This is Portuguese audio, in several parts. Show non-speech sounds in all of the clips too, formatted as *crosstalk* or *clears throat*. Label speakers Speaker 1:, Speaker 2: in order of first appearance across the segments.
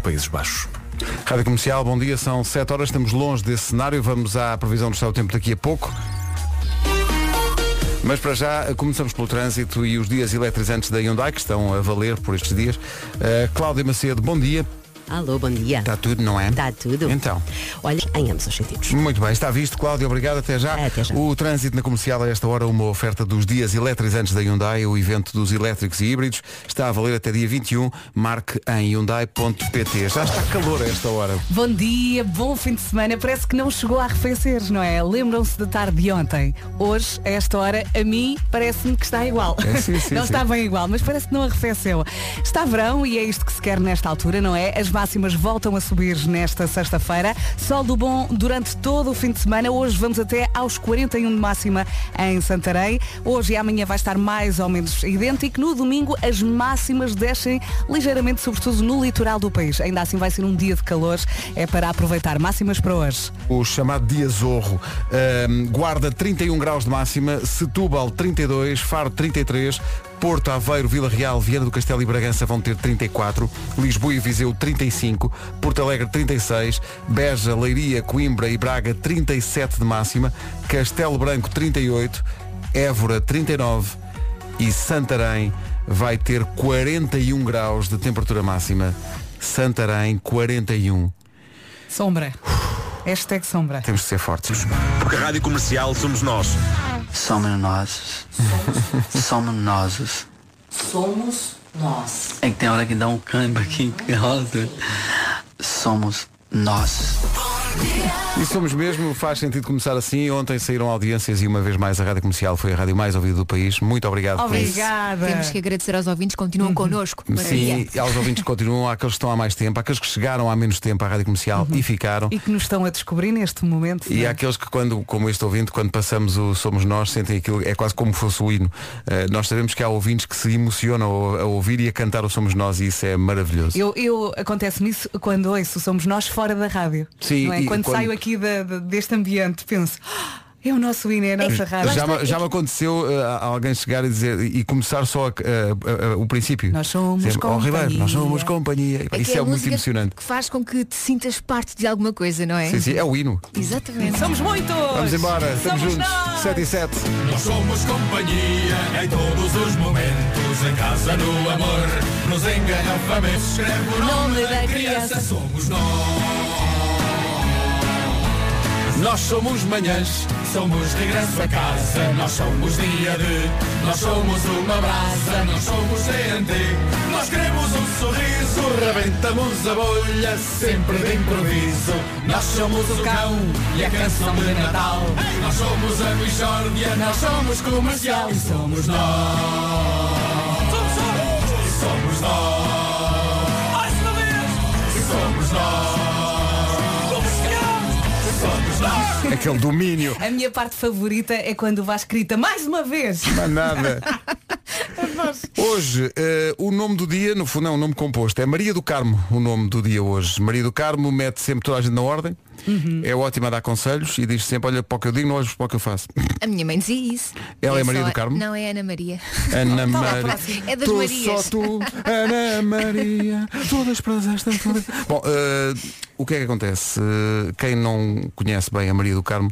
Speaker 1: Países Baixos.
Speaker 2: Rádio Comercial, bom dia, são 7 horas, estamos longe desse cenário, vamos à previsão do estado do tempo daqui a pouco. Mas para já, começamos pelo trânsito e os dias eletrizantes da Hyundai, que estão a valer por estes dias. Uh, Cláudia Macedo, bom dia.
Speaker 3: Alô, bom dia.
Speaker 2: Está tudo, não é?
Speaker 3: Está tudo.
Speaker 2: Então.
Speaker 3: Olha, em ambos os sentidos.
Speaker 2: Muito bem, está visto, Cláudio, obrigado, até já.
Speaker 3: Até já.
Speaker 2: O trânsito na comercial a esta hora, uma oferta dos dias eletrizantes da Hyundai, o evento dos elétricos e híbridos, está a valer até dia 21, marque em Hyundai.pt. Já está calor a esta hora.
Speaker 4: Bom dia, bom fim de semana. Parece que não chegou a arrefecer, não é? Lembram-se da tarde de ontem. Hoje, a esta hora, a mim parece-me que está igual.
Speaker 2: É, sim, sim,
Speaker 4: *laughs* não
Speaker 2: sim.
Speaker 4: está bem igual, mas parece que não arrefeceu. Está verão e é isto que se quer nesta altura, não é? As máximas voltam a subir nesta sexta-feira. Sol do bom durante todo o fim de semana. Hoje vamos até aos 41 de máxima em Santarém. Hoje e amanhã vai estar mais ou menos idêntico. No domingo as máximas descem ligeiramente, sobretudo no litoral do país. Ainda assim vai ser um dia de calor. É para aproveitar máximas para hoje.
Speaker 2: O chamado dia zorro. Ahm, guarda 31 graus de máxima, Setúbal 32, Faro 33, Porto, Aveiro, Vila Real, Viana do Castelo e Bragança vão ter 34, Lisboa e Viseu 35, Porto Alegre 36, Beja, Leiria, Coimbra e Braga 37 de máxima, Castelo Branco 38, Évora 39 e Santarém vai ter 41 graus de temperatura máxima. Santarém 41.
Speaker 4: Sombra. Hashtag sombra.
Speaker 2: Temos de ser fortes.
Speaker 5: Porque a Rádio Comercial somos nós.
Speaker 6: Somos nós. Somos nós.
Speaker 7: Somos nós.
Speaker 6: É que tem hora que dá um câmbio aqui em casa. Somos nós.
Speaker 2: E somos mesmo, faz sentido começar assim. Ontem saíram audiências e uma vez mais a Rádio Comercial foi a rádio mais ouvida do país. Muito obrigado
Speaker 4: Obrigada. Uhum.
Speaker 8: Temos que agradecer aos ouvintes que continuam connosco. É
Speaker 2: por isso. é Sim, e aos ouvintes que continuam, àqueles que estão há mais tempo, àqueles que chegaram há menos tempo à Rádio Comercial e ficaram.
Speaker 4: Uhum. E que nos estão a descobrir neste momento.
Speaker 2: E
Speaker 4: não
Speaker 2: há
Speaker 4: é?
Speaker 2: aqueles que quando, como este ouvinte, quando passamos o Somos Nós, sentem aquilo, é quase como fosse o hino. Eh, nós sabemos que há ouvintes que se emocionam a, a ouvir e a cantar o Somos Nós e isso é maravilhoso.
Speaker 4: Eu, eu acontece-me isso quando ouço Somos Nós fora da rádio.
Speaker 2: Sim,
Speaker 4: não é?
Speaker 2: e
Speaker 4: quando,
Speaker 2: quando-
Speaker 4: saio aqui da- da- deste ambiente, penso, "Ah, é o nosso hino, é a nossa rádio.
Speaker 2: Já, me- já me aconteceu eh, a- alguém chegar e dizer e começar só a- a- a- a- o princípio.
Speaker 4: Nós somos
Speaker 2: Sempre, "Oh, Ribeiro, nós
Speaker 4: companhia."
Speaker 2: somos companhia.
Speaker 8: É que
Speaker 2: Isso é,
Speaker 8: a
Speaker 2: muito
Speaker 8: música
Speaker 2: emocionante.
Speaker 8: Que faz com que te sintas parte de alguma coisa, não é?
Speaker 2: Sim, sim, é o hino.
Speaker 8: Exatamente.
Speaker 4: Somos muitos!
Speaker 2: Vamos embora,
Speaker 4: Somos
Speaker 2: estamos juntos.
Speaker 4: nós!
Speaker 2: 7 e 7.
Speaker 5: Nós somos companhia em todos os momentos. Em casa, no amor, nos engarrafamentos. Escreve o nome da criança. Somos nós. Nós somos manhãs, somos regresso a casa. Nós somos dia de, nós somos uma brasa. Nós somos CNT, nós queremos um sorriso. Rebentamos a bolha, sempre de improviso. Nós somos o cão e a canção de Natal. Nós somos a Michórdia, nós somos comercial. E somos nós. E somos nós. E somos nós. E somos nós.
Speaker 2: Aquele domínio.
Speaker 4: A minha parte favorita é quando o Vasco grita mais uma vez.
Speaker 2: Mas
Speaker 4: *laughs*
Speaker 2: nada. né? Hoje, eh, o nome do dia, no fundo é um nome composto, é Maria do Carmo, o nome do dia hoje. Maria do Carmo mete sempre toda a gente na ordem, é ótima a dar conselhos e diz sempre, olha para o que eu digo, não olhos para o que eu faço.
Speaker 8: A minha mãe dizia isso.
Speaker 2: Ela é
Speaker 8: Eu
Speaker 2: Maria
Speaker 8: só-
Speaker 2: do Carmo?
Speaker 8: Não, é Ana Maria.
Speaker 4: Então,
Speaker 2: Ana Maria.
Speaker 8: próximo. É das
Speaker 2: tu
Speaker 8: Marias.
Speaker 2: só tu, Ana Maria. Todas para esta todas. Bom, eh, o que é que acontece? Eh, quem não conhece bem a Maria do Carmo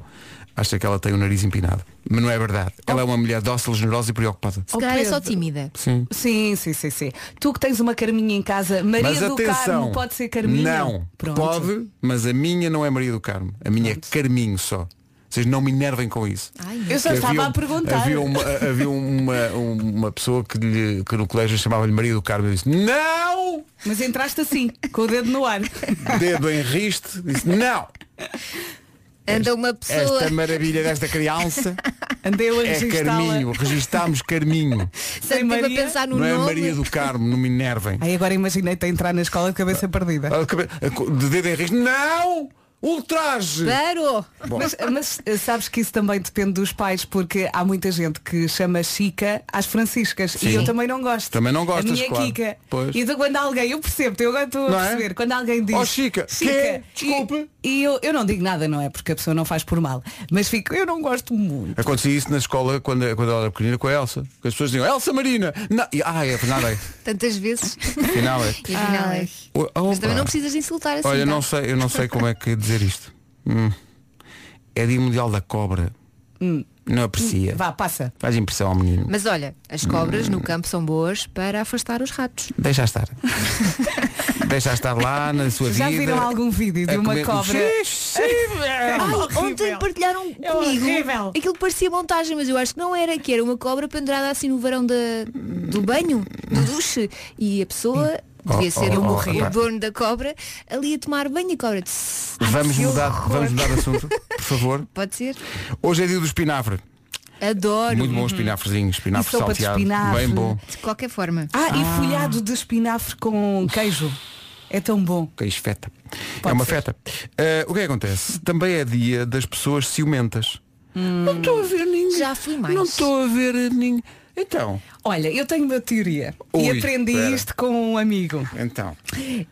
Speaker 2: acha que ela tem o nariz empinado. Mas não é verdade. Ela é uma mulher dócil, generosa e preocupada.
Speaker 8: Se
Speaker 4: Oh,
Speaker 8: calhar é só
Speaker 4: Pedro.
Speaker 8: tímida.
Speaker 2: Sim.
Speaker 4: Sim, sim, sim, sim. Tu que tens uma Carminha em casa, Maria
Speaker 2: mas
Speaker 4: do
Speaker 2: atenção,
Speaker 4: Carmo pode ser Carminha?
Speaker 2: Não,
Speaker 4: Pronto.
Speaker 2: pode, mas a minha não é Maria do Carmo. A minha é Carminho só. Vocês não me enervem com isso.
Speaker 8: Ai, não.
Speaker 4: Eu só
Speaker 2: Que
Speaker 4: estava
Speaker 2: havia um-
Speaker 4: a perguntar.
Speaker 2: Havia uma, havia uma, uma pessoa que, lhe- que no colégio chamava-lhe Maria do Carmo. Eu disse, não!
Speaker 4: Mas entraste assim, com o dedo
Speaker 8: *laughs*
Speaker 4: no ar.
Speaker 2: Dedo em riste. Disse, não!
Speaker 8: Anda uma pessoa.
Speaker 2: Esta maravilha desta criança
Speaker 4: Andei a
Speaker 2: é
Speaker 4: registá-la.
Speaker 2: Carminho. Registámos Carminho.
Speaker 8: Sempre
Speaker 4: Maria.
Speaker 8: a pensar no
Speaker 2: Não é
Speaker 8: nome.
Speaker 2: Maria do Carmo, não me enervem.
Speaker 4: Aí agora imaginei-te a entrar na escola de cabeça perdida.
Speaker 2: Ah, cabe- De dedo em riste. Não! Ultraje!
Speaker 8: Claro.
Speaker 4: Mas, mas, eh, sabes que isso também depende dos pais, porque há muita gente que chama Chica às Franciscas
Speaker 2: Sim.
Speaker 4: e eu também não gosto.
Speaker 2: Também não gostas,
Speaker 4: A minha é
Speaker 2: claro.
Speaker 4: Kika.
Speaker 2: Pois.
Speaker 4: E então quando alguém, eu percebo, eu agora estou a
Speaker 2: Não é?
Speaker 4: perceber, quando alguém diz.
Speaker 2: Oh, Chica,
Speaker 4: Chica
Speaker 2: quê?
Speaker 4: e-
Speaker 2: Desculpe.
Speaker 4: E eu, eu não digo nada, não é? Porque a pessoa não faz por mal. Mas fico, eu não gosto muito.
Speaker 2: Acontecia isso na escola quando, quando ela era pequenina com a Elsa. Que as pessoas diziam, Elsa Marina! Na... E, ah, é, afinal é.
Speaker 8: Tantas vezes.
Speaker 2: Afinal é.
Speaker 8: E afinal é.
Speaker 2: O-
Speaker 8: *laughs* Mas
Speaker 2: opa.
Speaker 8: também não precisas de insultar assim.
Speaker 2: Olha,
Speaker 8: tá?
Speaker 2: não sei, eu não sei
Speaker 4: *laughs*
Speaker 2: como é que dizer isto. Hum. É dia mundial da cobra. Não aprecia.
Speaker 4: Hum. Vá, passa.
Speaker 2: Faz impressão ao menino.
Speaker 8: Mas olha, as cobras no campo são boas para afastar os ratos.
Speaker 2: Deixa
Speaker 4: *laughs*
Speaker 2: estar. Deixa estar lá na sua
Speaker 4: Já
Speaker 2: vida.
Speaker 4: viram algum vídeo de
Speaker 2: a
Speaker 4: uma
Speaker 2: comer-
Speaker 4: cobra? *laughs* É
Speaker 2: Sim, sim,
Speaker 8: Ai, ontem partilharam comigo
Speaker 4: horrível.
Speaker 8: aquilo que parecia montagem, mas eu acho que não era, que era uma cobra pendurada assim no varão da, do banho, do duche, e a pessoa devia
Speaker 2: Oh,
Speaker 8: ser
Speaker 2: oh,
Speaker 8: o,
Speaker 2: oh,
Speaker 8: o
Speaker 2: pá.
Speaker 8: dono da cobra ali a tomar banho e a cobra. tss, ai,
Speaker 2: Vamos
Speaker 8: que
Speaker 2: mudar,
Speaker 8: horror.
Speaker 2: vamos mudar de assunto, por favor.
Speaker 8: Pode ser?
Speaker 2: Hoje é dia do espinafre.
Speaker 8: Adoro.
Speaker 2: Muito bom espinafrezinho, espinafre
Speaker 4: uhum. E sopa de
Speaker 2: salteado.
Speaker 4: espinafre.
Speaker 2: Bem bom.
Speaker 8: De qualquer forma.
Speaker 4: Ah, e folhado de espinafre com queijo. É tão bom.
Speaker 2: Queijo feta. é
Speaker 4: Pode
Speaker 2: uma
Speaker 4: ser.
Speaker 2: feta. Ah, o que é que acontece? Também é dia das pessoas ciumentas. Não estou a ver ninguém.
Speaker 8: Já fui mais.
Speaker 2: Não estou a ver ninguém. Então,
Speaker 4: Olha, eu tenho uma teoria. e
Speaker 2: Ui,
Speaker 4: aprendi
Speaker 2: espera.
Speaker 4: isto com um amigo.
Speaker 2: então.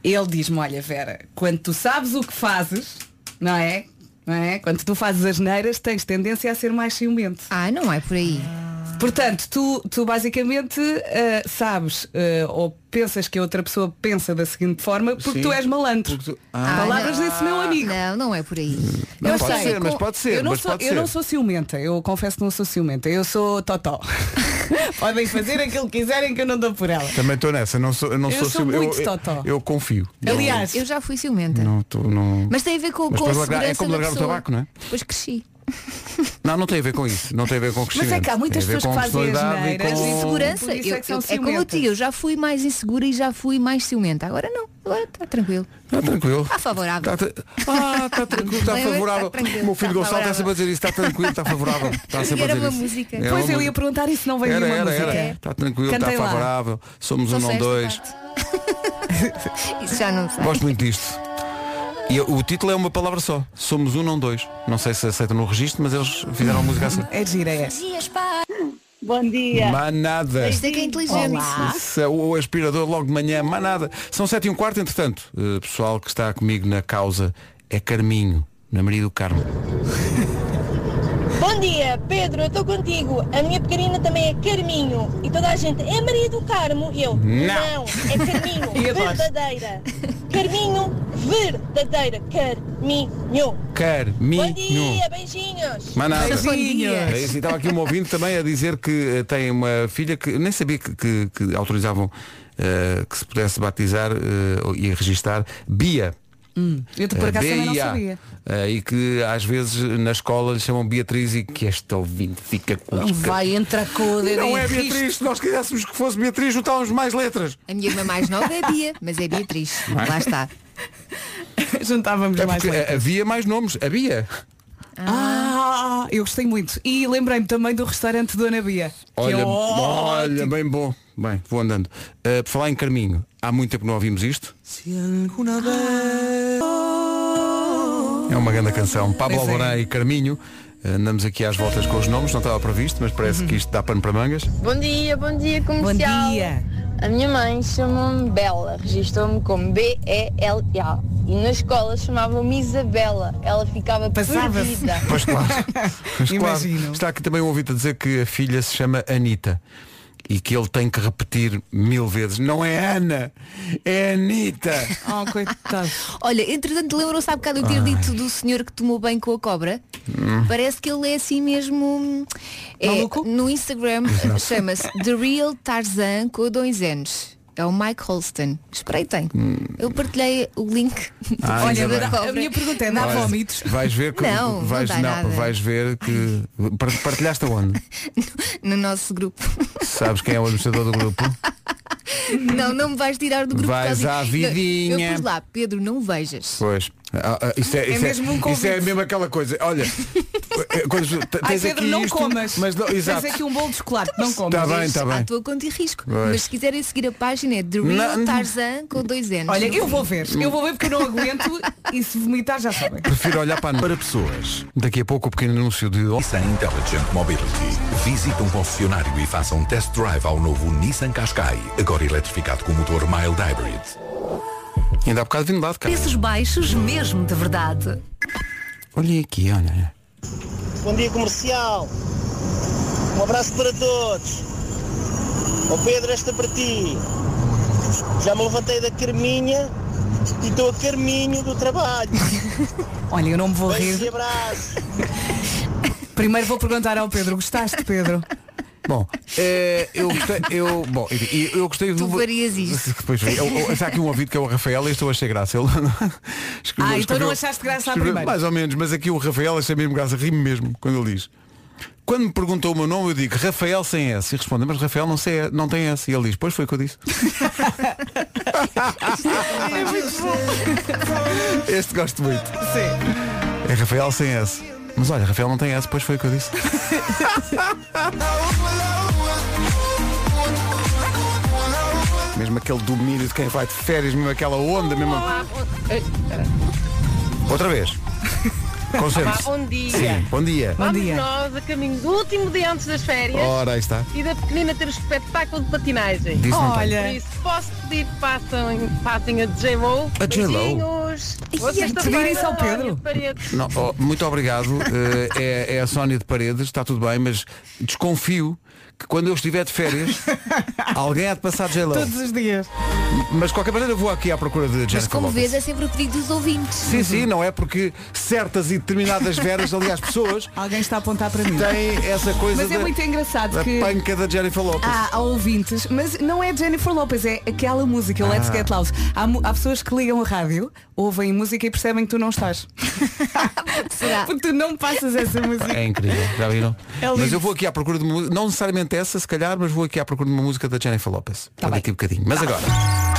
Speaker 4: Ele diz-me, olha Vera, quando tu sabes o que fazes, não é? Não é? Quando tu fazes as neiras, tens tendência a ser mais ciumento. Ah.
Speaker 8: Ah, não é por aí.
Speaker 4: Portanto, tu, tu basicamente ah, sabes ah, ou pensas que a outra pessoa pensa da seguinte forma porque
Speaker 2: Sim.
Speaker 4: tu és malandro.
Speaker 2: Porque tu- Ah.
Speaker 4: Palavras
Speaker 8: Uhum. não.
Speaker 4: desse meu amigo.
Speaker 8: Não, não é por aí.
Speaker 2: Não,
Speaker 4: Eu
Speaker 2: pode
Speaker 4: sei,
Speaker 2: ser, mas
Speaker 8: com-
Speaker 2: pode ser.
Speaker 4: eu, não
Speaker 2: mas
Speaker 4: sou,
Speaker 2: pode
Speaker 4: eu
Speaker 2: ser.
Speaker 4: não sou ciumenta, eu confesso que não sou ciumenta, eu sou
Speaker 2: *laughs*
Speaker 4: totó. Podem fazer aquilo que quiserem que eu não dou por ela.
Speaker 2: Também estou nessa, não sou, eu não
Speaker 4: Eu sou
Speaker 2: ciumento.
Speaker 4: muito totó.
Speaker 2: eu, eu confio.
Speaker 4: Aliás,
Speaker 8: Eu já fui ciumenta.
Speaker 2: Não, tô- não...
Speaker 8: Mas tem a ver com,
Speaker 2: Mas
Speaker 8: com a
Speaker 2: depois largar- é
Speaker 8: segurança
Speaker 2: como
Speaker 8: da
Speaker 2: largar o
Speaker 8: pessoa.
Speaker 2: tabaco, não é?
Speaker 8: Depois cresci.
Speaker 2: não, não tem a ver com isso. Não tem a ver com
Speaker 4: é que
Speaker 2: crescimento.
Speaker 4: há muitas
Speaker 2: tem a ver
Speaker 4: pessoas
Speaker 2: com
Speaker 4: que fazem as
Speaker 2: personalidade e
Speaker 4: neiras.
Speaker 2: com-
Speaker 8: Insegurança.
Speaker 4: Por isso
Speaker 8: Eu-
Speaker 4: é que são
Speaker 8: eu- é como eu
Speaker 4: ciumentas.
Speaker 8: tio, eu já fui mais insegura e já fui mais ciumenta. Agora não, agora está tranquilo.
Speaker 2: Está Tá tranquilo.
Speaker 8: Está favorável.
Speaker 2: Tá tra- Ah, está tranquilo, está
Speaker 8: Lembra?
Speaker 2: favorável.
Speaker 8: Tá tranquilo,
Speaker 2: O meu filho
Speaker 8: tá
Speaker 2: Gonçalo está
Speaker 8: favorável.
Speaker 2: sempre a dizer isso, está tranquilo, está favorável. Está sempre Tá
Speaker 8: Era
Speaker 2: a dizer
Speaker 8: uma
Speaker 2: isso.
Speaker 8: música.
Speaker 2: Era uma
Speaker 4: pois eu
Speaker 2: música.
Speaker 4: ia perguntar isso não vem
Speaker 2: Era,
Speaker 4: nenhuma
Speaker 2: era, Tá-
Speaker 4: música.
Speaker 2: era. Está tranquilo, está
Speaker 4: Cantem lá.
Speaker 2: favorável. Somos um, não
Speaker 8: Só sei esta
Speaker 2: dois.
Speaker 8: parte. *laughs* Isso já não sei.
Speaker 2: Gosto muito disto. E o título é uma palavra só. Somos um, não dois. Não sei se aceitam no registro, mas eles fizeram a música
Speaker 8: *laughs*
Speaker 2: assim.
Speaker 4: É gira, é.
Speaker 1: Bom dia.
Speaker 2: Manada.
Speaker 8: Isto é que é inteligente.
Speaker 2: Se- O aspirador logo de manhã, manada. São sete e um quarto, entretanto. eh, Pessoal que está comigo na causa é Carminho, na Maria do Carmo.
Speaker 1: Bom dia, Pedro, eu estou contigo. A minha pequenina também é Carminho. E toda a gente é Maria do Carmo. E eu, não, é
Speaker 4: E
Speaker 2: *laughs*
Speaker 1: Carminho,
Speaker 4: adoro.
Speaker 1: verdadeira. Carminho, verdadeira. Carminho. Bom
Speaker 2: Carminho.
Speaker 1: dia, beijinhos.
Speaker 2: Manada.
Speaker 8: Bom dia.
Speaker 2: É isso, e estava aqui um ouvinte também a dizer que eh, tem uma filha que nem sabia que, que- que autorizavam eh, que se pudesse batizar eh, ou- e registar Bia.
Speaker 4: Hum, Eu por
Speaker 2: Eh,
Speaker 4: acaso também não
Speaker 2: B.I.A..
Speaker 4: sabia.
Speaker 2: Eh, e que às vezes na escola lhe chamam Beatriz e que esta ouvinte fica com os ca-
Speaker 4: Vai, entra com o dedo
Speaker 2: Não
Speaker 4: e
Speaker 2: é
Speaker 4: risca.
Speaker 2: Beatriz, se nós quiséssemos que fosse Beatriz, juntávamos mais letras.
Speaker 8: A minha irmã mais nova é Bia, mas é Beatriz.
Speaker 2: *laughs*
Speaker 8: Lá *laughs* está.
Speaker 4: Juntávamos
Speaker 2: É
Speaker 4: mais
Speaker 2: porque
Speaker 4: letras.
Speaker 2: havia mais nomes, havia.
Speaker 4: Ah, eu gostei muito. E lembrei-me também do restaurante Dona Bia. que é
Speaker 2: Olha, olha,
Speaker 4: ótimo.
Speaker 2: bem bom. Bem, vou andando. Eh, por falar em Carminho, há muito tempo não ouvimos isto. É uma grande canção. Pablo
Speaker 4: Pois é.
Speaker 2: Alborán e Carminho. Eh, Andamos aqui às voltas com os nomes, não estava previsto, mas
Speaker 4: Uhum.
Speaker 2: parece que isto dá pano para mangas.
Speaker 9: Bom dia, bom dia
Speaker 4: Bom
Speaker 9: comercial.
Speaker 4: dia.
Speaker 9: A minha mãe chamou-me Bela, registrou-me como B-E-L-A. E na escola chamavam-me Isabela. Ela ficava
Speaker 4: Passava-se.
Speaker 9: perdida.
Speaker 2: Pois claro. Pois claro.
Speaker 4: Imagino.
Speaker 2: Está aqui também um ouvido a dizer que a filha se chama Anita e que ele tem que repetir mil vezes. Não é Ana, é
Speaker 4: *laughs*
Speaker 2: Anita.
Speaker 4: Oh, coitado.
Speaker 8: Olha, entretanto lembram-se há bocado eu ter dito do senhor que tomou bem com a cobra?
Speaker 2: Hum.
Speaker 8: Parece que ele é assim mesmo. hum, é,
Speaker 4: Maluco?
Speaker 8: no Instagram *laughs* chama-se The Real Tarzan com dois N's. É o Mike Holston. Espreitem. Eu partilhei o link
Speaker 2: Hum. Ah, ainda
Speaker 8: olha,
Speaker 2: bem.
Speaker 8: da
Speaker 4: A
Speaker 8: cobra.
Speaker 4: minha pergunta é, dá
Speaker 2: Olha,
Speaker 4: vómitos?
Speaker 2: Vais ver que
Speaker 8: Não, não
Speaker 2: vais,
Speaker 8: dá nada.
Speaker 2: vais ver que par- partilhaste aonde?
Speaker 8: *laughs* no nosso grupo.
Speaker 2: Sabes quem é o administrador do grupo?
Speaker 8: não, não me vais tirar do grupo. por
Speaker 2: Vais
Speaker 8: causa-
Speaker 2: à
Speaker 8: Eu-
Speaker 2: vidinha.
Speaker 8: Eu pus lá, Pedro, não vejas.
Speaker 2: Pois. Ah, ah, isso é, isso
Speaker 4: mesmo um
Speaker 2: isso é
Speaker 4: convite.
Speaker 2: mesmo aquela coisa. Olha, eh, quando tu- t-
Speaker 4: Ai,
Speaker 2: tens
Speaker 4: Pedro,
Speaker 2: aqui
Speaker 4: não
Speaker 2: isto,
Speaker 4: comas.
Speaker 2: Mas não, exato.
Speaker 4: Tens aqui um bolo de chocolate, não comas.
Speaker 2: Tá bem,
Speaker 8: Vejo
Speaker 2: tá bem.
Speaker 8: Então, À tua conta e risco.
Speaker 2: Pois.
Speaker 8: Mas se quiserem seguir a página é The Real
Speaker 2: Não.
Speaker 8: Tarzan com dois N's.
Speaker 4: Olha, eu vou ver, eu vou ver porque eu não aguento e se vomitar já sabem.
Speaker 2: Prefiro olhar para a noite.
Speaker 5: Para pessoas
Speaker 2: Daqui a pouco o pequeno anúncio de ontem.
Speaker 5: Nissan Intelligent Mobility. Visite um concessionário e faça um test drive ao novo Nissan Qashqai, agora eletrificado com motor mild hybrid.
Speaker 2: Ainda há bocado vim de lado, cara.
Speaker 3: Preços baixos mesmo de verdade.
Speaker 2: Olhem aqui, olha.
Speaker 10: Bom dia comercial. Um abraço para todos. Ó Pedro, esta para ti. Já me levantei da Carminha e estou a Carminho do trabalho.
Speaker 4: Olha, eu não me vou
Speaker 10: Beijos e
Speaker 4: rir.
Speaker 10: abraços.
Speaker 4: Primeiro vou perguntar ao Pedro, gostaste, Pedro?
Speaker 2: Bom, eh, eu gostei, eu, bom, enfim, eu- eu gostei
Speaker 8: Tu
Speaker 2: *laughs*
Speaker 8: farias isto.
Speaker 2: Depois, eu, eu, está aqui um ouvido que é o Rafael e este eu achei graça. Ele *laughs* escreveu-
Speaker 4: Ah, então
Speaker 2: escreveu-
Speaker 4: não achaste graça à
Speaker 2: escreveu-
Speaker 4: primeira.
Speaker 2: Mais ou menos, mas aqui o Rafael achei mesmo graça, rime mesmo quando ele diz. Quando me perguntou o meu nome, eu digo Rafael sem S. E responde, mas Rafael não, sei- não tem S. E ele diz, pois foi o que eu disse.
Speaker 4: *laughs*
Speaker 2: um.
Speaker 4: É
Speaker 2: este gosto muito.
Speaker 4: Sim.
Speaker 2: *laughs* É Rafael sem S. Mas olha, Rafael não tem S, pois foi o que eu disse. mesmo aquele domínio de quem vai de férias, mesmo aquela onda, mesmo. Outra vez. Concentre-se.
Speaker 9: Bom dia.
Speaker 2: Sim, bom dia.
Speaker 4: Ah, Bom
Speaker 9: Vamos
Speaker 4: dia.
Speaker 9: nós a caminho do último dia antes das férias
Speaker 2: Ora, aí está. então.
Speaker 9: e da pequenina ter o espetáculo de patinagem.
Speaker 2: Diz não tem.
Speaker 9: Por
Speaker 4: Olha,
Speaker 9: isso, posso pedir que passem, passem a J-Lo.
Speaker 2: A J.Lo?
Speaker 9: Beijinhos. Boa
Speaker 4: Ia
Speaker 9: sexta-feira,
Speaker 4: pedir isso ao Pedro.
Speaker 9: António de Paredes.
Speaker 2: Não, oh, muito
Speaker 4: *laughs*
Speaker 2: obrigado. Eh, é, é a Sónia de Paredes, está tudo bem, mas desconfio que quando eu estiver de
Speaker 4: *laughs*
Speaker 2: férias, alguém há de passar gelão.
Speaker 4: todos os dias.
Speaker 2: Mas de qualquer maneira eu vou aqui à procura de Jennifer
Speaker 8: Mas como
Speaker 2: Lopez.
Speaker 8: vês é sempre o pedido dos ouvintes. Uhum.
Speaker 2: Sim, sim, não é porque certas e determinadas veras, aliás, pessoas,
Speaker 4: *laughs* Alguém está a apontar para mim.
Speaker 2: têm essa coisa
Speaker 4: Mas é
Speaker 2: da,
Speaker 4: muito engraçado
Speaker 2: da
Speaker 4: que Ah,
Speaker 2: panca da Jennifer Lopez.
Speaker 4: há, há ouvintes, mas não é Jennifer Lopez, é aquela música,
Speaker 2: Ah.
Speaker 4: Let's Get Loud. Há, mu- há pessoas que ligam a rádio, ouvem música e percebem que tu não estás.
Speaker 8: Será?
Speaker 4: Porque tu não passas essa música.
Speaker 2: É incrível, já viram?
Speaker 4: É lindo.
Speaker 2: mas eu vou aqui à procura de uma música, não necessariamente essa, se calhar, mas vou aqui à procura de uma música da Jennifer Lopez. Tá daqui a bocadinho. Mas agora.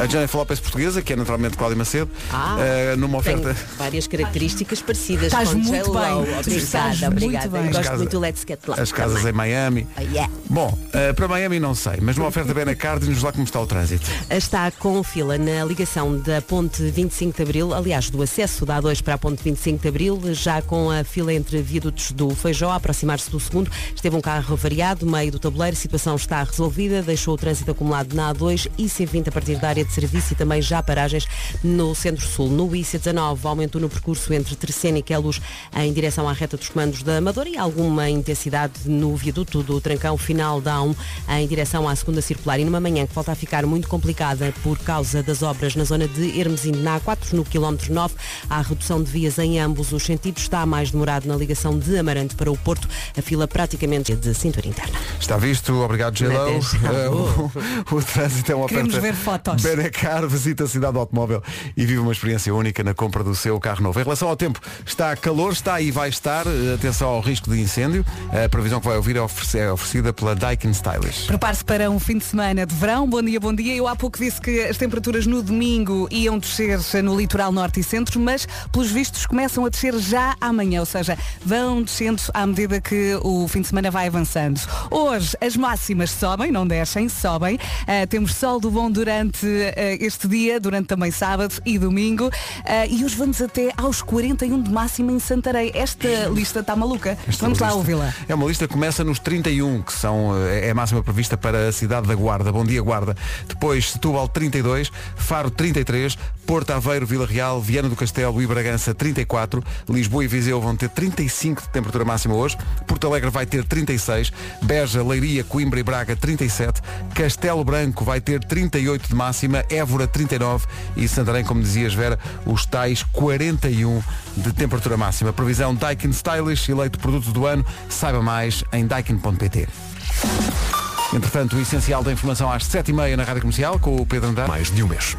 Speaker 2: A Jennifer Lopez portuguesa, que é naturalmente Cláudia Macedo,
Speaker 3: Ah,
Speaker 2: eh, numa oferta.
Speaker 3: Tenho várias características parecidas
Speaker 4: Estás
Speaker 3: com
Speaker 4: muito
Speaker 3: J.Lo.
Speaker 4: bem. Tu estás muito
Speaker 3: Obrigada, obrigada.
Speaker 4: bem.
Speaker 3: Eu
Speaker 4: As
Speaker 3: Gosto
Speaker 2: casas-
Speaker 3: muito do Let's Get Loud.
Speaker 2: As casas em Miami.
Speaker 3: Oh, yeah.
Speaker 2: Bom, eh, para Miami não sei, mas uma oferta bem na carta e nos lá como está o trânsito.
Speaker 3: Está com fila na ligação da Ponte 25 de Abril, aliás, do acesso da A2 para a Ponte 25 de Abril, já com a fila entre viadutos do Feijó, a aproximar-se do segundo. Esteve um carro variado, meio do tabuleiro, a situação está resolvida, deixou o trânsito acumulado na A2 e C20 a partir da área de serviço e também já paragens no Centro-Sul. No IC19, aumento no percurso entre Terceira e Queluz é em direção à reta dos comandos da Amadora e alguma intensidade no viaduto do Trancão Final da A1 em direção à segunda circular e numa manhã que volta a ficar muito complicada por causa das obras na zona de Hermesinde na A4 no quilómetro 9 há redução de vias em ambos os sentidos está mais demorado na ligação de Amarante para o Porto a fila praticamente é de cintura interna
Speaker 2: Está visto, obrigado Gelão. *laughs*
Speaker 3: Adeus.
Speaker 2: o, o trânsito é uma
Speaker 4: Queremos
Speaker 2: oferta.
Speaker 4: ver fotos.
Speaker 2: Benacar visita a cidade do automóvel e vive uma experiência única na compra do seu carro novo. Em relação ao tempo, está calor, está e vai estar. Eh, Atenção ao risco de incêndio. A previsão que vai ouvir é oferece- é oferecida pela Daikin Stylish.
Speaker 4: Prepare-se para um fim de semana de verão. Bom dia, bom dia. Eu há pouco disse que as temperaturas no domingo iam descer no litoral norte e centro, mas pelos vistos começam a descer já amanhã, ou seja, vão descendo à medida que o fim de semana vai avançando. Hoje as máximas sobem, não descem, sobem. Ah, temos sol do bom durante ah, este dia, durante também sábado e domingo. Ah, e hoje vamos até aos 41 de máxima em Santarém. Esta lista está maluca.
Speaker 2: Esta
Speaker 4: vamos lá
Speaker 2: lista.
Speaker 4: ouvi-la.
Speaker 2: É uma lista que começa nos 31, que são, eh, é a máxima prevista para a cidade da Guarda. Bom dia, Guarda. Depois, Setúbal 32, Faro 33, Porto Aveiro, Vila Real, Viana do Castelo e Bragança 34, Lisboa e Viseu vão ter 35 de temperatura máxima hoje, Porto Alegre vai ter 36, Beja, Leiria, Coimbra e Braga 37, Castelo Branco vai ter 38 de máxima, Évora 39 e Santarém, como dizias Vera, os tais 41 de temperatura máxima. Previsão Daikin Stylish, eleito produto do ano. Saiba mais em daikin.pt. Entretanto, o essencial da informação às 7h30 na Rádio Comercial com o Pedro Andrade. Mais de um mês.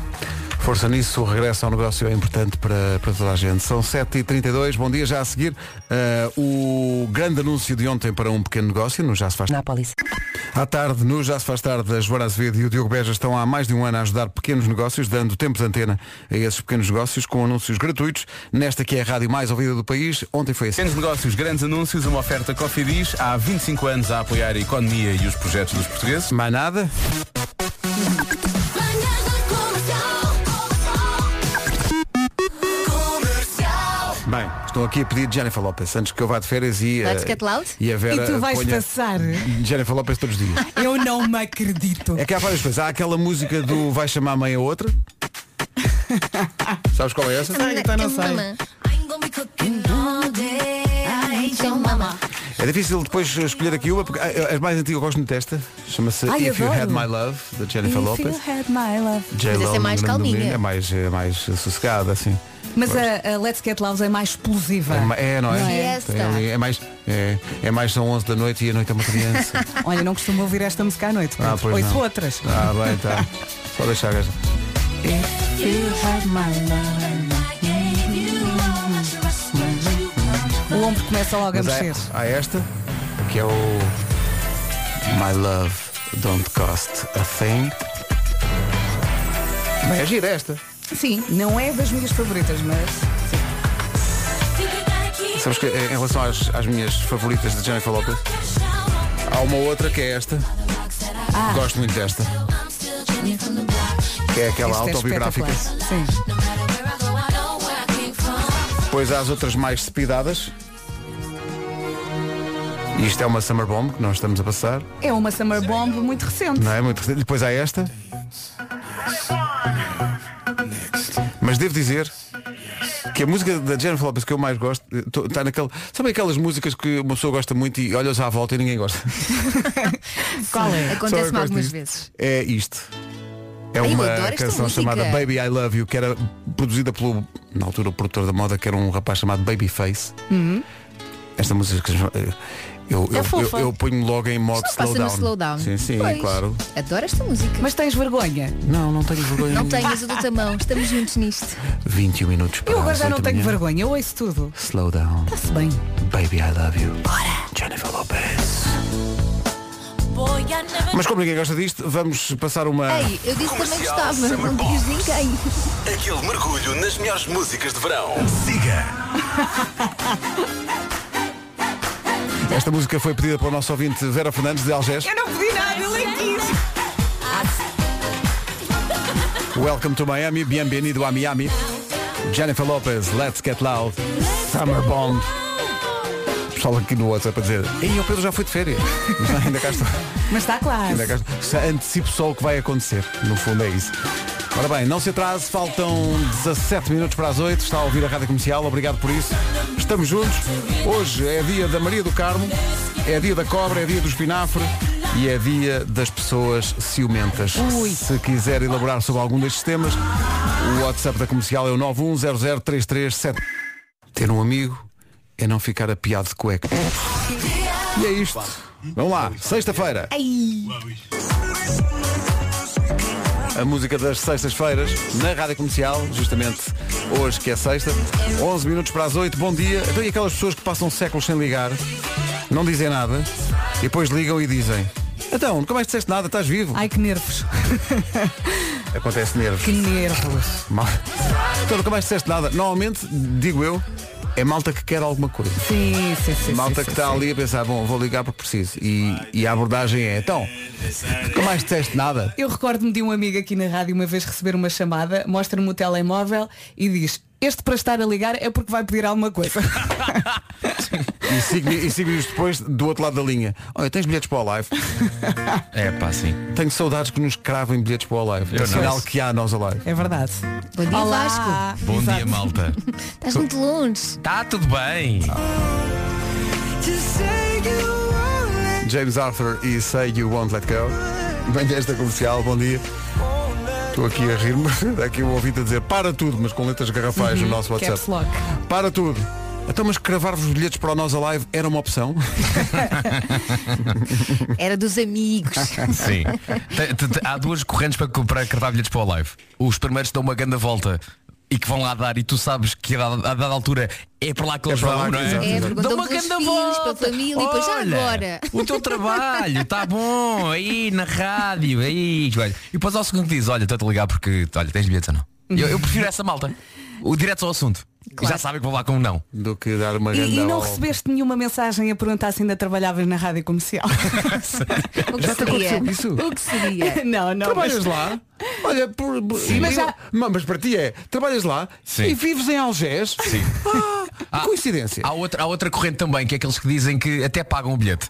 Speaker 2: Força nisso, o regresso ao negócio é importante para, para toda a gente. São 7h32, bom dia já a seguir. eh, o grande anúncio de ontem para um pequeno negócio, no Já se faz
Speaker 3: Nápoles
Speaker 2: à tarde, no Já se faz tarde, a Joana Azevedo e o Diogo Beja estão há mais de um ano a ajudar pequenos negócios, dando tempo de antena a esses pequenos negócios com anúncios gratuitos, nesta que é a rádio mais ouvida do país. Ontem foi assim.
Speaker 5: Pequenos negócios, grandes anúncios, uma oferta Cofidis há 25 anos a apoiar a economia e os projetos dos portugueses.
Speaker 2: Mais nada? Bem, estou aqui a pedir Jennifer Lopez, antes que eu vá de férias e,
Speaker 8: Let's
Speaker 2: eh,
Speaker 8: get loud.
Speaker 2: e a Vera
Speaker 4: E tu vais
Speaker 2: ponha
Speaker 4: passar?
Speaker 2: Jennifer Lopez todos os dias.
Speaker 4: Eu não me acredito. *laughs*
Speaker 2: É que há várias coisas. Há aquela música do Vai Chamar a Mãe a Outra. Sabes qual é essa?
Speaker 4: então
Speaker 8: então
Speaker 2: É difícil depois escolher aqui uma, porque a- a- as mais antigas eu gosto muito desta. Chama-se
Speaker 4: Ai,
Speaker 2: If You
Speaker 4: adoro.
Speaker 2: Had My Love, da Jennifer
Speaker 4: If
Speaker 2: Lopez.
Speaker 4: you had my love.
Speaker 2: J-Lo no nome do menino, É mais, é mais sossegada, assim.
Speaker 4: Mas a, a Let's Get Loud é mais explosiva.
Speaker 2: É, ma- é, não é?
Speaker 4: Não é?
Speaker 2: Tem ali- é mais, é, é mais são 11 da noite e a noite é uma criança.
Speaker 4: Olha, não costumo ouvir esta música à noite.
Speaker 2: Ah,
Speaker 4: Pedro.
Speaker 2: pois
Speaker 4: Ouço
Speaker 2: não.
Speaker 4: outras.
Speaker 2: Ah, bem,
Speaker 4: *laughs*
Speaker 2: tá. Só deixar esta.
Speaker 4: O ombro começa Então logo a
Speaker 2: Mas é-
Speaker 4: mexer.
Speaker 2: há, há esta, que é o My Love Don't Cost a Thing. Bem, é gira esta.
Speaker 4: Sim, não é das minhas favoritas, mas.
Speaker 2: Sabes que em relação às, às minhas favoritas de Jennifer Lopez, há uma outra que é esta.
Speaker 4: Ah.
Speaker 2: Gosto muito desta. Que é aquela
Speaker 4: Esta é
Speaker 2: autobiográfica.
Speaker 4: espetacular. Sim.
Speaker 2: Depois há as outras mais speedadas. E isto é uma Summer Bomb que nós estamos a passar.
Speaker 4: É uma Summer Bomb muito recente.
Speaker 2: Não é muito recente. Depois há esta. Mas devo dizer que a música da Jennifer Lopez que eu mais gosto eh, tô- está naquele. Sabe aquelas músicas que uma pessoa gosta muito e olha-os à volta e ninguém
Speaker 8: *laughs*
Speaker 2: gosta?
Speaker 4: Qual
Speaker 2: Só
Speaker 4: é?
Speaker 2: eu
Speaker 8: Acontece-me
Speaker 2: gosto
Speaker 8: algumas
Speaker 2: disto.
Speaker 8: vezes.
Speaker 2: É isto. É
Speaker 8: Ai, eu
Speaker 2: uma
Speaker 8: adoro esta
Speaker 2: canção
Speaker 8: música.
Speaker 2: chamada Baby I Love You, que era produzida pelo, na altura, o produtor da moda, que era um rapaz chamado Babyface. Esta música que eh, eu,
Speaker 8: É
Speaker 2: eu-
Speaker 8: fofa.
Speaker 2: eu- eu ponho logo em modo
Speaker 8: Só passa no
Speaker 2: slowdown.
Speaker 8: slowdown.
Speaker 2: Sim, sim,
Speaker 8: Pois.
Speaker 2: claro.
Speaker 8: Adoro esta música.
Speaker 4: Mas tens vergonha?
Speaker 2: Não, não tenho vergonha.
Speaker 8: Não
Speaker 2: nenhuma.
Speaker 8: tenhas o do tamão, estamos juntos nisto.
Speaker 2: 21 minutos para
Speaker 4: Eu agora
Speaker 2: as
Speaker 4: já não
Speaker 2: oito da
Speaker 4: tenho
Speaker 2: manhã.
Speaker 4: vergonha, eu ouço tudo.
Speaker 2: Slow down.
Speaker 4: Se bem.
Speaker 2: Baby, I love you. Jennifer Lopez. Mas como ninguém gosta disto, vamos passar uma.
Speaker 8: Ei, eu disse que também
Speaker 5: Comercial
Speaker 8: gostava,
Speaker 5: Summer
Speaker 8: não diz *laughs* ninguém.
Speaker 5: Aquele mergulho nas melhores músicas de verão. Siga.
Speaker 2: Esta música foi pedida pelo nosso ouvinte Vera Fernandes de Algés.
Speaker 4: Eu não pedi nada, eu nem quis.
Speaker 2: Welcome to Miami, bienvenido a Miami. Jennifer Lopez, Let's Get Loud, Summer Bomb. Pessoal aqui no WhatsApp a dizer, ei, o Pedro já foi de férias. *laughs* Mas ainda cá estou.
Speaker 4: Mas está claro.
Speaker 2: Ainda cá estou. Já Antecipo só o que vai acontecer. No fundo é isso. Ora bem, não se atrase, faltam 17 minutos para as 8. Está a ouvir a Rádio Comercial, obrigado por isso. Estamos juntos. Hoje é dia da Maria do Carmo, é dia da cobra, é dia do espinafre e é dia das pessoas ciumentas. Se quiser elaborar sobre algum destes temas, o WhatsApp da Comercial é o 9100337. Ter um amigo é não ficar a piado de cueca. E é isto. Vamos lá, sexta-feira. A música das sextas-feiras na Rádio Comercial, justamente hoje que é sexta. 11 minutos para as 8, bom dia. Então e aquelas pessoas que passam séculos sem ligar, não dizem nada, e depois ligam e dizem, então, nunca mais disseste nada, estás vivo.
Speaker 4: Ai que nervos.
Speaker 2: *laughs* Acontece nervos.
Speaker 4: Que nervos.
Speaker 2: Mal. Então nunca mais disseste nada. Normalmente, digo eu, é malta que quer alguma coisa.
Speaker 4: Sim, sim, sim.
Speaker 2: Malta
Speaker 4: sim,
Speaker 2: que
Speaker 4: sim,
Speaker 2: está
Speaker 4: sim.
Speaker 2: ali a pensar, bom, vou ligar porque preciso. E, e a abordagem é, então, nunca mais disseste nada.
Speaker 4: *laughs* Eu recordo-me de um amigo aqui na rádio uma vez receber uma chamada, mostra-me o telemóvel e diz, este para estar a ligar é porque vai pedir alguma coisa. *laughs*
Speaker 2: E sigo- E sigo-lhes depois do outro lado da linha. Olha, tens bilhetes para o live.
Speaker 5: É pá, sim.
Speaker 2: Tenho saudades que nos cravem bilhetes para o live.
Speaker 5: Eu
Speaker 2: É
Speaker 5: não.
Speaker 2: sinal que há a nós a live.
Speaker 4: É verdade.
Speaker 8: Bom dia
Speaker 4: Ah,
Speaker 8: Vasco,
Speaker 5: Bom dia, malta.
Speaker 8: estás muito longe.
Speaker 5: Tá tudo bem.
Speaker 2: James Arthur e Say You Won't Let Go. Bem desta comercial, bom dia. Estou aqui a rir-me. *laughs* Há Aqui o ouvido a dizer para tudo, mas com letras garrafais no nosso WhatsApp.
Speaker 4: Caps Lock.
Speaker 2: Para tudo. Então, mas cravar-vos bilhetes para o Nós Alive era uma opção?
Speaker 8: Era
Speaker 2: *laughs*
Speaker 8: dos amigos.
Speaker 5: Sim. Te- te- te- Há duas correntes para, co- para cravar bilhetes para o live. Os primeiros dão uma grande volta e que vão lá dar e tu sabes que a, a dada altura é para lá que
Speaker 2: É
Speaker 5: eles
Speaker 2: para
Speaker 5: vão,
Speaker 2: lá que
Speaker 5: não
Speaker 2: exato,
Speaker 5: é?
Speaker 8: É, exato.
Speaker 5: Dão
Speaker 8: perguntam pelos filhos, pela família e depois, já
Speaker 5: Olha,
Speaker 8: agora?
Speaker 5: O teu trabalho, está bom, aí na rádio, aí. olha. E depois ao segundo diz, olha, estou-te a ligar porque olha, tens bilhetes ou não? Eu, eu prefiro essa malta. O direto ao assunto.
Speaker 8: Claro.
Speaker 5: Já sabem que vou lá com um não.
Speaker 2: Do que dar uma grande
Speaker 4: E, e não
Speaker 2: volta.
Speaker 4: recebeste nenhuma mensagem a perguntar se ainda trabalhavas na rádio comercial.
Speaker 8: *laughs* O que
Speaker 2: Já te
Speaker 8: seria?
Speaker 2: aconteceu isso?
Speaker 8: O que seria?
Speaker 4: *laughs* não, não.
Speaker 2: Trabalhas
Speaker 4: mas-
Speaker 2: lá? Olha, é por, e
Speaker 4: Mas
Speaker 2: eu-
Speaker 4: já-
Speaker 2: Ma- mas para ti é, trabalhas lá
Speaker 5: Ah, Sim.
Speaker 2: e vives em Algés? Ah, que coincidência.
Speaker 5: Há outra, há outra corrente também, que é aqueles que dizem que até pagam o bilhete.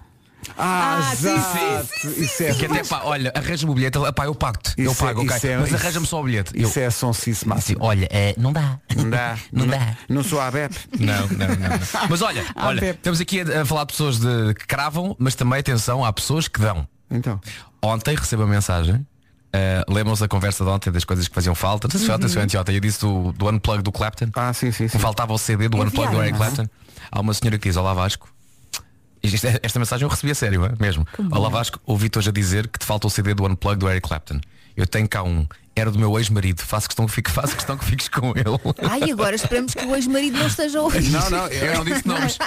Speaker 2: Ah, exato. Isso é
Speaker 11: que até, pá, olha, arranja-me o bilhete, ah, pá, eu pago-te, eu
Speaker 2: Isso é-
Speaker 11: pago, ok?
Speaker 2: isso é-
Speaker 11: Mas
Speaker 2: isso-
Speaker 11: arranja-me só o bilhete.
Speaker 2: Isso é só um cice máximo.
Speaker 11: olha, é, não dá.
Speaker 2: Não dá.
Speaker 11: *laughs* Não dá.
Speaker 2: Não sou a BEP.
Speaker 11: Não, não,
Speaker 2: *laughs*
Speaker 11: não. não. Mas olha,
Speaker 2: Ah,
Speaker 11: olha,
Speaker 2: Pepe.
Speaker 11: estamos aqui a, a falar de pessoas de, que cravam, mas também, atenção, há pessoas que dão.
Speaker 2: Então.
Speaker 11: Ontem recebo a mensagem. ah, Lembram-se da conversa de ontem das coisas que faziam falta? Não sei se foi ontem, se foi
Speaker 2: Uhum.
Speaker 11: anteontem. Eu disse do, do unplug do Clapton.
Speaker 2: Ah, sim, sim. ah,
Speaker 11: Faltava o CD do unplug do Eric
Speaker 2: Enviaram-nos.
Speaker 11: Clapton. Há uma senhora que diz: Olá Vasco. Isto- eh, Esta, esta mensagem eu recebi a sério, é? mesmo.
Speaker 12: Que bom.
Speaker 11: Olá Vasco, ouvi-te hoje a dizer que te falta o CD do unplug do Eric Clapton. Eu tenho cá um. Era do meu ex-marido. Faço questão que fique, *laughs* faço questão que fiques com ele.
Speaker 8: Ai, agora esperamos que o ex-marido não esteja a ouvir.
Speaker 2: Não, não, eu
Speaker 8: *laughs*
Speaker 2: não disse nomes.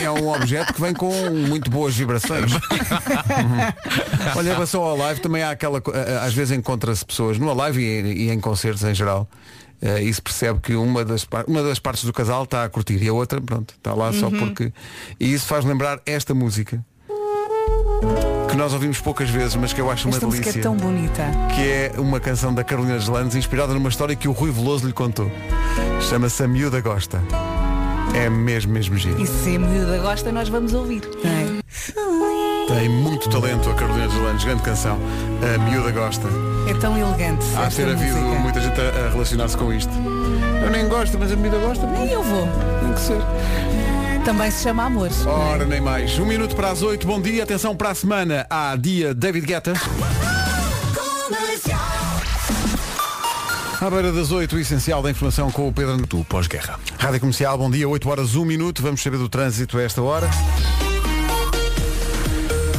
Speaker 2: É um objeto que vem com muito boas vibrações. Uhum. Olha, em relação ao live, também há aquela. co- a- a- Às vezes encontra-se pessoas no live e, e em concertos em geral. eh, e se percebe que uma das, par- uma das partes do casal está a curtir e a outra, pronto, está lá só
Speaker 13: Uhum.
Speaker 2: porque. E isso faz lembrar esta música que nós ouvimos poucas vezes, mas que eu acho uma
Speaker 4: Esta música
Speaker 2: delícia.
Speaker 4: é tão bonita.
Speaker 2: que é uma canção da Carolina Deslandes inspirada numa história que o Rui Veloso lhe contou. Chama-se A Miúda Gosta. É mesmo, mesmo giro.
Speaker 4: E se a miúda gosta, nós vamos ouvir. não é?
Speaker 2: Tem muito talento a Carolina Deslandes, grande canção. A Miúda Gosta.
Speaker 4: É, tão elegante.
Speaker 2: Há de
Speaker 4: esta
Speaker 2: ter havido
Speaker 4: música.
Speaker 2: muita gente a, a relacionar-se com isto. Eu nem gosto, mas a miúda gosta.
Speaker 4: Nem eu vou.
Speaker 2: Tem que ser.
Speaker 4: Também se chama amor.
Speaker 2: Ora, nem mais. Um minuto para as oito. Bom dia. Atenção para a semana. Há dia David Guetta. À beira das 8, o essencial da informação com o Pedro Neto, pós-guerra. Rádio Comercial, bom dia, 8 horas, 1 minuto, vamos saber do trânsito a esta hora.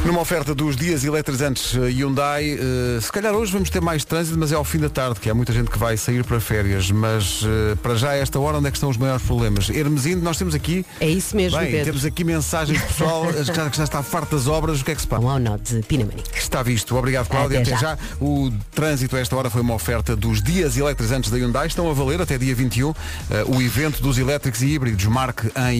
Speaker 2: Numa oferta dos dias eletrizantes eh, Hyundai, eh, se calhar hoje vamos ter mais trânsito, mas é ao fim da tarde, que há muita gente que vai sair para férias, mas eh, para já a esta hora onde é que estão os maiores problemas? Hermesindo, nós temos aqui...
Speaker 3: É isso mesmo,
Speaker 2: Bem,
Speaker 3: Pedro.
Speaker 2: temos aqui mensagens do pessoal, *laughs* as- que já- que já está farta das obras, o que é que se passa?
Speaker 3: Vão Um ao nó de Pinamani.
Speaker 2: Está visto. Obrigado, Cláudia.
Speaker 3: Até
Speaker 2: Até,
Speaker 3: já.
Speaker 2: já. O trânsito a esta hora foi uma oferta dos dias eletrizantes da Hyundai. Estão a valer até dia 21 eh, o evento dos elétricos e híbridos. Marque em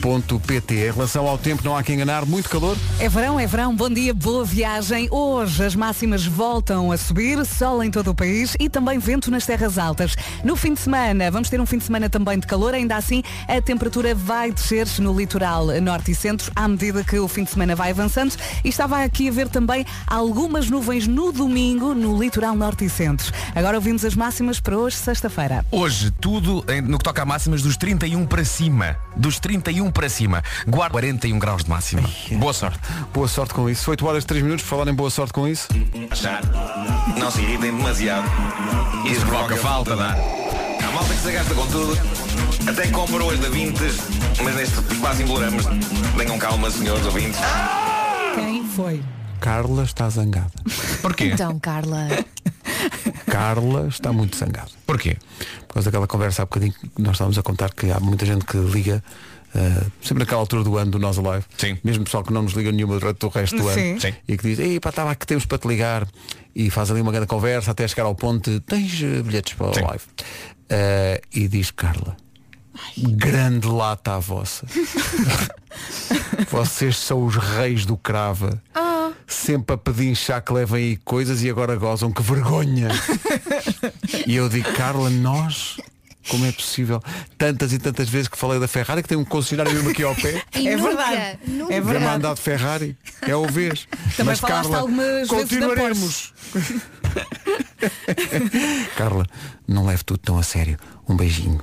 Speaker 2: Hyundai.pt. Em relação ao tempo, não há que enganar. Muito calor.
Speaker 4: É verão, é verão, bom dia, boa viagem. Hoje as máximas voltam a subir, sol em todo o país e também vento nas terras altas. No fim de semana, vamos ter um fim de semana também de calor, ainda assim a temperatura vai descer no litoral norte e centro à medida que o fim de semana vai avançando e estava aqui a ver também algumas nuvens no domingo no litoral norte e centro. Agora ouvimos as máximas para hoje, sexta-feira.
Speaker 11: Hoje, tudo em- no que toca a máximas dos 31 para cima. Dos 31 para cima. Guarda 41 graus de máxima.
Speaker 2: é.
Speaker 11: Boa sorte.
Speaker 2: Boa sorte com isso. 8 horas 3 minutos. Por falar em boa sorte com isso.
Speaker 14: Já. Não se irritem demasiado. Isso provoca falta, dá. Há malta que se gasta com tudo. Até compra hoje da Vintes, mas neste quase embolamos. Tenham calma, senhores ouvintes.
Speaker 4: Quem foi?
Speaker 2: Carla está zangada.
Speaker 11: Porquê?
Speaker 8: Então, Carla.
Speaker 2: Carla está muito zangada.
Speaker 11: Porquê?
Speaker 2: Por causa daquela conversa há bocadinho que nós estávamos a contar que há muita gente que liga. eh, sempre naquela altura do ano do Nós Alive Sim. Mesmo pessoal que não nos liga nenhuma durante o resto do
Speaker 13: Sim.
Speaker 2: ano
Speaker 13: Sim.
Speaker 2: E que diz, ei pá, estava aqui temos para te ligar E faz ali uma grande conversa até chegar ao ponto de, Tens eh, bilhetes para o live Eh, E diz Carla Grande lata a
Speaker 13: *laughs*
Speaker 2: vossa Vocês são os reis do crava
Speaker 13: Ah.
Speaker 2: Sempre a pedinchar que levem aí coisas E agora gozam, que vergonha e eu digo, Carla, nós? Como é possível? Tantas e tantas vezes que falei da Ferrari que tem um concessionário mesmo aqui ao pé.
Speaker 8: E
Speaker 4: *laughs* É
Speaker 8: nunca,
Speaker 4: verdade.
Speaker 8: nunca.
Speaker 4: É verdade.
Speaker 2: mandado Ferrari. É o vez.
Speaker 4: Também falaste algumas
Speaker 2: continuaremos. Carla, não leve tudo tão a sério. Um beijinho.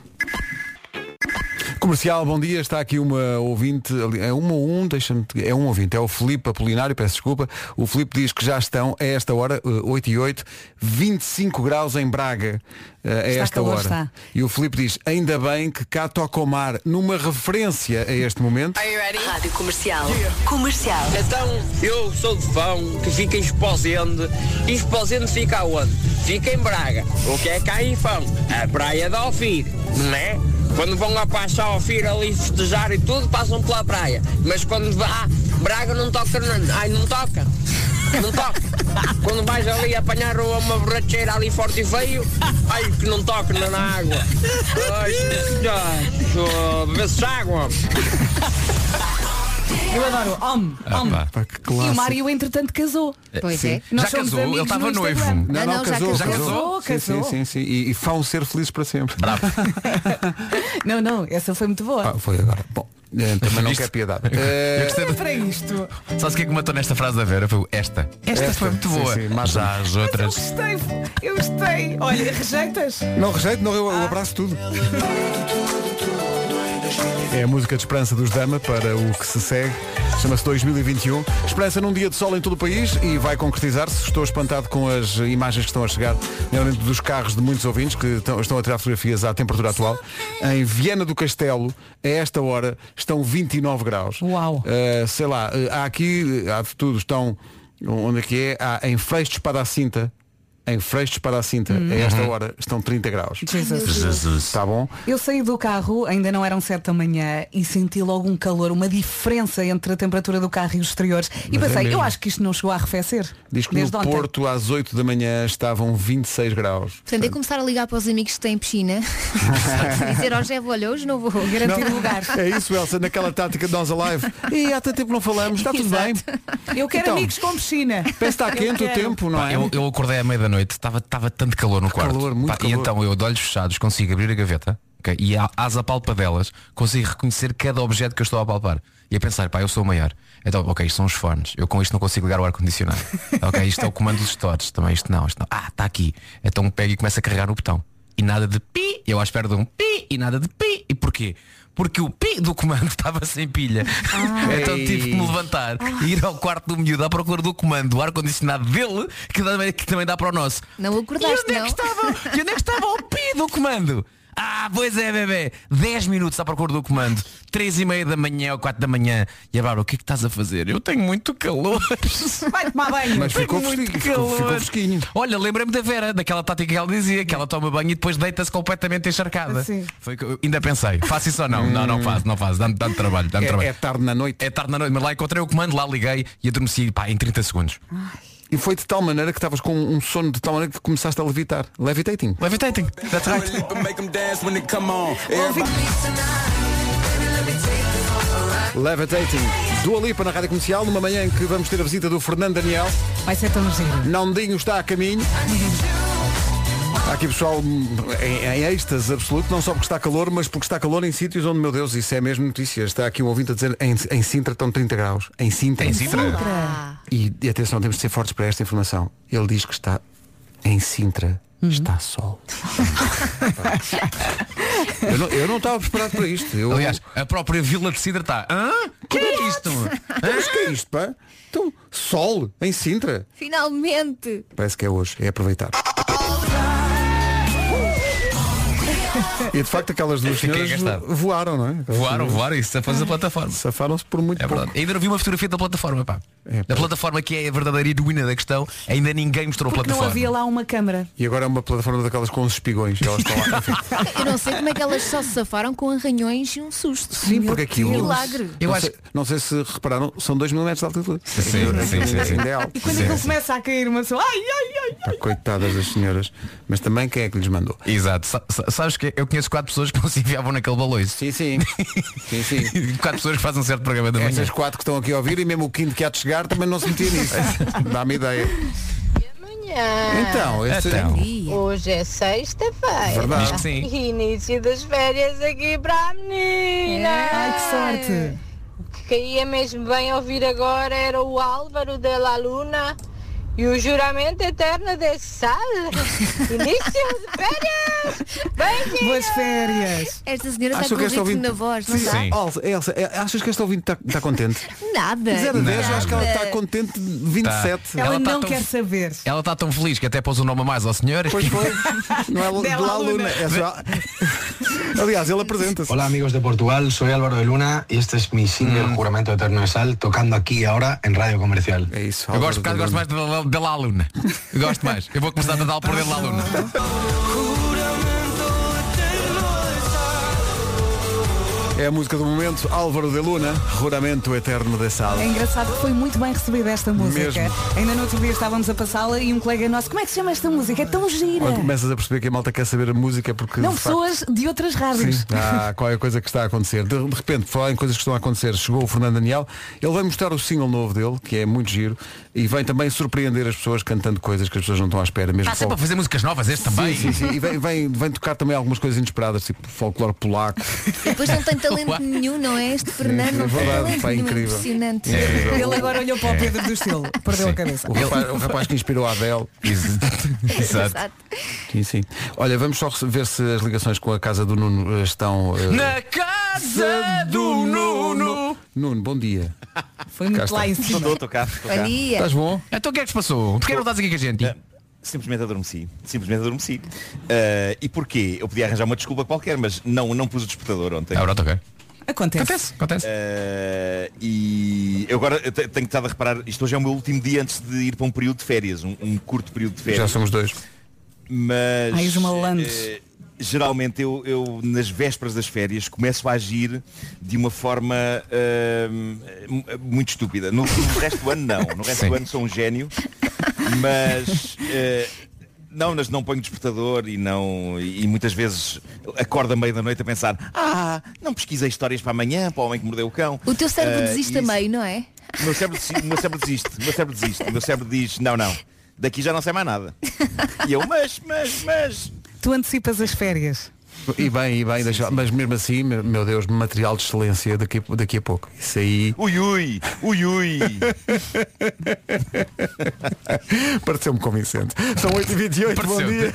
Speaker 2: Comercial, bom dia. Está aqui uma ouvinte, ali- é uma ou um, deixa-me, te- é um ouvinte, é o Filipe Apolinário, peço desculpa. O Filipe diz que já estão, a esta hora, eh, 8 e 8, 25 graus em Braga, eh, a
Speaker 4: Está
Speaker 2: esta
Speaker 4: calor,
Speaker 2: hora.
Speaker 4: está.
Speaker 2: E o Filipe diz, ainda bem que cá toca o mar, numa referência a este momento.
Speaker 3: Rádio Comercial. Comercial.
Speaker 15: Então, eu sou de Fão, que fica em Esposende. E Esposende fica aonde? Fica em Braga. O que é cá em Fão? A Praia de Alfir, né? Quando vão lá para a Alfir ali festejar e tudo, passam pela praia. Mas quando vá, ah, Braga não toca, não, ai, não toca. Não toca. Quando vais ali apanhar uma borracheira ali forte e feio, ai que não toca na na água. Ai, senhor, bebesse água.
Speaker 4: Eu adoro. Homem,
Speaker 11: Ah,
Speaker 4: homem.
Speaker 11: pá.
Speaker 4: E o Mário, entretanto, casou.
Speaker 11: Pois é.
Speaker 4: Nós
Speaker 11: Já
Speaker 4: somos
Speaker 11: casou? Ele
Speaker 4: amigos
Speaker 11: estava
Speaker 4: no
Speaker 11: noivo.
Speaker 4: Instagram. Ah,
Speaker 2: Não, não, casou,
Speaker 4: Já
Speaker 2: Sim,
Speaker 4: casou,
Speaker 2: sim,
Speaker 4: casou.
Speaker 2: sim, sim. E, um e vão ser felizes para sempre.
Speaker 4: Não, não, essa foi muito boa.
Speaker 2: Ah, foi agora. Bom, Eh, Também não
Speaker 11: Isto-
Speaker 2: quer piedade.
Speaker 11: *laughs*
Speaker 2: Eh,
Speaker 11: Eu gostei de-
Speaker 4: Para isto.
Speaker 11: Sabes o que é que me matou nesta frase da Vera? Foi o esta.
Speaker 4: Esta
Speaker 11: foi muito
Speaker 2: sim,
Speaker 11: boa.
Speaker 2: sim, mata-me.
Speaker 11: Já as outras.
Speaker 4: Gostei, eu gostei. Olha, rejeitas?
Speaker 2: Não rejeito, não,
Speaker 4: Ah.
Speaker 2: eu, eu abraço tudo. É a música de esperança dos Dama para o que se segue. Chama-se 2021. Esperança num dia de sol em todo o país e vai concretizar-se. Estou espantado com as imagens que estão a chegar, nomeadamente dos carros de muitos ouvintes que estão estão a tirar fotografias à temperatura atual. Em Viana do Castelo, a esta hora, estão 29 graus.
Speaker 4: Uau!
Speaker 2: sei lá, eh, há aqui, eh, há de tudo, estão, onde é que é? Há em Freixo de Espada à Cinta. Em Freixo de Espada à Cinta,
Speaker 4: Hum.
Speaker 2: a esta
Speaker 11: Uhum.
Speaker 2: hora, estão 30 graus.
Speaker 4: Jesus.
Speaker 2: Está bom?
Speaker 4: Eu saí do carro, ainda não eram sete da manhã, e senti logo um calor, uma diferença entre a temperatura do carro e os exteriores.
Speaker 2: Mas
Speaker 4: e
Speaker 2: é
Speaker 4: pensei, eu
Speaker 2: mesmo.
Speaker 4: acho que isto não chegou a arrefecer.
Speaker 2: Diz que
Speaker 4: Desde
Speaker 2: no
Speaker 4: ontem.
Speaker 2: Porto às 8 da manhã estavam 26
Speaker 8: *laughs*
Speaker 2: graus.
Speaker 8: Portanto, é começar a ligar para os amigos que têm
Speaker 2: *laughs*
Speaker 8: piscina e dizer ao Jeff, olha, hoje não vou garantir
Speaker 2: Não,
Speaker 8: lugar.
Speaker 2: *laughs* É isso, Elsa, naquela tática de nós alive. *laughs* E há tanto tempo que não falamos, está tudo bem.
Speaker 4: Eu quero
Speaker 2: Então,
Speaker 4: amigos com piscina.
Speaker 2: Parece que está quente o tempo, não
Speaker 11: Pá,
Speaker 2: é? Tá
Speaker 11: Eu, eu acordei à meia da noite, estava tava tanto calor no quarto.
Speaker 2: calor, muito
Speaker 11: Pá, E
Speaker 2: calor.
Speaker 11: então eu de olhos fechados consigo abrir a gaveta ok, e a- às apalpadelas consigo reconhecer cada objeto que eu estou a apalpar. E a pensar, pá, eu sou o maior. Então, ok, isto são os fones. Eu com isto não consigo ligar
Speaker 2: *laughs*
Speaker 11: o ar-condicionado. ok, isto é o comando dos stores. Também isto não, isto não. Ah, está aqui. Então pego e começo a carregar no botão. E nada de pi, eu à espera de um pi e nada de pi. E porquê? Porque o pi do comando *laughs* estava sem pilha. então tive que me levantar e ir ao quarto do miúdo à procura do comando, do ar-condicionado dele, que também, que também dá para o nosso.
Speaker 8: Não acordaste,
Speaker 11: E onde é
Speaker 8: não?
Speaker 11: que estava? E onde é que estava o *laughs* pi do comando? Ah, pois é, bebê. 10 minutos à procura do comando. 3 e meia da manhã ou 4 da manhã. E a Bárbara, o que é que estás a fazer? Eu tenho muito calor.
Speaker 4: Vai tomar banho.
Speaker 11: Mas ficou
Speaker 2: fresquinho, ficou- ficou fresquinho.
Speaker 11: Olha, lembrei-me da Vera, daquela tática que ela dizia, que ela toma banho e depois deita-se completamente encharcada.
Speaker 4: Sim.
Speaker 11: Foi que eu ainda pensei, faço isso ou não? não, não faço, não faço, dá-me dá trabalho, dá-me
Speaker 2: É-
Speaker 11: trabalho.
Speaker 2: é tarde na noite.
Speaker 11: É tarde na noite, mas lá encontrei o comando, lá liguei e adormeci pá, em 30 segundos.
Speaker 2: E foi de tal maneira que estavas com um sono de tal maneira que começaste a levitar. Levitating.
Speaker 11: Levitating. That's right.
Speaker 2: Levitating. Dua Lipa na Rádio Comercial, numa manhã em que vamos ter a visita do Fernando Daniel.
Speaker 4: Vai ser tão giro.
Speaker 2: Nandinho está a caminho. Há aqui pessoal hum, em, em êxtase absoluto, não só porque está calor, mas porque está calor em sítios onde, meu Deus, isso é mesmo notícia. Está aqui um ouvinte a dizer em, em Sintra estão 30 graus. Em Sintra.
Speaker 11: Em Sintra?
Speaker 2: E, e atenção, temos de ser fortes para esta informação. Ele diz que está em Sintra. Está
Speaker 11: *laughs*
Speaker 2: sol. eu, não, eu não estava preparado para isto. Eu,
Speaker 11: Aliás, a própria Vila de Cidra está. Hã? Como é que é isto?
Speaker 2: Mas que é isto, pá? Então, sol em Sintra.
Speaker 8: *laughs* Finalmente!
Speaker 2: Parece que é hoje, é aproveitar. E de facto aquelas duas
Speaker 11: Fiquei
Speaker 2: senhoras
Speaker 11: agastado.
Speaker 2: voaram, não é? Aquelas
Speaker 11: Voaram,
Speaker 2: senhoras-
Speaker 11: voaram, isso safaram-se da plataforma.
Speaker 2: Safaram-se por muito
Speaker 11: É verdade. Ainda não vi uma fotografia da plataforma, pá. da plataforma que é a verdadeira heroína da questão, ainda ninguém mostrou a
Speaker 4: Porque não
Speaker 11: plataforma.
Speaker 4: havia lá um- uma câmara.
Speaker 2: E agora é uma plataforma daquelas com os espigões. Elas estão lá. Enfim.
Speaker 8: Eu não sei como é que elas só se safaram com arranhões e um susto.
Speaker 2: Sim, porque aquilo.
Speaker 8: Milagre.
Speaker 2: Eu acho... não sei se repararam, são 2 mil metros de É, altitude. Sim,
Speaker 11: sim, sim, sim.
Speaker 4: E quando é aquilo começa a cair, uma pessoa. Ai, ai, ai.
Speaker 2: coitadas das senhoras. Mas também quem é que lhes mandou?
Speaker 11: Exato. Sa- sa- Sabes que eu conheço quatro pessoas que não se enviavam naquele balões.
Speaker 2: Sim, sim. sim, sim.
Speaker 11: *laughs* quatro pessoas que fazem um certo programa da manhã.
Speaker 2: Essas quatro que estão aqui a ouvir e mesmo o quinto que há de chegar também não se metia nisso. Dá-me ideia. Então, esse- Então.
Speaker 9: Hoje é sexta-feira.
Speaker 2: Verdade. Diz que sim.
Speaker 9: Início das férias aqui para a menina.
Speaker 4: Ai, que sorte.
Speaker 9: O que caía mesmo bem ouvir agora era o Álvaro de la Luna e o juramento eterno de sal. Início de férias. Bem,
Speaker 4: Boas férias.
Speaker 8: Esta senhora
Speaker 2: Acho
Speaker 8: está com
Speaker 2: que
Speaker 8: o
Speaker 2: esta
Speaker 8: ritmo
Speaker 2: ouvinte...
Speaker 8: na voz, não tá?
Speaker 2: Sim.
Speaker 8: está?
Speaker 2: Elsa, Elsa, é- achas que esta ouvinte está
Speaker 8: *laughs*
Speaker 2: contente?
Speaker 8: Nada.
Speaker 2: De 0 a 10, eu acho que ela tá
Speaker 8: Nada.
Speaker 2: está contente de 27.
Speaker 11: Tá. Ela Ela tá não tão- quer
Speaker 4: saber.
Speaker 11: Ela está tão feliz que até pôs o nome a mais ao senhor.
Speaker 2: Pois foi. Não é de la Luna. É só... Aliás, él apresenta.
Speaker 12: Hola amigos de Portugal, soy Álvaro de Luna y este es mi single
Speaker 2: Mm.
Speaker 12: Juramento Eterno de Sal tocando aquí y ahora en Radio Comercial.
Speaker 2: É
Speaker 11: Eu gosto, por acaso, gosto mais da da- da La Luna. Eu gosto mais. Eu vou começar a dar por dentro da La Luna.
Speaker 2: É a música do momento, Álvaro de Luna, Juramento Eterno de Sal.
Speaker 4: É engraçado que foi muito bem recebida esta música.
Speaker 2: Mesmo.
Speaker 4: Ainda no outro dia estávamos a passá-la e um colega nosso, como é que se chama esta música? É tão gira.
Speaker 2: Quando começas a perceber que a malta quer saber a música porque.
Speaker 4: Não,
Speaker 2: de facto,
Speaker 4: pessoas de outras rádios.
Speaker 2: Sim, há qualquer coisa que está a acontecer. De, de repente, por falar em coisas que estão a acontecer, chegou o Fernando Daniel, ele vai mostrar o single novo dele, que é muito giro, e vem também surpreender as pessoas cantando coisas que as pessoas não estão à espera. Mesmo
Speaker 11: Está sempre
Speaker 2: fol-
Speaker 11: a fazer músicas novas, este também.
Speaker 2: Sim, sim, sim. E vem, vem, vem tocar também algumas coisas inesperadas, tipo folclore polaco.
Speaker 8: E depois não tem talento nenhum, não é? Este Fernando não tem
Speaker 2: verdade,
Speaker 8: talento
Speaker 2: pá, é
Speaker 8: nenhum,
Speaker 2: incrível.
Speaker 8: impressionante.
Speaker 2: É.
Speaker 4: Ele agora olhou para o Pedro
Speaker 2: *laughs*
Speaker 4: do Estilo, perdeu
Speaker 2: Sim.
Speaker 4: a cabeça.
Speaker 2: O rapaz, o rapaz que inspirou a
Speaker 11: *laughs*
Speaker 2: Adele. Exato. Sim, sim. Olha, vamos só ver se as ligações com a casa do Nuno eh, estão. eh,
Speaker 5: Na casa do Nuno.
Speaker 2: Nuno, bom dia.
Speaker 4: Foi
Speaker 2: muito
Speaker 13: lá em cima. Estou, estou cá, estou cá. Bom dia.
Speaker 2: Estás bom?
Speaker 11: Então o que é que se passou? Porquê não estás aqui com a gente?
Speaker 13: Ah, Simplesmente adormeci. Simplesmente adormeci. Ah, e porquê? Eu podia arranjar uma desculpa qualquer, mas não, não pus o despertador ontem.
Speaker 11: Ah, pronto, ok.
Speaker 4: Acontece.
Speaker 11: Acontece, acontece.
Speaker 13: Eh, e eu agora eu te- tenho estado a reparar, isto hoje é o meu último dia antes de ir para um período de férias, um, um curto período de férias.
Speaker 2: Já somos dois.
Speaker 13: Mas
Speaker 11: Ah,
Speaker 4: Ai, os malandros.
Speaker 13: eh, geralmente eu, eu, nas vésperas das férias começo a agir de uma forma ah, mu- muito estúpida. No, no resto do ano não. No resto
Speaker 11: Sim.
Speaker 13: do ano sou um gênio. Mas eh, não, mas não ponho despertador e não. E muitas vezes acordo a meio da noite a pensar, ah, não pesquisei histórias para amanhã, para o homem que mordeu o cão.
Speaker 8: O teu cérebro
Speaker 13: Ah,
Speaker 8: desiste
Speaker 13: e isso-
Speaker 8: também, não é?
Speaker 13: o meu cérebro, desi- o meu cérebro desiste, o meu cérebro desiste, o meu cérebro diz, não, não, daqui já não sei mais nada. E eu, mas, mas, mas.
Speaker 4: Tu antecipas
Speaker 13: *laughs*
Speaker 4: as férias.
Speaker 2: E bem, e bem, deixa- mas mesmo assim, meu meu Deus, material de excelência daqui, a- daqui a pouco. Isso aí.
Speaker 13: Ui ui, ui ui.
Speaker 2: *laughs* Pareceu-me convincente. São 8h28, bom dia.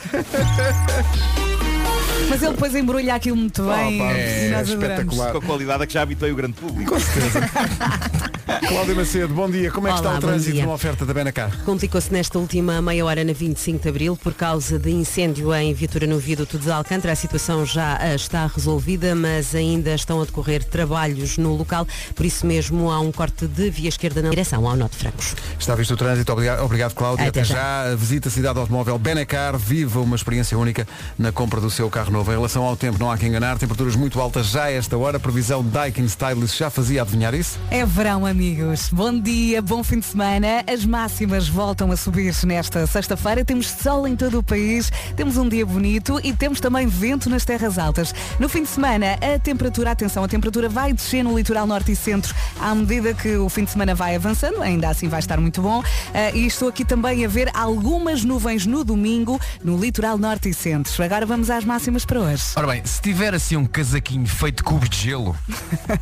Speaker 4: Mas ele depois embrulha aquilo muito bem.
Speaker 2: é
Speaker 4: e nós adoramos.
Speaker 13: Com a qualidade a que já habitei o grande público.
Speaker 2: Cláudio Macedo, bom dia. Como é que
Speaker 3: Olá,
Speaker 2: está o
Speaker 3: bom
Speaker 2: trânsito
Speaker 3: dia.
Speaker 2: numa oferta da Benacar?
Speaker 3: Complicou-se nesta última meia hora na 25 de Abril por causa de incêndio em Vitura no Viaduto de Alcântara. A situação já ah, está resolvida, mas ainda estão a decorrer trabalhos no local. Por isso mesmo há um corte de via esquerda na direção ao Norte Francos.
Speaker 2: Está visto o trânsito, obrigado, obrigado Cláudio.
Speaker 3: Até
Speaker 2: Até já, visita a cidade do automóvel Benacar, viva uma experiência única na compra do seu carro novo. Em relação ao tempo, não há que enganar, temperaturas muito altas já a esta hora, previsão Daikin Stylist já fazia adivinhar isso?
Speaker 4: É verão, amigos. Bom dia, bom fim de semana. As máximas voltam a subir nesta sexta-feira. Temos sol em todo o país, temos um dia bonito e temos também vento nas terras altas. No fim de semana, a temperatura, atenção, a temperatura vai descer no litoral norte e centro à medida que o fim de semana vai avançando. Ainda assim vai estar muito bom. Ah, e estou aqui também a ver algumas nuvens no domingo no litoral norte e centro. Agora vamos às máximas para hoje.
Speaker 11: Ora bem, se tiver assim um casaquinho feito de cubos de
Speaker 2: *laughs*
Speaker 11: gelo,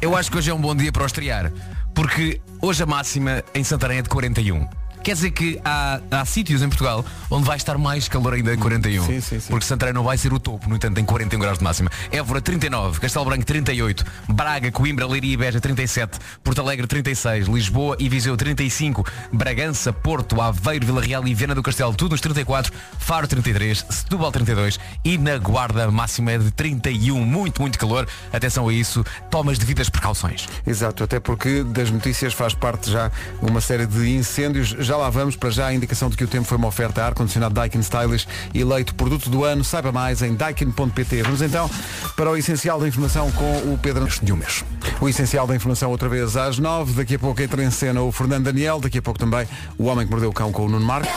Speaker 11: eu acho que hoje é um bom dia para o estrear. Porque hoje a máxima em Santarém é de 41. Quer dizer que há, há sítios em Portugal onde vai estar mais calor ainda de 41.
Speaker 2: Sim, sim, sim.
Speaker 11: Porque Santarém não vai ser o topo, no entanto tem 41 graus de máxima. Évora 39, Castelo Branco 38, Braga, Coimbra, Leiria e Beja 37, Porto Alegre 36, Lisboa e Viseu 35, Bragança, Porto, Aveiro, Vila Real e Viana do Castelo tudo nos 34, Faro 33, Setúbal 32 e na Guarda máxima é de 31, muito, muito calor. Atenção a isso, tomas devidas precauções.
Speaker 2: Exato, até porque das notícias faz parte já uma série de incêndios. Já lá vamos, para já a indicação de que o tempo foi uma oferta a ar-condicionado Daikin Stylish, eleito produto do ano. Saiba mais em daikin.pt. Vamos então para o essencial da informação com o Pedro Nunes. O essencial da informação outra vez às nove. Daqui a pouco entra em cena o Fernando Daniel. Daqui a pouco também o Homem que Mordeu o Cão com o Nuno Marco.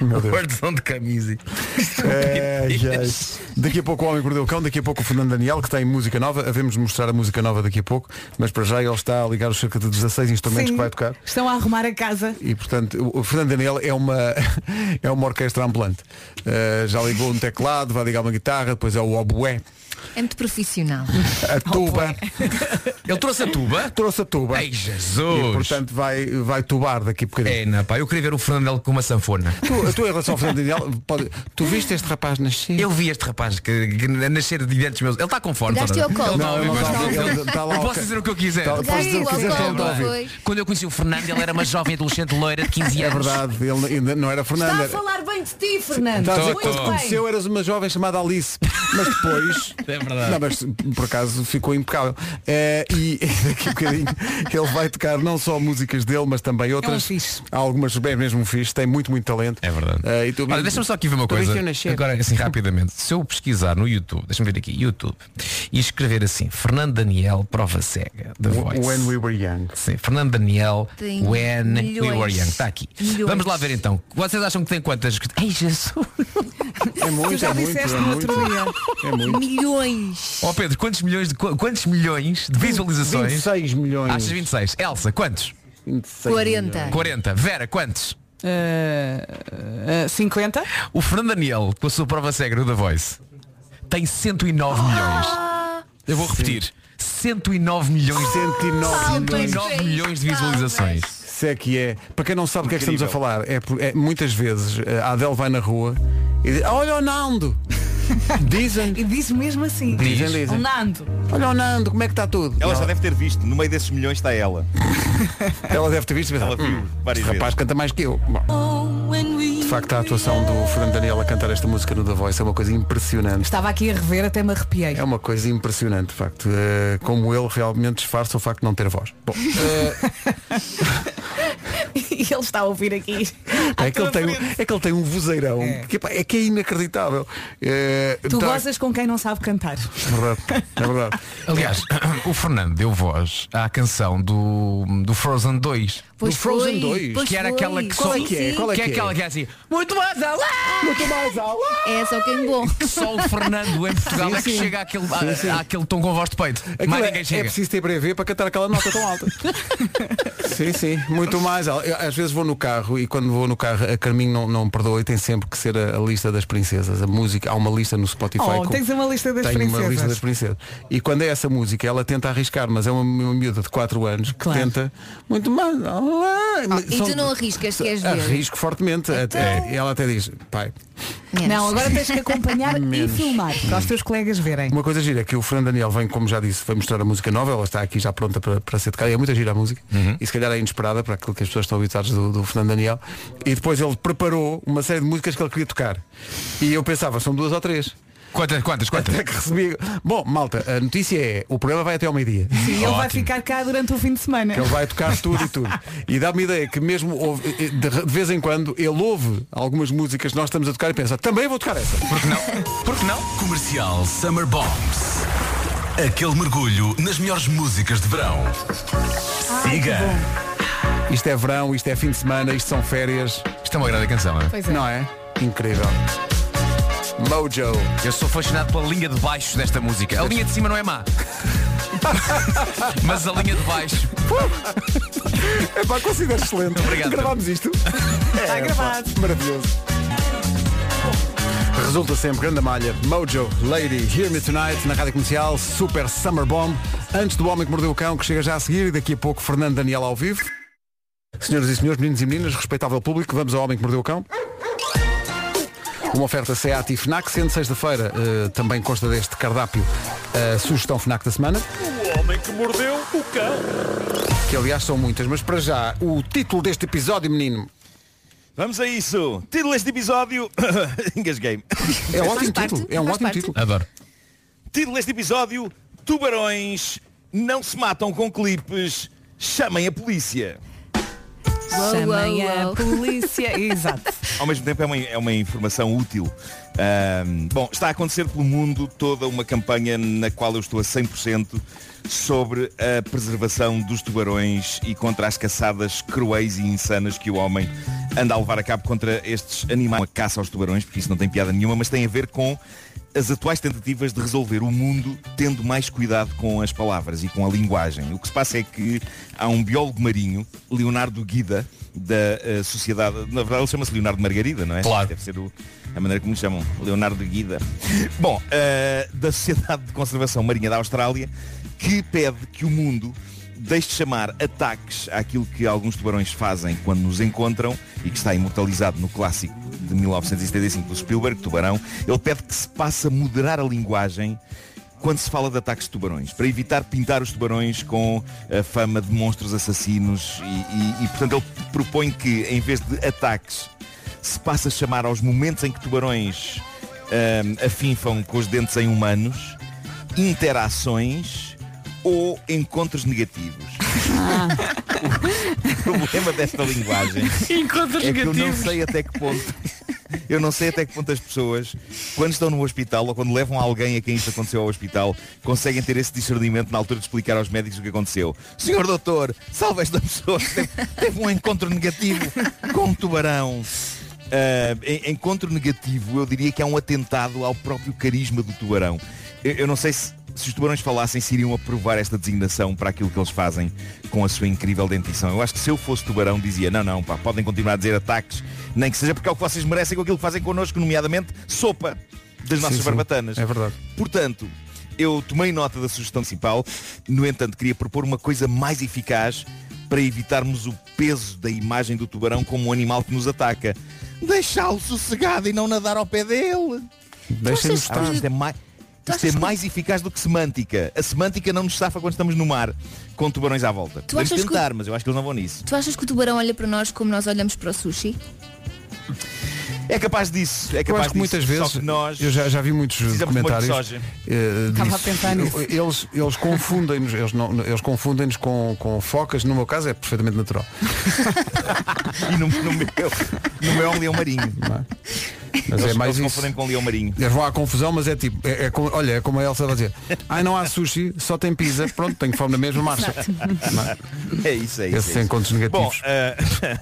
Speaker 2: Meu Deus.
Speaker 11: Guardão de camisa. *laughs*
Speaker 2: É, yes. Daqui a pouco o Homem que Mordeu o Cão, daqui a pouco o Fernando Daniel, que tem música nova. Havemos de mostrar a música nova daqui a pouco, mas para já ele está a ligar os cerca de 16 instrumentos
Speaker 4: Sim.
Speaker 2: que vai tocar.
Speaker 4: Estão a arrumar a casa.
Speaker 2: E portanto, o- o Fernando Daniel é uma, *laughs* é uma orquestra ambulante. Uh, já ligou um teclado, vai ligar uma guitarra, depois é o oboé,
Speaker 8: É muito profissional.
Speaker 2: a tuba.
Speaker 11: Ele trouxe a tuba?
Speaker 2: Trouxe a tuba.
Speaker 11: Ei, Jesus!
Speaker 2: E portanto vai, vai tubar daqui a bocadinho.
Speaker 11: É, não, pá, eu queria ver o Fernando com uma sanfona.
Speaker 2: Tu, tu em relação ao Fernando *laughs* Daniel, pode- tu viste este rapaz nascer?
Speaker 11: Eu vi este rapaz que, que nascer de diante dos meus. Ele está com fome.
Speaker 2: Pegaste-o
Speaker 11: tá?
Speaker 2: ao colo.
Speaker 11: Não,
Speaker 2: Não,
Speaker 11: eu
Speaker 2: não,
Speaker 11: gosto
Speaker 2: não,
Speaker 11: dele.
Speaker 2: ele tá lá
Speaker 11: Eu
Speaker 2: ao
Speaker 11: posso
Speaker 2: ca-
Speaker 11: dizer o que eu quiser.
Speaker 2: Tá- podes Pegaste-o dizer o que ao quiseres, colo, ele tá a ouvir. foi.
Speaker 11: Quando eu conheci o Fernando, ele era uma jovem adolescente loira de 15
Speaker 2: É
Speaker 11: anos.
Speaker 2: verdade, ele ainda não era Fernando.
Speaker 4: Está a
Speaker 2: era-
Speaker 4: falar bem de ti, Fernando.
Speaker 2: Estás Tá a dizer que
Speaker 4: Muito
Speaker 2: quando te
Speaker 4: bem.
Speaker 2: conheceu eras uma jovem chamada Alice, mas depois.
Speaker 11: *laughs* É verdade.
Speaker 2: Não, mas por acaso ficou impecável. Eh, e *laughs* daqui a bocadinho ele vai tocar não só músicas dele, mas
Speaker 11: É um
Speaker 2: também outras. Há algumas bem mesmo um fixe, tem muito, muito talento. É
Speaker 11: verdade.
Speaker 2: e tu,
Speaker 11: Olha, deixa-me só aqui ver uma
Speaker 2: tu
Speaker 11: coisa.
Speaker 2: viste-o nascer.
Speaker 11: Agora, assim, rapidamente. Se eu pesquisar no YouTube, deixa-me ver aqui, YouTube, e escrever assim, Fernando Daniel, prova cega, The Voice.
Speaker 2: When we were young.
Speaker 11: Sim, Fernando Daniel,
Speaker 2: Tem
Speaker 11: When We
Speaker 2: milhões.
Speaker 11: Were Young. Está aqui.
Speaker 2: Milhões.
Speaker 11: Vamos lá ver então. Vocês acham que tem quantas? Ai, Jesus.
Speaker 2: É muito,
Speaker 11: já
Speaker 2: é muito,
Speaker 11: disseste
Speaker 2: é
Speaker 11: no
Speaker 2: muito.
Speaker 11: outro
Speaker 2: É muito.
Speaker 8: Milhões.
Speaker 11: Ó Pedro, quantos milhões de, qu- quantos milhões de visualizações?
Speaker 2: 26 milhões.
Speaker 11: Achas 26. Elsa, quantos?
Speaker 8: 40. milhões.
Speaker 11: 40. Vera, quantos?
Speaker 4: Uh, uh, 50?
Speaker 2: Ah,
Speaker 11: O Fernando Daniel, com a sua prova cega no The Voice, tem 109 milhões. Eu vou repetir. 109 milhões. 109 milhões de visualizações.
Speaker 2: Se é que é. Para quem não sabe o que é que estamos
Speaker 11: Incrível.
Speaker 2: a falar, é, por- é muitas vezes eh, a Adele vai na rua e diz, olha o
Speaker 11: *laughs*
Speaker 2: Nando! Dizem.
Speaker 4: E diz mesmo assim.
Speaker 2: Dizem, dizem.
Speaker 4: O Nando.
Speaker 2: Olha o Nando, como é que está tudo?
Speaker 13: Ela já deve ter visto, no meio desses milhões está ela.
Speaker 2: Ela deve ter visto e pensado,
Speaker 13: Ela viu
Speaker 2: "Hum,
Speaker 13: várias
Speaker 2: este rapaz canta mais que eu. Bom. De facto, a atuação do Fernando Daniel a cantar esta música no The Voice é uma coisa impressionante.
Speaker 4: Estava aqui a rever, até me arrepiei.
Speaker 2: É uma coisa impressionante, de facto. Eh, como ele realmente disfarça o facto de não ter voz.
Speaker 4: *laughs*
Speaker 2: Bom, eh,
Speaker 4: e ele está a ouvir aqui.
Speaker 2: é, que ele tem, um- é que ele tem um vozeirão que, pá, é que é inacreditável. Eh,
Speaker 4: Tu
Speaker 2: tá-
Speaker 4: gozas com quem não sabe cantar.
Speaker 2: É verdade, é verdade.
Speaker 11: *laughs* Aliás, *coughs* o Fernando deu voz à canção do, do Frozen 2.
Speaker 2: Pois
Speaker 11: do
Speaker 2: foi,
Speaker 11: Frozen 2.
Speaker 2: pois
Speaker 11: que era
Speaker 2: foi.
Speaker 11: aquela que
Speaker 2: Qual
Speaker 11: só.
Speaker 2: é que é? Qual é
Speaker 11: que é
Speaker 2: que é?
Speaker 11: aquela que é assim?
Speaker 4: Muito mais alá!
Speaker 2: Muito mais alá!
Speaker 8: É só quem bom.
Speaker 11: Só o Fernando em Portugal é que chega àquele, à-
Speaker 2: Sim, sim.
Speaker 11: àquele tom com voz de peito.
Speaker 2: Aquilo
Speaker 11: Mais
Speaker 2: é,
Speaker 11: ninguém chega.
Speaker 2: é preciso ter breve para cantar aquela nota
Speaker 4: Ah.
Speaker 2: tão alta. sim, sim, muito mais. alta. *laughs* Eu, às vezes vou no carro e quando vou no carro a Carminho não, não me perdoa e tem sempre que ser a, a lista das princesas. A música, há uma lista no Spotify.
Speaker 4: Oh,
Speaker 2: com-
Speaker 4: tens uma lista das
Speaker 2: Tenho
Speaker 4: princesas.
Speaker 2: uma lista das princesas. E quando é essa música, ela tenta arriscar, mas é uma, uma miúda de 4 anos que tenta. Muito mais. alá. Mas
Speaker 8: e
Speaker 2: são-
Speaker 8: tu não arriscas, queres ver?
Speaker 2: Arrisco Ah, fortemente.
Speaker 4: Então.
Speaker 2: Até, ela até diz, pai,
Speaker 4: Não, agora tens que acompanhar e
Speaker 2: Menos.
Speaker 4: filmar para os teus colegas verem.
Speaker 2: Uma coisa gira é que o Fernando Daniel vem, como já disse, vai mostrar a música nova, ela está aqui já pronta para, para ser tocada, e é muito gira a música,
Speaker 11: Uhum.
Speaker 2: e se calhar é inesperada para aquilo que as pessoas estão habituadas do, do Fernando Daniel, e depois ele preparou uma série de músicas que ele queria tocar. E eu pensava, são duas ou três.
Speaker 11: Quantas, quantas,
Speaker 2: quantas? Até que recebi. Bom, malta, a notícia é, o programa vai até ao meio-dia.
Speaker 4: Sim, ele vai ficar cá durante o fim de semana.
Speaker 2: Que ele vai tocar tudo e tudo. E dá-me ideia que mesmo ouve- de de vez em quando ele ouve algumas músicas que nós estamos a tocar e pensa, também vou tocar essa.
Speaker 11: Porque não? Porque não?
Speaker 16: Comercial Summer Bombs. Aquele mergulho nas melhores músicas de verão. Siga.
Speaker 2: Isto é verão, isto é fim de semana, isto são férias.
Speaker 11: Isto é uma grande canção, é?
Speaker 4: Pois é.
Speaker 2: Não é? *laughs* Incrível. Mojo.
Speaker 11: Eu sou fascinado pela linha de baixo desta música. A linha de cima não
Speaker 2: *laughs*
Speaker 11: é má. Mas a linha de baixo.
Speaker 2: É pá, considero excelente.
Speaker 11: Obrigado.
Speaker 2: Gravámos isto. Está
Speaker 13: É,
Speaker 4: gravado.
Speaker 2: Maravilhoso. Resulta sempre grande malha. Mojo, Lady, Hear Me Tonight, na Rádio Comercial, Super Summer Bomb. Antes do Homem que Mordeu o Cão, que chega já a seguir, e daqui a pouco Fernando Daniel ao vivo. Senhoras e senhores, meninos e meninas, respeitável público, vamos ao Homem que Mordeu o Cão. Uma oferta SEAT e FNAC, sendo sexta-feira, eh, também consta deste cardápio a sugestão FNAC da semana,
Speaker 5: O homem que mordeu o cão.
Speaker 2: que aliás são muitas, mas para já, o título deste episódio, menino,
Speaker 13: Vamos a isso. Título deste episódio. *coughs* Engasguei.
Speaker 2: É um Faz ótimo parte, título, é um faz ótimo parte. título.
Speaker 11: Adoro.
Speaker 13: Título deste episódio. Tubarões não se matam com clipes. Chamem a polícia.
Speaker 4: Chamem a
Speaker 8: *laughs*
Speaker 4: polícia. Exato.
Speaker 13: *laughs* Ao mesmo tempo é uma, é uma informação útil. Ahm, bom, está a acontecer pelo mundo toda uma campanha na qual eu estou a 100% sobre a preservação dos tubarões e contra as caçadas cruéis e insanas que o homem anda a levar a cabo contra estes animais. A caça aos tubarões, porque isso não tem piada nenhuma, mas tem a ver com as atuais tentativas de resolver o mundo tendo mais cuidado com as palavras e com a linguagem. O que se passa é que há um biólogo marinho, Leonardo Guida, da eh, Sociedade... Na verdade ele chama-se Leonardo Margarida, não é?
Speaker 11: Claro.
Speaker 13: Deve ser o- a maneira como lhe chamam. Leonardo Guida. Bom, eh, da Sociedade de Conservação Marinha da Austrália, que pede que o mundo deixe de chamar ataques àquilo que alguns tubarões fazem quando nos encontram e que está imortalizado no clássico de 1975 do Spielberg, Tubarão, ele pede que se passe a moderar a linguagem quando se fala de ataques de tubarões, para evitar pintar os tubarões com a fama de monstros assassinos e, e- e, portanto ele propõe que em vez de ataques se passe a chamar aos momentos em que tubarões ahm, afinfam com os dentes em humanos interações ou encontros negativos. O problema desta linguagem
Speaker 5: Encontros
Speaker 13: é que eu não
Speaker 5: negativos.
Speaker 13: sei até que ponto eu não sei até que ponto as pessoas, quando estão no hospital ou quando levam alguém a quem isto aconteceu ao hospital, conseguem ter esse discernimento na altura de explicar aos médicos o que aconteceu. Senhor doutor, salve esta pessoa, que teve, teve um encontro negativo com um tubarão. Ah, en- encontro negativo, eu diria que é um atentado ao próprio carisma do tubarão. Eu, eu não sei se, se os tubarões falassem se iriam aprovar esta designação para aquilo que eles fazem com a sua incrível dentição. Eu acho que se eu fosse tubarão dizia, não, não, pá, podem continuar a dizer ataques, nem que seja porque é o que vocês merecem com aquilo que fazem connosco, nomeadamente sopa das
Speaker 2: Sim,
Speaker 13: nossas
Speaker 2: sim,
Speaker 13: barbatanas.
Speaker 2: é verdade.
Speaker 13: Portanto, Eu tomei nota da sugestão principal, no entanto, queria propor uma coisa mais eficaz para evitarmos o peso da imagem do tubarão como um animal que nos ataca. Deixá-lo sossegado e não nadar ao pé dele.
Speaker 2: Deixem-no
Speaker 13: Vocês-
Speaker 2: estar.
Speaker 13: Ah, Isto é mais...
Speaker 8: Tu
Speaker 13: Isto é
Speaker 8: achas que-
Speaker 13: mais eficaz do que semântica. A semântica não nos safa quando estamos no mar, com tubarões à volta. Podemos
Speaker 8: achas que-
Speaker 13: tentar, mas eu acho que eles não vão nisso.
Speaker 8: Tu achas que o tubarão olha para nós como nós olhamos para o sushi?
Speaker 13: É capaz disso. É
Speaker 2: Eu
Speaker 13: capaz
Speaker 2: acho
Speaker 13: disso.
Speaker 2: que muitas
Speaker 13: Só
Speaker 2: vezes,
Speaker 13: que nós...
Speaker 2: eu já, já vi muitos
Speaker 13: precisamos de molho de
Speaker 2: comentários
Speaker 13: soja.
Speaker 2: eh,
Speaker 13: Estava
Speaker 2: disso.
Speaker 13: a pensar nisso.
Speaker 2: Eles, eles confundem-nos, eles, não- eles confundem-nos com, com focas, no meu caso é perfeitamente natural.
Speaker 13: E no, no meu, *laughs* no meu é um leão marinho.
Speaker 2: Mas
Speaker 13: eles,
Speaker 2: é mais
Speaker 13: eles
Speaker 2: isso.
Speaker 13: confundem com leão marinho.
Speaker 2: Eles vão à confusão, mas é tipo, é, é como- olha, é como a Elsa vai dizer, ai não há sushi, só tem pizza, pronto, tenho fome na mesma marcha. Não é?
Speaker 13: É isso, é isso.
Speaker 2: Esses
Speaker 13: é isso.
Speaker 2: encontros negativos.
Speaker 13: Bom, eh,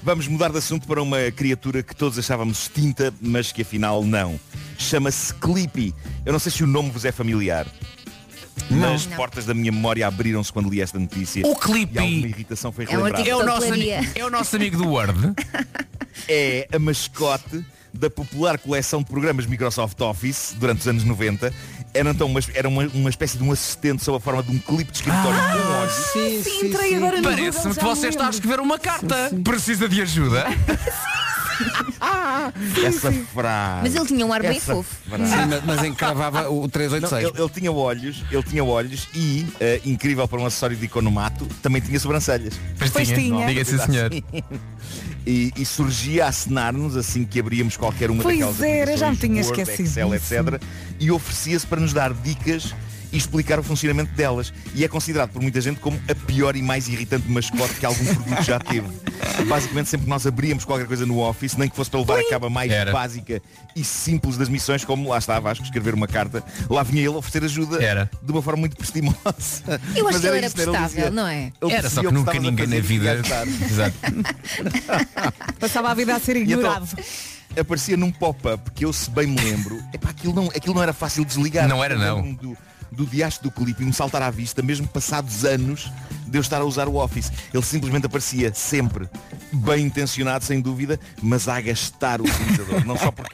Speaker 13: *laughs* vamos mudar de assunto para uma criatura que todos achávamos extinta, mas que afinal não. Chama-se Clippy. Eu não sei se o nome vos é familiar.
Speaker 11: Não.
Speaker 13: Mas
Speaker 11: Não.
Speaker 13: portas da minha memória abriram-se quando li esta notícia.
Speaker 11: O Clippy.
Speaker 13: E alguma irritação foi
Speaker 11: É um
Speaker 13: relembrada.
Speaker 11: artigo É o da nosso Pelaria. ami-
Speaker 13: é o nosso amigo do Word. *laughs* É a mascote da popular coleção de programas Microsoft Office durante os anos 90. Era, então uma, era uma, uma espécie de um assistente sob a forma de um clipe de escritório
Speaker 11: Ah,
Speaker 13: com olhos.
Speaker 11: sim, sim,
Speaker 4: entrei
Speaker 11: sim.
Speaker 4: agora no
Speaker 11: Parece-me
Speaker 4: Google,
Speaker 11: que
Speaker 4: já
Speaker 11: você
Speaker 4: me
Speaker 11: está a
Speaker 4: lembro.
Speaker 11: escrever uma carta. Precisa de
Speaker 8: *laughs*
Speaker 11: ajuda?
Speaker 8: Ah!
Speaker 13: Essa frase.
Speaker 8: Mas ele tinha um ar bem
Speaker 13: Essa
Speaker 8: fofo.
Speaker 13: frase.
Speaker 2: Sim, mas- mas encravava o 386.
Speaker 13: Não, ele, ele tinha olhos, ele tinha olhos e, eh, incrível para um acessório de iconomato, também tinha sobrancelhas.
Speaker 11: Pois Pois tinha. tinha. Diga-se,
Speaker 13: Assim.
Speaker 11: senhor. *laughs*
Speaker 13: E, e surgia a acenar-nos assim que abríamos qualquer uma
Speaker 4: Pois
Speaker 13: daquelas
Speaker 4: era, já me tinha
Speaker 13: aplicações Word,
Speaker 4: esquecido
Speaker 13: Excel,
Speaker 4: disso.
Speaker 13: etc. E oferecia-se para nos dar dicas e explicar o funcionamento delas. E é considerado por muita gente como a pior e mais irritante mascote que algum produto já
Speaker 4: *laughs*
Speaker 13: teve. Basicamente, sempre que nós abríamos qualquer coisa no Office, nem que fosse para levar a cabo a mais
Speaker 11: Era.
Speaker 13: básica e simples das missões, como lá estava, acho que escrever uma carta, lá vinha ele oferecer ajuda de uma forma muito prestimosa.
Speaker 8: Eu acho
Speaker 13: Mas
Speaker 8: que ele era
Speaker 13: isto, ele
Speaker 8: prestável,
Speaker 13: dizia-
Speaker 8: não é?
Speaker 13: ele
Speaker 11: Era
Speaker 13: percebia
Speaker 11: só que
Speaker 13: o
Speaker 11: nunca
Speaker 13: estavas a
Speaker 11: ninguém
Speaker 13: fazer
Speaker 11: na
Speaker 13: e
Speaker 11: vida-
Speaker 13: queria ajudar.
Speaker 11: *laughs* Exato.
Speaker 4: Passava a vida a ser
Speaker 13: E então,
Speaker 4: ignorado.
Speaker 13: aparecia num pop-up que eu, se bem me lembro, epá, aquilo, não, aquilo não era fácil desligar.
Speaker 11: Não era,
Speaker 13: Eu
Speaker 11: não.
Speaker 13: lembro-me Do, do diacho do clipe e me saltar à vista, mesmo passados anos de eu estar a usar o Office. Ele simplesmente aparecia sempre, bem intencionado, sem dúvida, mas a gastar o utilizador. não só porque,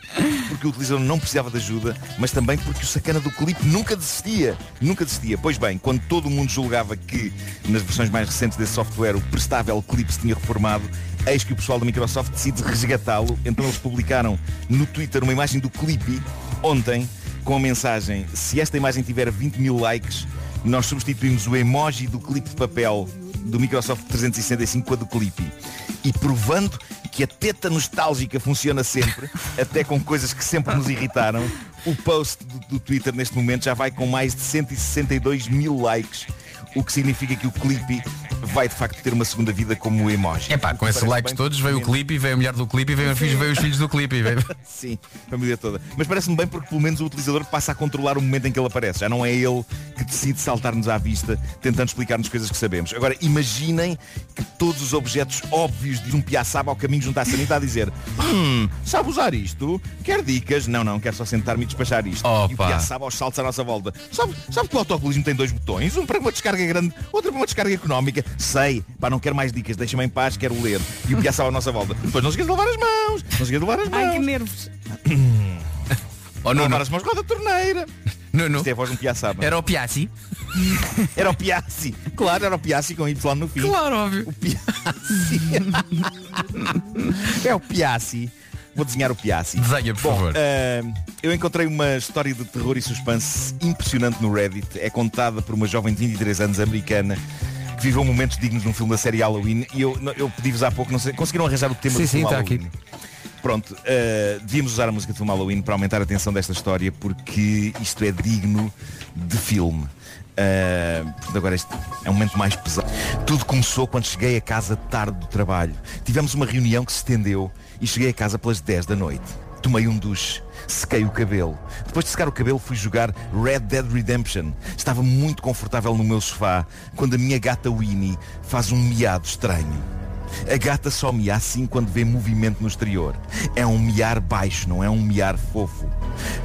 Speaker 13: porque o utilizador não precisava de ajuda, mas também porque o sacana do clipe nunca desistia. Nunca desistia. Pois bem, quando todo mundo julgava que, nas versões mais recentes desse software, o prestável clipe se tinha reformado, eis que o pessoal da Microsoft decide resgatá-lo. Então eles publicaram no Twitter uma imagem do clipe ontem com a mensagem se esta imagem tiver 20 mil likes, nós substituímos o emoji do clipe de papel do Microsoft 365 com a do clipe. E provando que a teta nostálgica funciona sempre, até com coisas que sempre nos irritaram, o post do, do Twitter neste momento já vai com mais de 162 mil likes, o que significa que o clipe vai de facto ter uma segunda vida como emoji.
Speaker 11: É pá, com esses likes todos veio o clipe, veio a mulher do clipe, veio, os filhos- veio os filhos do clipe. veio-
Speaker 13: *laughs* Sim, família toda. Mas parece-me bem porque pelo menos o utilizador passa a controlar o momento em que ele aparece. Já não é ele que decide saltar-nos à vista tentando explicar-nos coisas que sabemos. Agora, imaginem que todos os objetos óbvios de um piaçaba ao caminho junto à sanita a dizer Hum, sabe usar isto? Quer dicas? Não, não, quero só sentar-me e despachar isto. E o
Speaker 11: Opa.
Speaker 13: piaçaba aos saltos à nossa volta. Sabe, sabe que o autocolismo tem dois botões? Um para uma descarga grande, outro para uma descarga económica. Sei, pá, não quero mais dicas, deixa-me em paz, quero ler. E o piaçaba à nossa volta. Depois não se esqueça de lavar as mãos, não se esqueça de lavar as mãos.
Speaker 4: Ai, que nervos.
Speaker 13: Ou não, as mãos roda a torneira.
Speaker 11: Oh, Nuno.
Speaker 13: Isto é a voz de um piaçaba.
Speaker 11: Era o Piazzi.
Speaker 13: *laughs* Era o Piazzi. Claro, era o Piazzi com Y no fim.
Speaker 11: Claro, óbvio.
Speaker 13: O Piazzi. *laughs* é o Piazzi. Vou desenhar o Piazzi.
Speaker 11: Desenha, por favor.
Speaker 13: Ahm, eu encontrei uma história de terror e suspense impressionante no Reddit. É contada por uma jovem de 23 anos americana que viveu momentos dignos num filme da série Halloween. E eu, eu pedi-vos há pouco, não sei, conseguiram arranjar o tema
Speaker 2: Sim,
Speaker 13: do
Speaker 2: sim,
Speaker 13: filme
Speaker 2: está
Speaker 13: Halloween?
Speaker 2: aqui.
Speaker 13: Pronto, eh, devíamos usar a música do filme Halloween para aumentar a tensão desta história porque isto é digno de filme. Eh, portanto, agora este é um momento mais pesado. Tudo começou quando cheguei a casa tarde do trabalho. Tivemos uma reunião que se estendeu e cheguei a casa pelas 10 da noite. Tomei um duche, sequei o cabelo. Depois de secar o cabelo fui jogar Red Dead Redemption. Estava muito confortável no meu sofá quando a minha gata Winnie faz um miado estranho. A gata só mia assim quando vê movimento no exterior. É um miar baixo, não é um miar fofo.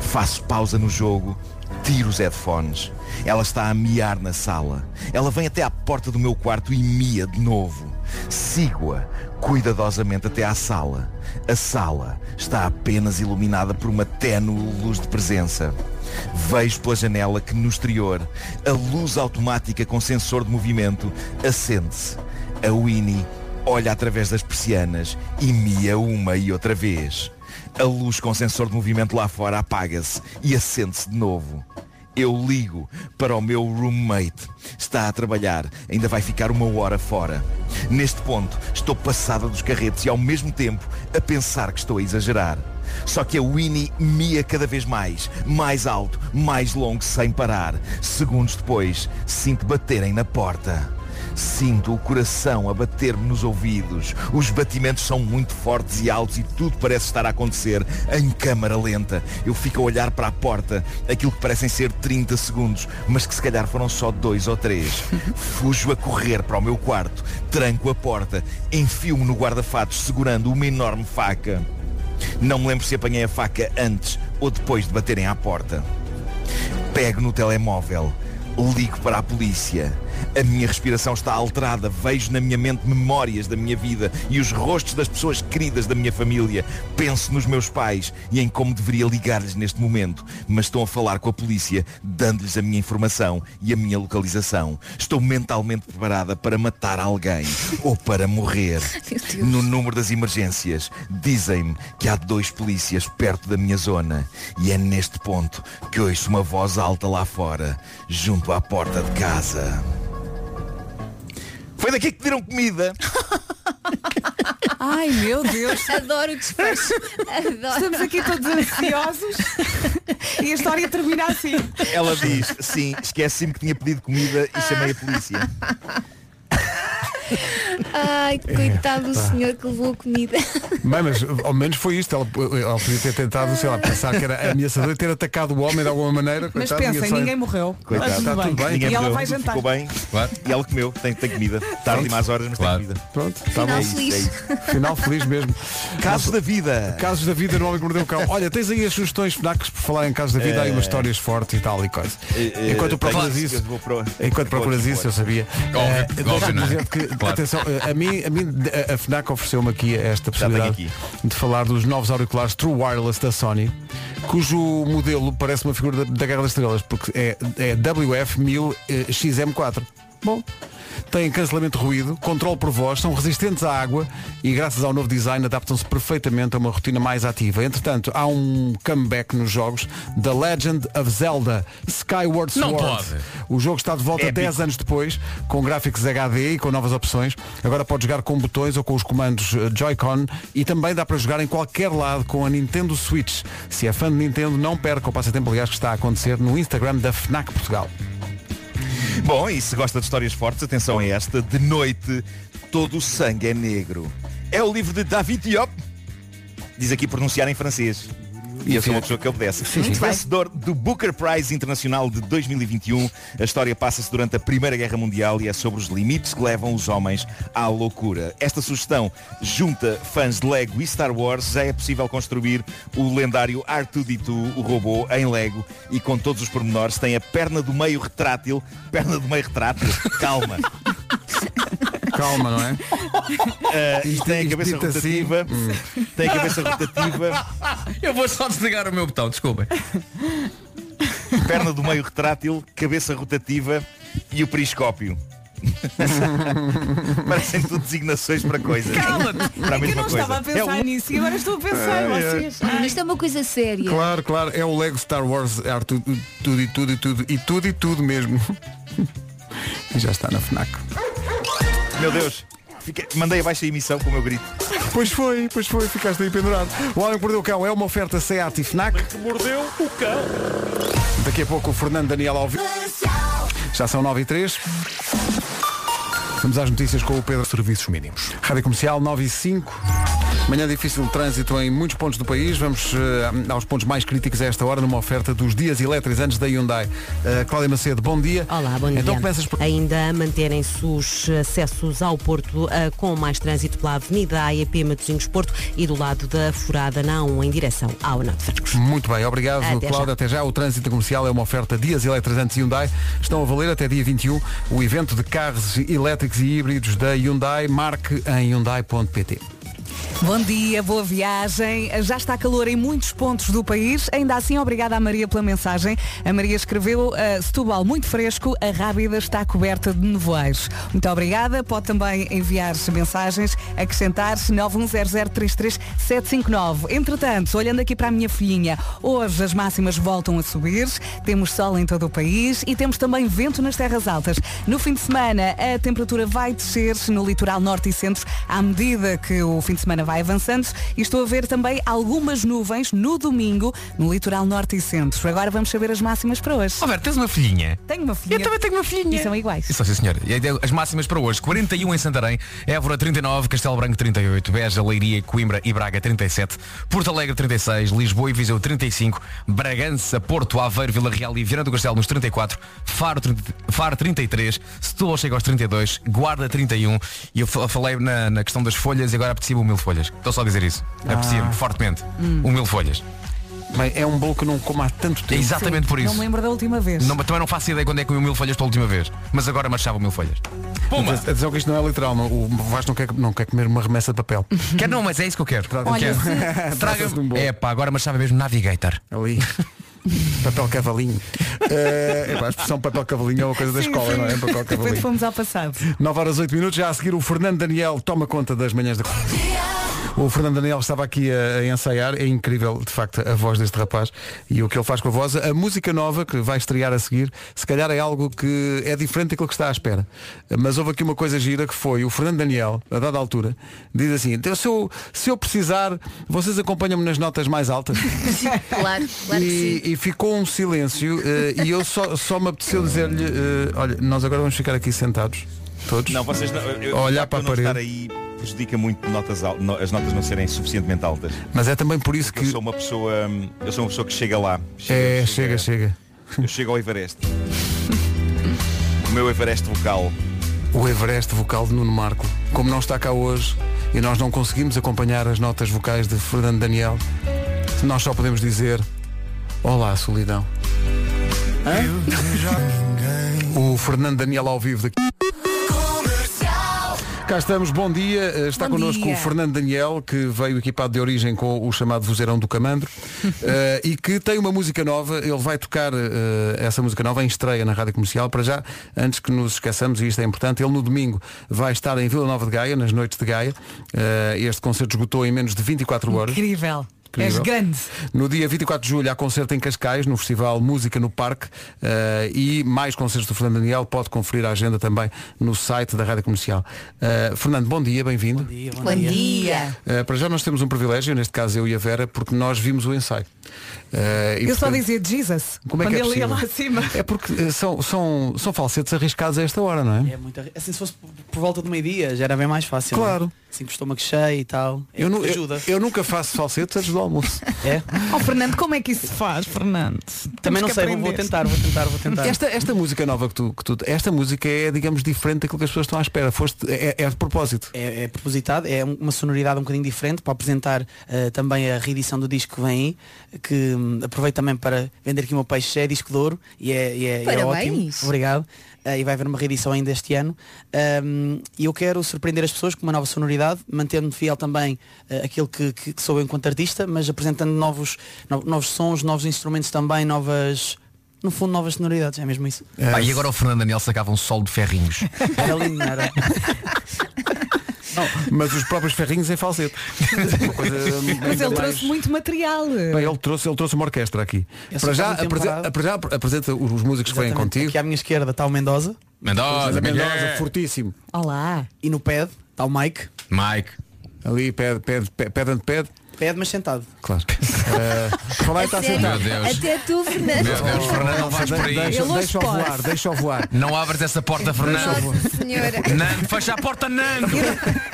Speaker 13: Faço pausa no jogo, tiro os headphones. Ela está a miar na sala. Ela vem até à porta do meu quarto e mia de novo. Sigo-a cuidadosamente até à sala. A sala está apenas iluminada por uma ténue luz de presença. Vejo pela janela que no exterior a luz automática com sensor de movimento acende-se. A Winnie olha através das persianas e mia uma e outra vez. A luz com sensor de movimento lá fora apaga-se e acende-se de novo. Eu ligo para o meu roommate. Está a trabalhar, ainda vai ficar uma hora fora. Neste ponto, estou passada dos carretos e ao mesmo tempo a pensar que estou a exagerar. Só que a Winnie mia cada vez mais, mais alto, mais longo, sem parar. Segundos depois, sinto baterem na porta. Sinto o coração a bater-me nos ouvidos. Os batimentos são muito fortes e altos e tudo parece estar a acontecer em câmara lenta. Eu fico a olhar para a porta, aquilo que parecem ser 30 segundos, mas que se calhar foram só dois ou três. Fujo a correr para o meu quarto, tranco a porta, enfio-me no guarda-fatos segurando uma enorme faca. Não me lembro se apanhei a faca antes ou depois de baterem à porta. Pego no telemóvel, ligo para a polícia. A minha respiração está alterada, vejo na minha mente memórias da minha vida e os rostos das pessoas queridas da minha família. Penso nos meus pais e em como deveria ligar-lhes neste momento, mas estou a falar com a polícia, dando-lhes a minha informação e a minha localização. Estou mentalmente preparada para matar
Speaker 4: *laughs*
Speaker 13: alguém ou para morrer. No número das emergências, dizem-me que há dois polícias perto da minha zona e é neste ponto que ouço uma voz alta lá fora, junto à porta de casa. Foi daqui que pediram comida.
Speaker 4: *laughs* Ai meu Deus.
Speaker 8: Adoro o desfecho. Adoro.
Speaker 4: Estamos aqui todos ansiosos e a história termina assim.
Speaker 13: Ela diz, sim, esqueci-me que tinha pedido comida e chamei a polícia.
Speaker 8: Ai, coitado do
Speaker 2: Epá.
Speaker 8: senhor que levou a comida.
Speaker 2: Bem, mas ao menos foi isto. Ela, ela podia ter tentado, sei lá, pensar que era ameaçador e ter atacado o homem de alguma maneira.
Speaker 4: Mas
Speaker 2: Coitado,
Speaker 4: pensem,
Speaker 2: só-
Speaker 4: ninguém morreu.
Speaker 13: Coitado,
Speaker 2: Está Tá tudo bem.
Speaker 13: Ninguém
Speaker 4: E ela
Speaker 13: morreu,
Speaker 4: vai jantar.
Speaker 13: Ficou bem. E ela comeu, tem, tem comida. Tarde e mais horas, mas tem comida.
Speaker 2: Pronto, Tá
Speaker 13: está bom. É isso, é isso.
Speaker 2: Final feliz mesmo.
Speaker 13: Casos da vida.
Speaker 2: Casos da vida no homem que mordeu o cão. Olha, tens aí as sugestões FNACs por falar em casos da vida, há aí umas
Speaker 13: É.
Speaker 2: histórias fortes e tal e coisa.
Speaker 13: É, é,
Speaker 2: Enquanto
Speaker 13: tenho-
Speaker 2: tu procuras
Speaker 13: eu
Speaker 2: isso,
Speaker 13: vou pro-
Speaker 2: enquanto
Speaker 13: vou
Speaker 2: procuras isso,
Speaker 13: expor.
Speaker 2: eu sabia.
Speaker 13: Óbvio,
Speaker 2: Eh,
Speaker 13: óbvio,
Speaker 2: deixa-me
Speaker 13: não é?
Speaker 2: dizer que,
Speaker 13: Claro.
Speaker 2: atenção, eh, a mim, a, mim a- a FNAC ofereceu-me aqui esta possibilidade de falar dos novos auriculares True Wireless da Sony, cujo modelo parece uma figura da, da Guerra das Estrelas, porque é, é eh, WF-1000XM4. Bom, têm cancelamento de ruído, controle por voz, são resistentes à água e graças ao novo design adaptam-se perfeitamente a uma rotina mais ativa. Entretanto, há um comeback nos jogos da Legend of Zelda Skyward Sword.
Speaker 11: Não pode. É
Speaker 2: O jogo está de volta
Speaker 11: Épico.
Speaker 2: 10 anos depois, com gráficos HD e com novas opções. Agora pode jogar com botões ou com os comandos eh, Joy-Con e também dá para jogar em qualquer lado com a Nintendo Switch. Se é fã de Nintendo, não perca o passatempo, aliás, que está a acontecer no Instagram da FNAC Portugal.
Speaker 13: Bom, e se gosta de histórias fortes, atenção a esta. De noite, todo o sangue é negro. É o livro de David Diop. Diz aqui pronunciar em francês. E eu sou uma pessoa que obedece. Um
Speaker 5: Sim, sim.
Speaker 13: Vencedor do Booker Prize Internacional de 2021, a história passa-se durante a Primeira Guerra Mundial e é sobre os limites que levam os homens à loucura. Esta sugestão junta fãs de Lego e Star Wars. Já é possível construir o lendário R2-D2, o robô, em Lego e com todos os pormenores. Tem a perna do meio retrátil. Perna do meio retrátil. Calma.
Speaker 2: Calma, não é?
Speaker 13: Uh, e tem a cabeça
Speaker 11: dito assim.
Speaker 13: rotativa. Tem a cabeça rotativa.
Speaker 11: Eu vou só desligar o meu botão, desculpem.
Speaker 13: perna do meio retrátil, cabeça rotativa e o
Speaker 4: *laughs*
Speaker 13: periscópio. Parecem tudo designações para coisas.
Speaker 4: Calma-te.
Speaker 13: Para a
Speaker 4: É que eu
Speaker 13: mesma
Speaker 4: não
Speaker 13: coisa.
Speaker 4: estava a pensar
Speaker 13: é o...
Speaker 4: nisso e agora estou a pensar
Speaker 2: Ai,
Speaker 4: em
Speaker 2: ai.
Speaker 4: vocês.
Speaker 8: Isto é uma coisa séria.
Speaker 2: Claro, claro, é o Lego Star Wars, é tudo, tudo e tudo e tudo e tudo e tudo mesmo. *laughs* E já está na FNAC.
Speaker 13: Meu Deus, fiquei- mandei abaixo a emissão com o meu grito.
Speaker 2: Pois foi, pois foi, ficaste aí pendurado. O Homem que Mordeu o Cão é uma oferta SEAT e FNAC.
Speaker 13: Que mordeu o cão.
Speaker 2: Daqui a pouco o Fernando Daniel Alves. Já são 9 e 3. Vamos às notícias com o Pedro Serviços Mínimos. Rádio Comercial 9 e 5. Manhã difícil de trânsito em muitos pontos do país. Vamos eh, aos pontos mais críticos a esta hora numa oferta dos dias eletrizantes da Hyundai. Eh, Cláudia Macedo, bom dia.
Speaker 3: Olá, bom dia.
Speaker 2: Então começas por...
Speaker 3: Ainda manterem-se os acessos ao Porto ah, com mais trânsito pela Avenida AEP Matosinhos Porto e do lado da Furada na A1 em direção ao Norte Francos.
Speaker 2: Muito bem, obrigado
Speaker 3: Até
Speaker 2: Cláudio.
Speaker 3: já.
Speaker 2: Até já. O trânsito comercial é uma oferta Dias Eletrizantes Hyundai. Estão a valer até dia 21 o evento de carros elétricos e híbridos da Hyundai. Marque em Hyundai.pt.
Speaker 4: Bom dia, boa viagem. Já está calor em muitos pontos do país. Ainda assim, obrigada à Maria pela mensagem. A Maria escreveu uh, Setúbal muito fresco, a Rábida está coberta de nevoeiros. Muito obrigada. Pode também enviar mensagens, um acrescentar 910033759. Entretanto, olhando aqui para a minha filhinha, hoje as máximas voltam a subir, temos sol em todo o país e temos também vento nas terras altas. No fim de semana, a temperatura vai descer no litoral norte e centro à medida que o fim de semana vai avançando e estou a ver também algumas nuvens no domingo no litoral norte e centro. Agora vamos saber as máximas para hoje.
Speaker 11: Roberto, tens uma filhinha?
Speaker 4: Tenho uma filhinha.
Speaker 11: Eu também tenho uma filhinha.
Speaker 4: E são iguais.
Speaker 11: Isso, sim, senhor. E aí, As máximas para hoje. 41 em Santarém, Évora 39, Castelo Branco 38, Beja, Leiria, Coimbra e Braga 37, Porto Alegre 36, Lisboa e Viseu 35, Bragança, Porto, Aveiro, Vila Real e Viana do Castelo nos 34, Faro, 30 Faro 33, Setúbal chega aos 32, Guarda 31 e eu fa- falei na, na questão das folhas e agora aprecio o mil folhas. Estou só a dizer isso.
Speaker 2: Ah.
Speaker 11: Aprecio-me fortemente.
Speaker 4: Hum.
Speaker 11: O mil folhas.
Speaker 2: Bem, é um bolo que não como há tanto tempo.
Speaker 11: É Exatamente por isso.
Speaker 4: Não me lembro da última vez.
Speaker 11: Não, também não faço ideia quando é que comi o mil folhas pela última vez. Mas agora marchava o mil folhas. Puma!
Speaker 2: A dizer que isto não é literal, não, o Vasco não quer, não quer comer uma remessa de papel.
Speaker 11: Quer não, mas é isso que eu quero.
Speaker 2: Uhum. Olha, *laughs*
Speaker 11: Eu quero.
Speaker 2: se-
Speaker 11: Traga-me-
Speaker 2: Trata-se de um bolo.
Speaker 11: É pá, agora marchava mesmo Navigator.
Speaker 2: *laughs* Ali. papel *laughs* cavalinho. Eh, epá, a expressão papel cavalinho é uma coisa da escola, não é? Papel
Speaker 4: Depois
Speaker 2: cavalinho.
Speaker 4: fomos ao passado.
Speaker 2: 9 horas 8 minutos, já a seguir o Fernando Daniel toma conta das manhãs da. O Fernando Daniel estava aqui a, a ensaiar, é incrível de facto a voz deste rapaz e o que ele faz com a voz. A música nova que vai estrear a seguir, se calhar é algo que é diferente daquilo que está à espera. Mas houve aqui uma coisa gira que foi o Fernando Daniel, a dada altura, diz assim, "Então, se eu, se eu precisar, vocês acompanham-me nas notas mais altas.
Speaker 8: Claro, claro que sim.
Speaker 2: E, e ficou um silêncio eh, e eu só, só me apeteceu dizer-lhe, eh, olha, nós agora vamos ficar aqui sentados, todos.
Speaker 13: Não, vocês não, eu- eu-
Speaker 2: a
Speaker 13: já
Speaker 2: olhar
Speaker 13: que
Speaker 2: para
Speaker 13: eu
Speaker 2: a
Speaker 13: não
Speaker 2: parede.
Speaker 13: estar aí prejudica muito notas al- no- as notas não serem suficientemente altas.
Speaker 2: Mas é também por isso
Speaker 13: que eu sou uma pessoa, hum, eu sou uma pessoa que chega lá.
Speaker 2: É, chega, chega.
Speaker 13: Eu chego ao Everest. O meu Everest vocal.
Speaker 2: O Everest vocal de Nuno Marco. Como não está cá hoje e nós não conseguimos acompanhar as notas vocais de Fernando Daniel, nós só podemos dizer Olá, solidão. O Fernando Daniel ao vivo daqui. Cá estamos, bom dia. Eh, Está
Speaker 5: Bom
Speaker 2: connosco
Speaker 5: dia.
Speaker 2: o Fernando Daniel, que veio equipado de origem com o chamado Vozeirão do Camandro eh, e que tem uma música nova. Ele vai tocar eh, essa música nova em estreia na rádio comercial. Para já, antes que nos esqueçamos, e isto é importante, ele no domingo vai estar em Vila Nova de Gaia, nas noites de Gaia. Eh, este concerto esgotou em menos de 24 horas.
Speaker 4: Incrível.
Speaker 2: Incrível.
Speaker 4: És grande.
Speaker 2: No dia 24 de julho há concerto em Cascais, no Festival Música no Parque eh, e mais concertos do Fernando Daniel. Pode conferir a agenda também no site da Rádio Comercial. Eh, Fernando, bom dia, bem-vindo. Bom dia.
Speaker 8: Bom dia.
Speaker 2: para já nós temos um privilégio, neste caso eu e a Vera, porque nós vimos o ensaio. Eh, e,
Speaker 4: eu só
Speaker 2: portanto,
Speaker 4: dizia Jesus
Speaker 2: Como é
Speaker 4: quando
Speaker 2: que é
Speaker 4: ele ia lá
Speaker 2: possível?
Speaker 4: acima.
Speaker 2: É porque eh, são, são, são falsetes arriscados a esta hora, não é?
Speaker 17: É muito arri- assim, se fosse por- por volta do meio-dia, já era bem mais fácil.
Speaker 2: Claro.
Speaker 17: não é? Assim, com o estômago cheio e tal. É,
Speaker 2: Eu, nu- eu-
Speaker 17: ajuda.
Speaker 2: eu nunca faço falsetes antes do almoço.
Speaker 17: É?
Speaker 4: *laughs* Oh, Fernando, como é que isso se faz, Fernando?
Speaker 17: Também
Speaker 4: Temos
Speaker 17: não
Speaker 4: que
Speaker 17: sei, vou, vou
Speaker 4: aprender.
Speaker 17: tentar, vou tentar, vou tentar.
Speaker 2: Esta, esta música nova que tu, que tu- Esta música é, digamos, diferente daquilo que as pessoas estão à espera. Foste, é, é de propósito.
Speaker 17: É, é propositado, é um- uma sonoridade um bocadinho diferente para apresentar eh, também a reedição do disco que vem aí, que hum, aproveito também para vender aqui o meu peixe, é disco de ouro e é, e é- e é ótimo.
Speaker 8: Parabéns.
Speaker 17: Obrigado. Eh, e vai haver uma reedição ainda este ano. Ahm, E eu quero surpreender as pessoas com uma nova sonoridade, mantendo-me fiel também eh, àquilo que, que- que sou eu enquanto artista, mas apresentando novos, no- novos sons, novos instrumentos também, novas. No fundo, novas sonoridades, é mesmo isso.
Speaker 11: Pá, e agora o Fernando Daniel sacava um solo de
Speaker 2: *laughs*
Speaker 11: ferrinhos.
Speaker 17: Era lindo, não era?
Speaker 2: Mas os próprios ferrinhos em
Speaker 4: *laughs*
Speaker 2: falsete. Uma coisa bem
Speaker 4: Mas ele
Speaker 2: mais-
Speaker 4: trouxe muito material.
Speaker 2: Bem, ele trouxe, ele trouxe uma orquestra aqui.
Speaker 17: Eu só
Speaker 2: Para já,
Speaker 17: estava
Speaker 2: apresen-
Speaker 17: temperado.
Speaker 2: para já apresenta os os músicos que vêm
Speaker 17: Exatamente.
Speaker 2: contigo.
Speaker 17: Aqui à minha esquerda está o Mendoza.
Speaker 2: Mendoza, é. Mendoza, fortíssimo.
Speaker 4: Olá.
Speaker 17: E no pad está o Mike.
Speaker 11: Mike.
Speaker 2: Ali, pede, pede, pede, pede, ante pede.
Speaker 17: Pede, mas sentado.
Speaker 2: Claro. *laughs* Eh, Falar está
Speaker 8: Sério?
Speaker 2: sentado.
Speaker 8: Até tu, Fernando.
Speaker 11: Meu Deus, Fernando, não vais por aí.
Speaker 2: Deixa-
Speaker 8: Ele hoje
Speaker 2: deixa-o
Speaker 8: pode.
Speaker 2: voar, deixa-o voar.
Speaker 11: Não abres essa porta, Fernando.
Speaker 8: Senhora.
Speaker 11: Nando, fecha a
Speaker 2: *laughs*
Speaker 11: porta, Nando.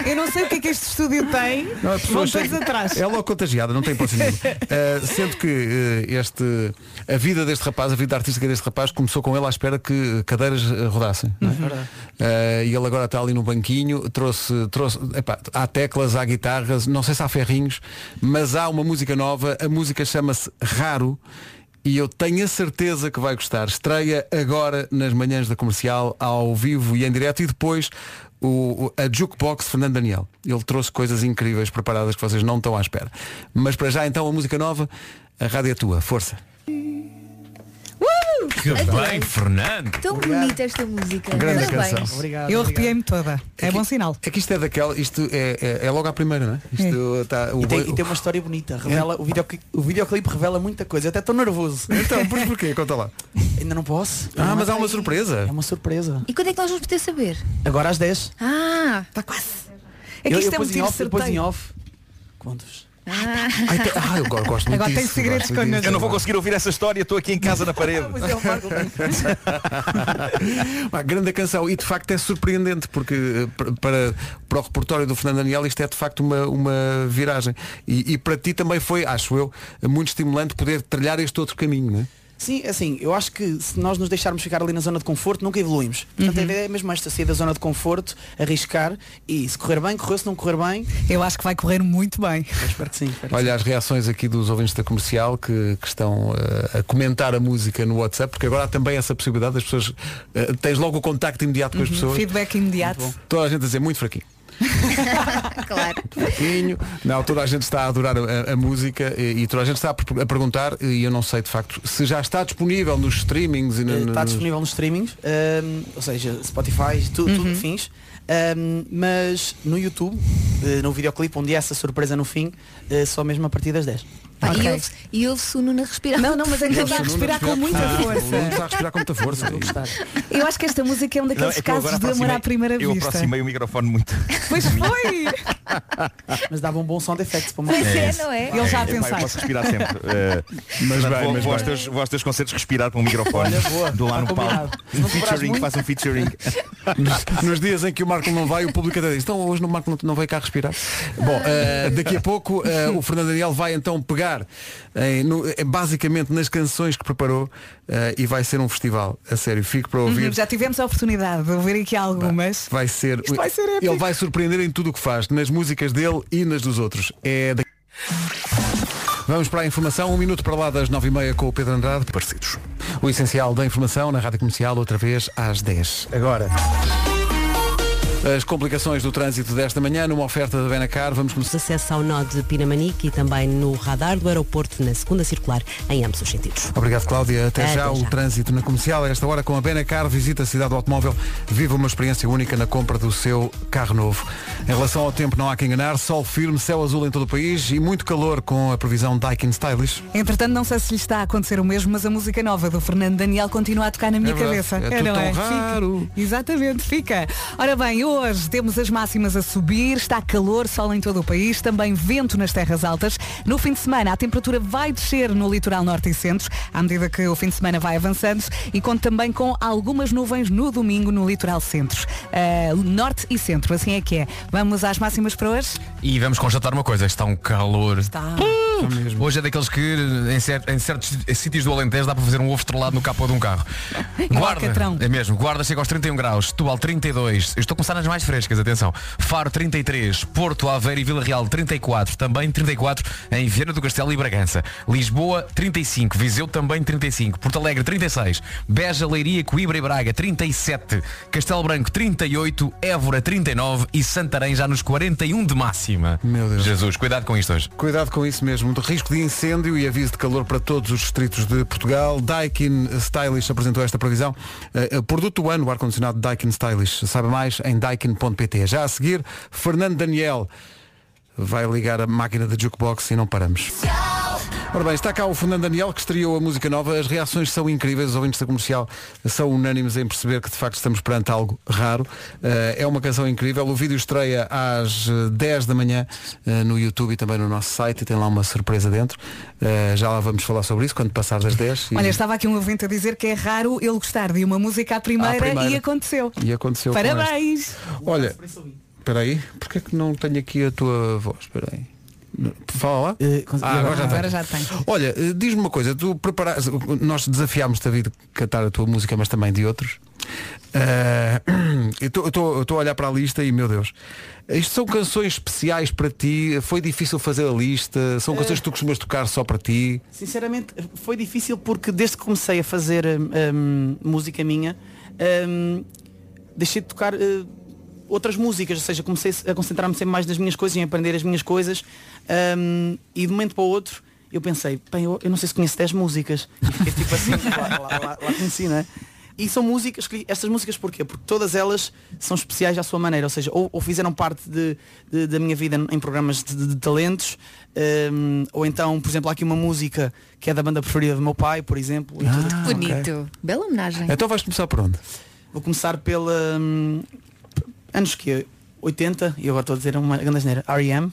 Speaker 4: Eu não sei o que é que este estúdio tem.
Speaker 2: Não,
Speaker 17: é
Speaker 2: a pessoa
Speaker 4: Vão
Speaker 2: chega-
Speaker 4: todos atrás.
Speaker 2: É logo contagiada, não tem hipótese *laughs* nenhuma. Uh, sendo que uh, este, a vida deste rapaz, a vida artística deste rapaz, começou com ele à espera que cadeiras uh, rodassem. não é? Uh, e ele agora está ali no banquinho, trouxe, trouxe epá, há teclas, há guitarras, não sei se há ferrinhos, mas há uma música nova, a música chama-se Raro. E eu tenho a certeza que vai gostar. Estreia agora nas manhãs da comercial, ao vivo e em direto. E depois o, o- a Jukebox Fernando Daniel. Ele trouxe coisas incríveis preparadas que vocês não estão à espera. Mas para já então a música nova, a rádio é tua, força.
Speaker 8: Uh!
Speaker 2: Que
Speaker 8: Adorei.
Speaker 2: bem, Fernando.
Speaker 8: Tão bonita esta música.
Speaker 2: Grande
Speaker 8: Parabéns.
Speaker 2: canção. Obrigado,
Speaker 4: Eu arrepiei-me toda. É bom sinal.
Speaker 2: É que isto é daquela, isto é, é, é logo à primeira, não é? Isto tá- o
Speaker 17: E tem,
Speaker 2: boi- É.
Speaker 17: e tem uma história bonita. Revela, o, videocli- o videoclipe, revela muita coisa. Eu até estou nervoso.
Speaker 2: Então, por, porquê? Conta lá.
Speaker 17: Ainda não posso.
Speaker 2: Ah,
Speaker 17: Não
Speaker 2: mas há
Speaker 17: sei.
Speaker 2: uma surpresa.
Speaker 17: É uma surpresa.
Speaker 8: E quando é que nós vamos poder saber?
Speaker 17: Agora às 10.
Speaker 8: Ah!
Speaker 4: Está quase.
Speaker 17: Tá É que Eu- isto eu é um pus em tiro off, eu pus certeiro. em off. Contos.
Speaker 8: Ah.
Speaker 2: Ai, te- ah, eu go- gosto muito
Speaker 4: Agora
Speaker 2: disso,
Speaker 4: tem segredos
Speaker 2: gosto muito
Speaker 4: com é um
Speaker 2: disso.
Speaker 13: Eu não vou conseguir ouvir essa história, estou aqui em casa na parede.
Speaker 2: *laughs*
Speaker 13: *laughs*
Speaker 2: Pá, grande canção e de facto é surpreendente porque eh, pa- para, para o repertório do Fernando Daniel isto é de facto uma, uma viragem e, e para ti também foi, acho eu, muito estimulante poder trilhar este outro caminho, não é?
Speaker 17: Sim, assim, eu acho que se nós nos deixarmos ficar ali na zona de conforto, nunca evoluímos. Portanto,
Speaker 4: Uhum.
Speaker 17: a ideia é mesmo esta, sair da zona de conforto, arriscar e se correr bem, correu, se não correr bem.
Speaker 4: Eu acho que vai correr muito bem.
Speaker 17: espero que sim. espero que
Speaker 2: Olha as reações aqui dos ouvintes da comercial que, que estão eh, a comentar a música no WhatsApp, porque agora há também essa possibilidade das pessoas. eh, tens logo o contacto imediato com as
Speaker 4: Uhum.
Speaker 2: pessoas.
Speaker 4: Feedback imediato.
Speaker 2: Toda a gente a dizer muito fraquinho.
Speaker 8: claro.
Speaker 2: Fraquinho. Não, toda a gente está a adorar a, a música e, e toda a gente está a, per- a perguntar, e eu não sei de facto, se já está disponível nos streamings e no, no-
Speaker 17: está disponível nos streamings, hum, ou seja, Spotify, tu, tudo
Speaker 4: Uhum.
Speaker 17: que fins. hum, mas no YouTube, eh, no videoclipe, onde há essa surpresa no fim, eh, só mesmo a partir das 10.
Speaker 8: Pá, E ouve-se- E ouve-se o Nuno a respirar.
Speaker 4: Não, não, mas é que ele está a respirar com muita
Speaker 2: Ah, O Nuno está a
Speaker 4: força.
Speaker 2: respirar com muita força.
Speaker 4: Eu acho que esta música é um daqueles
Speaker 13: Não, é que eu
Speaker 4: casos
Speaker 13: agora
Speaker 4: de amor
Speaker 13: aproximei-
Speaker 4: à primeira
Speaker 13: Eu
Speaker 4: vista.
Speaker 13: aproximei o microfone muito.
Speaker 4: Pois foi!
Speaker 17: *laughs* Mas dava um bom sound effects para uma
Speaker 4: Pois
Speaker 13: é,
Speaker 4: não é? Ele já a
Speaker 13: pá, eu
Speaker 4: pensar.
Speaker 13: posso respirar
Speaker 4: *laughs*
Speaker 13: sempre. Eh,
Speaker 2: mas
Speaker 13: portanto,
Speaker 2: bem,
Speaker 13: vou,
Speaker 2: mas
Speaker 13: vou aos
Speaker 2: bem.
Speaker 13: teus, vou aos teus concertos respirar para um microfone.
Speaker 2: Olha, boa.
Speaker 13: Dou lá
Speaker 2: Tá
Speaker 13: no palco.
Speaker 2: combinado. Se
Speaker 13: Um
Speaker 2: não cobrares
Speaker 13: featuring,
Speaker 2: muito-
Speaker 13: faço um featuring.
Speaker 2: Nos, nos dias em que o Marco não vai, o público até diz, então hoje o Marco não, não veio cá respirar. Bom, eh, daqui a pouco eh, o Fernando Daniel vai então pegar em, no- eh, basicamente nas canções que preparou eh, e vai ser um festival. A sério, fico para ouvir.
Speaker 4: Uhum, já tivemos a oportunidade de ouvir aqui algumas.
Speaker 2: Vai ser,
Speaker 4: Isto vai ser épico.
Speaker 2: ele vai surpreender em tudo o que faz, nas músicas dele e nas dos outros. É da... Vamos para a informação, um minuto para lá das nove e meia com o Pedro Andrade. Parecidos. O essencial da informação na Rádio Comercial, outra vez às 10. Agora. As complicações do trânsito desta manhã, numa oferta da Benacar, vamos começar.
Speaker 3: Acesso ao nó de Pinamanique e também no radar do aeroporto na segunda circular, em ambos os sentidos.
Speaker 2: Obrigado, Cláudia. Até,
Speaker 3: É, Até
Speaker 2: já, o
Speaker 3: já.
Speaker 2: trânsito na comercial. A esta hora, com a Benacar, visita a cidade do automóvel. Viva uma experiência única na compra do seu carro novo. Em relação ao tempo, não há que enganar. Sol firme, céu azul em todo o país e muito calor com a previsão Daikin Stylish.
Speaker 4: Entretanto, não sei se lhe está a acontecer o mesmo, mas a música nova do Fernando Daniel continua a tocar na minha
Speaker 2: verdade.
Speaker 4: cabeça.
Speaker 2: É tudo
Speaker 4: não
Speaker 2: tão
Speaker 4: Fica. Exatamente, fica. Ora bem, hoje temos as máximas a subir, está calor, sol em todo o país, também vento nas terras altas. No fim de semana, a temperatura vai descer no litoral norte e centro, à medida que o fim de semana vai avançando, e conta também com algumas nuvens no domingo no litoral centro. Ah, norte e centro, assim é que é. Vamos às máximas para hoje?
Speaker 11: E vamos constatar uma coisa, está um calor.
Speaker 4: Está.
Speaker 11: Hoje é daqueles que em, cer- em certos sítios do Alentejo dá para fazer um ovo estrelado no capô de um carro.
Speaker 4: um
Speaker 11: Guarda,
Speaker 4: alcatrão.
Speaker 11: é mesmo, Guarda chega aos 31 graus, Setúbal 32, eu estou a começar nas mais frescas, atenção. Faro 33, Porto, Aveiro e Vila Real 34, também 34 em Viana do Castelo e Bragança. Lisboa 35, Viseu também 35, Porto Alegre 36, Beja, Leiria, Coimbra e Braga 37, Castelo Branco 38, Évora 39 e Santarém já nos 41 de máxima. Meu Deus. Jesus, cuidado com isto hoje.
Speaker 2: Cuidado com isso mesmo. De risco de incêndio e aviso de calor para todos os distritos de Portugal. Daikin Stylish apresentou esta previsão. Eh, eh, produto do ano, o ar-condicionado Daikin Stylish. Sabe mais em daikin.pt. Já a seguir, Fernando Daniel vai ligar a máquina da jukebox e não paramos. Ora bem, está cá o Fernando Daniel que estreou a música nova. As reações são incríveis, os ouvintes da comercial são unânimes em perceber que de facto estamos perante algo raro. Eh, é uma canção incrível. O vídeo estreia às eh, 10 da manhã eh, no YouTube e também no nosso site e tem lá uma surpresa dentro. Eh, já lá vamos falar sobre isso quando passar das 10. E,
Speaker 4: Olha, estava aqui um ouvinte a dizer que é raro ele gostar de uma música à primeira,
Speaker 2: À primeira.
Speaker 4: e aconteceu.
Speaker 2: e aconteceu. com esta.
Speaker 4: Parabéns!
Speaker 2: Olha, espera aí, porquê que não tenho aqui a tua voz? Espera aí. Fala lá. Ah, agora já
Speaker 4: Eh, Agora
Speaker 2: tem.
Speaker 4: já tem.
Speaker 2: Olha, eh, diz-me uma coisa, tu preparaste, nós desafiámos-te a vir cantar a tua música, mas também de outros. Ah, *clears throat* eu estou a olhar para a lista e meu Deus. Isto são canções especiais para ti? Foi difícil fazer a lista? São canções que tu costumas tocar só para ti?
Speaker 17: Sinceramente, foi difícil porque desde que comecei a fazer hum, hum, música minha, hum, deixei de tocar hum, outras músicas, ou seja, comecei a concentrar-me sempre mais nas minhas coisas, em aprender as minhas coisas, hum, e de um momento para o outro eu pensei, bem, eu, eu não sei se conheço 10 músicas. E fiquei tipo assim, lá, lá, lá, lá conheci, não é? E são músicas, que- estas músicas porquê? Porque todas elas são especiais à sua maneira, ou seja, ou, ou fizeram parte de- de- da minha vida em programas de, de- de talentos, hum, ou então, por exemplo, há aqui uma música que é da banda preferida do meu pai, por exemplo. e tudo.
Speaker 8: Bonito. Bela homenagem.
Speaker 2: Ah, Então vais começar por onde?
Speaker 17: Vou começar pela. hum, anos que? 80? E agora estou a dizer uma grande asneira. R.E.M.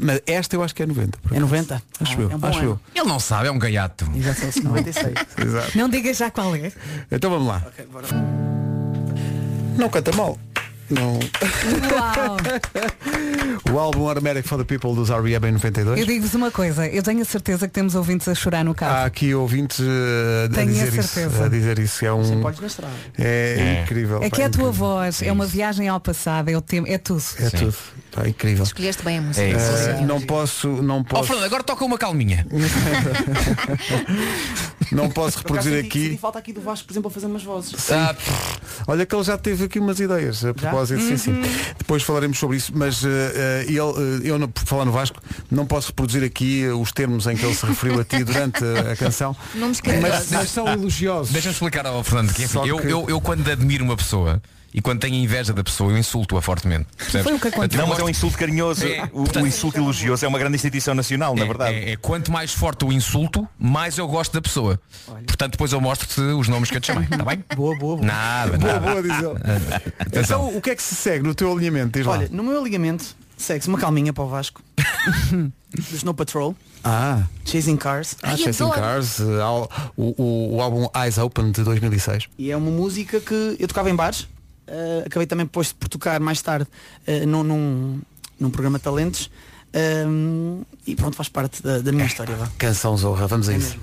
Speaker 2: mas esta eu acho que é 90.
Speaker 17: É 90?
Speaker 2: Acho
Speaker 17: Ah,
Speaker 2: eu,
Speaker 17: é um bom
Speaker 2: acho
Speaker 17: ano.
Speaker 2: eu.
Speaker 11: Ele não sabe, é um gaiato.
Speaker 17: Exato,
Speaker 11: *laughs*
Speaker 17: 96.
Speaker 2: Exato.
Speaker 4: Não diga já
Speaker 2: *laughs*
Speaker 4: qual é.
Speaker 2: Então vamos lá. Não canta mal.
Speaker 4: *laughs*
Speaker 2: Não.
Speaker 4: Uau!
Speaker 2: O álbum Automatic for the People dos R.E.M. em
Speaker 4: Eu
Speaker 2: 92.
Speaker 4: digo-vos uma coisa, eu tenho a certeza que temos ouvintes a chorar no carro.
Speaker 2: Há aqui ouvintes eh, a
Speaker 4: Tá. Tenho a
Speaker 2: dizer isso.
Speaker 4: certeza.
Speaker 2: A dizer isso. É um. É, incrível.
Speaker 4: É
Speaker 2: pá,
Speaker 4: que é a tua
Speaker 2: incrível.
Speaker 4: voz, é uma viagem ao passado, é o tempo, é tudo.
Speaker 2: É tudo. Pá, incrível.
Speaker 8: Escolheste bem a música.
Speaker 2: Eh, não posso, não
Speaker 11: É Ó
Speaker 2: posso,
Speaker 11: Fernando, agora toca uma calminha.
Speaker 2: *laughs* não
Speaker 17: Por acaso,
Speaker 2: posso reproduzir
Speaker 17: senti-
Speaker 2: aqui.
Speaker 17: senti falta aqui do Vasco, por exemplo, a fazer umas vozes.
Speaker 2: Sim.
Speaker 11: Ah,
Speaker 2: Olha que ele já teve aqui umas ideias a propósito, sim,
Speaker 17: Uhum.
Speaker 2: sim. Depois falaremos sobre isso, mas eh, eh, ele, eh, eu, não- por falar no Vasco, não posso reproduzir aqui eh, os termos em que ele se referiu a ti durante eh, a canção.
Speaker 8: Nomes
Speaker 2: mas, mas são elogiosos.
Speaker 11: É. Deixa-me explicar ao Fernando que, enfim,
Speaker 2: Só
Speaker 11: eu,
Speaker 2: que-
Speaker 11: eu, eu quando admiro uma pessoa e quando tenho inveja da pessoa, eu insulto-a fortemente. percebes?
Speaker 13: Foi o que aconteceu. Não, mas é um insulto carinhoso. O- o insulto elogioso é uma grande instituição nacional, na verdade.
Speaker 11: É, é quanto mais forte o insulto, mais eu gosto da pessoa. Portanto, depois eu mostro-te os nomes que eu te chamei, está bem?
Speaker 17: Boa, boa, boa.
Speaker 11: Nada,
Speaker 2: Boa,
Speaker 11: nada.
Speaker 2: boa, diz ele.
Speaker 11: *laughs* Atenção.
Speaker 2: Então o que é que se segue no teu alinhamento? Diz lá.
Speaker 17: Olha, no meu ligamento segue-se uma calminha para o
Speaker 2: *laughs*
Speaker 17: Vasco. do Snow Patrol.
Speaker 2: Ah.
Speaker 17: Chasing Cars.
Speaker 2: Ah, Chasing Cars, eh, al- o, o- o álbum Eyes Open de 2006.
Speaker 17: E é uma música que eu tocava em bares. eh, acabei também depois por tocar mais tarde eh, num, num, num programa de talentos. Ehm, e pronto, faz parte da, da minha história lá.
Speaker 2: Canção Zorra, vamos a
Speaker 17: É
Speaker 2: isso.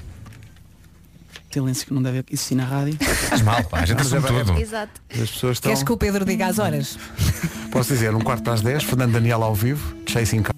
Speaker 17: Silêncio que não deve existir na rádio.
Speaker 11: Faz mal, pá, a gente
Speaker 2: Mas é
Speaker 11: assume
Speaker 2: bem-
Speaker 11: tudo.
Speaker 8: Exato.
Speaker 2: As pessoas estão.
Speaker 4: Queres que o Pedro diga as horas?
Speaker 2: Posso dizer, um quarto para as 10, Fernando Daniel ao vivo, Chasing Cars.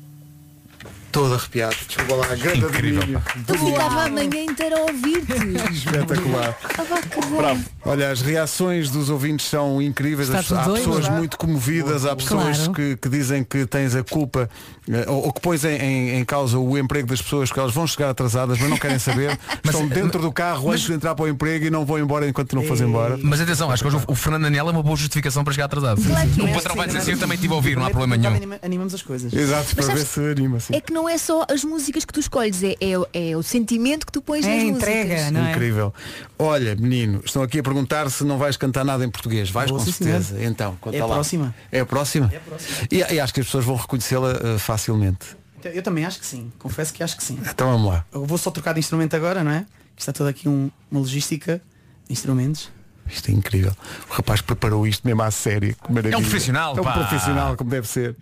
Speaker 2: Todo arrepiado, desculpa lá, grande
Speaker 11: Incrível,
Speaker 2: domínio.
Speaker 8: Eu ficava a manhã inteira a ouvir-te. Ah,
Speaker 2: Espetacular.
Speaker 8: Estava a acabar.
Speaker 2: Olha, as reações dos ouvintes são incríveis.
Speaker 8: Está
Speaker 2: As-
Speaker 8: tudo
Speaker 2: há
Speaker 8: doido,
Speaker 2: pessoas
Speaker 8: não é?
Speaker 2: muito comovidas, há pessoas
Speaker 8: Claro.
Speaker 2: que, que dizem que tens a culpa eh, ou, ou que pões em, em- em causa o emprego das pessoas, que elas vão chegar atrasadas, mas não querem
Speaker 5: *laughs*
Speaker 2: saber.
Speaker 11: Mas-
Speaker 5: eh,
Speaker 2: Estão dentro do carro antes de entrar para o emprego e não vão embora enquanto não fores embora.
Speaker 11: Mas atenção, acho que hoje o- o Fernando Daniel é uma boa justificação para chegar atrasado. O patrão vai dizer assim, eu também estive a ouvir, não há problema nenhum.
Speaker 17: Anima- Animamos as coisas.
Speaker 2: *laughs* Exato,
Speaker 8: Mas
Speaker 2: para ver
Speaker 8: sabes-
Speaker 2: se anima, sim.
Speaker 8: É que não é só as músicas que tu escolhes, é, é- é o sentimento que tu pões
Speaker 4: É
Speaker 8: nas músicas.
Speaker 4: *laughs*
Speaker 2: Incrível. Olha, menino, estão aqui a perguntar se não vais cantar nada em português. Vais com certeza. Então, conta
Speaker 17: É a
Speaker 2: lá.
Speaker 17: próxima?
Speaker 2: É a próxima? É a
Speaker 17: próxima.
Speaker 2: E, e acho que as pessoas vão reconhecê-la eh, facilmente.
Speaker 17: Então, Eu também acho que sim. Confesso que acho que sim.
Speaker 2: Então vamos lá.
Speaker 17: Eu vou só trocar de instrumento agora, não é? Que Está toda aqui um- uma logística de instrumentos.
Speaker 2: Isto é incrível. O rapaz preparou isto mesmo à série. Que maravilha.
Speaker 11: É um profissional,
Speaker 2: É um
Speaker 11: pá.
Speaker 2: profissional, como deve ser.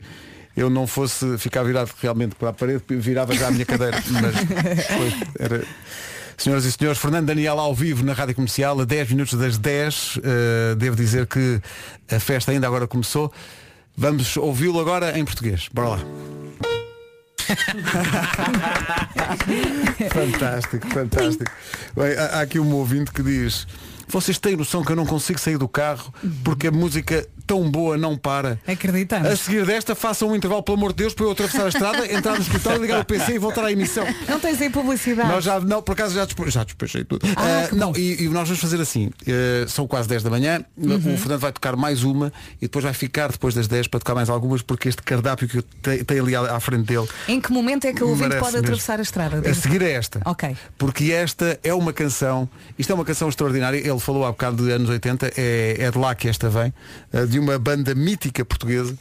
Speaker 2: Eu não fosse ficar virado realmente para a parede, virava já a minha
Speaker 11: *laughs*
Speaker 2: cadeira. Mas depois era... Senhoras e senhores, Fernando Daniel ao vivo na Rádio Comercial, a 10 minutos das 10. eh, devo dizer que a festa ainda agora começou. Vamos ouvi-lo agora em português. Bora lá.
Speaker 4: *laughs*
Speaker 2: Fantástico, fantástico. Bem, há, há aqui um ouvinte que diz vocês têm noção que eu não consigo sair do carro porque a música tão boa não para.
Speaker 4: Acreditamos.
Speaker 2: A seguir desta, façam um intervalo, pelo amor de Deus, para eu atravessar a
Speaker 4: *laughs*
Speaker 2: estrada, entrar no hospital, ligar o PC e voltar à emissão.
Speaker 4: Não tens aí publicidade.
Speaker 2: Nós já, não, por acaso já, despe- já despechei tudo. Ah, não, e, e nós vamos fazer assim. eh, são quase 10 da manhã,
Speaker 4: Uhum.
Speaker 2: o Fernando vai tocar mais uma e depois vai ficar depois das 10 para tocar mais algumas, porque este cardápio que eu te- tenho ali à, à frente dele.
Speaker 4: Em que momento é que o ouvinte
Speaker 2: Merece
Speaker 4: pode
Speaker 2: mesmo.
Speaker 4: atravessar a estrada?
Speaker 2: A seguir é esta.
Speaker 4: Ok.
Speaker 2: Porque esta é uma canção, isto é uma canção extraordinária, ele falou há bocado de anos 80, é, é de lá que esta vem, eh, de uma banda mítica portuguesa,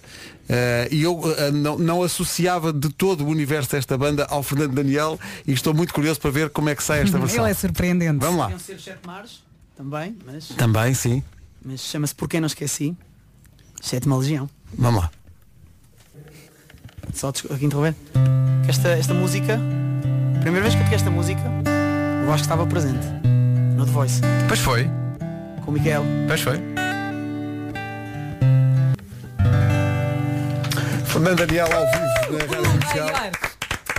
Speaker 2: eh, e eu eh, não, não associava de todo o universo desta banda ao Fernando Daniel e estou muito curioso para ver como é que sai esta versão.
Speaker 4: Ele é surpreendente.
Speaker 2: Vamos lá.
Speaker 17: Podiam ser os sete mares também, mas,
Speaker 2: Também, sim.
Speaker 17: mas chama-se Porquê Não Esqueci. Sétima Legião.
Speaker 2: Vamos lá.
Speaker 17: Só desco- aqui interromper. Que Esta, esta música, primeira vez que eu toquei esta música, o Vasco estava presente. No The Voice.
Speaker 11: Pois foi.
Speaker 17: Com o Miguel.
Speaker 11: Pois foi.
Speaker 2: Fernando Daniel ao vivo na Rádio Comercial.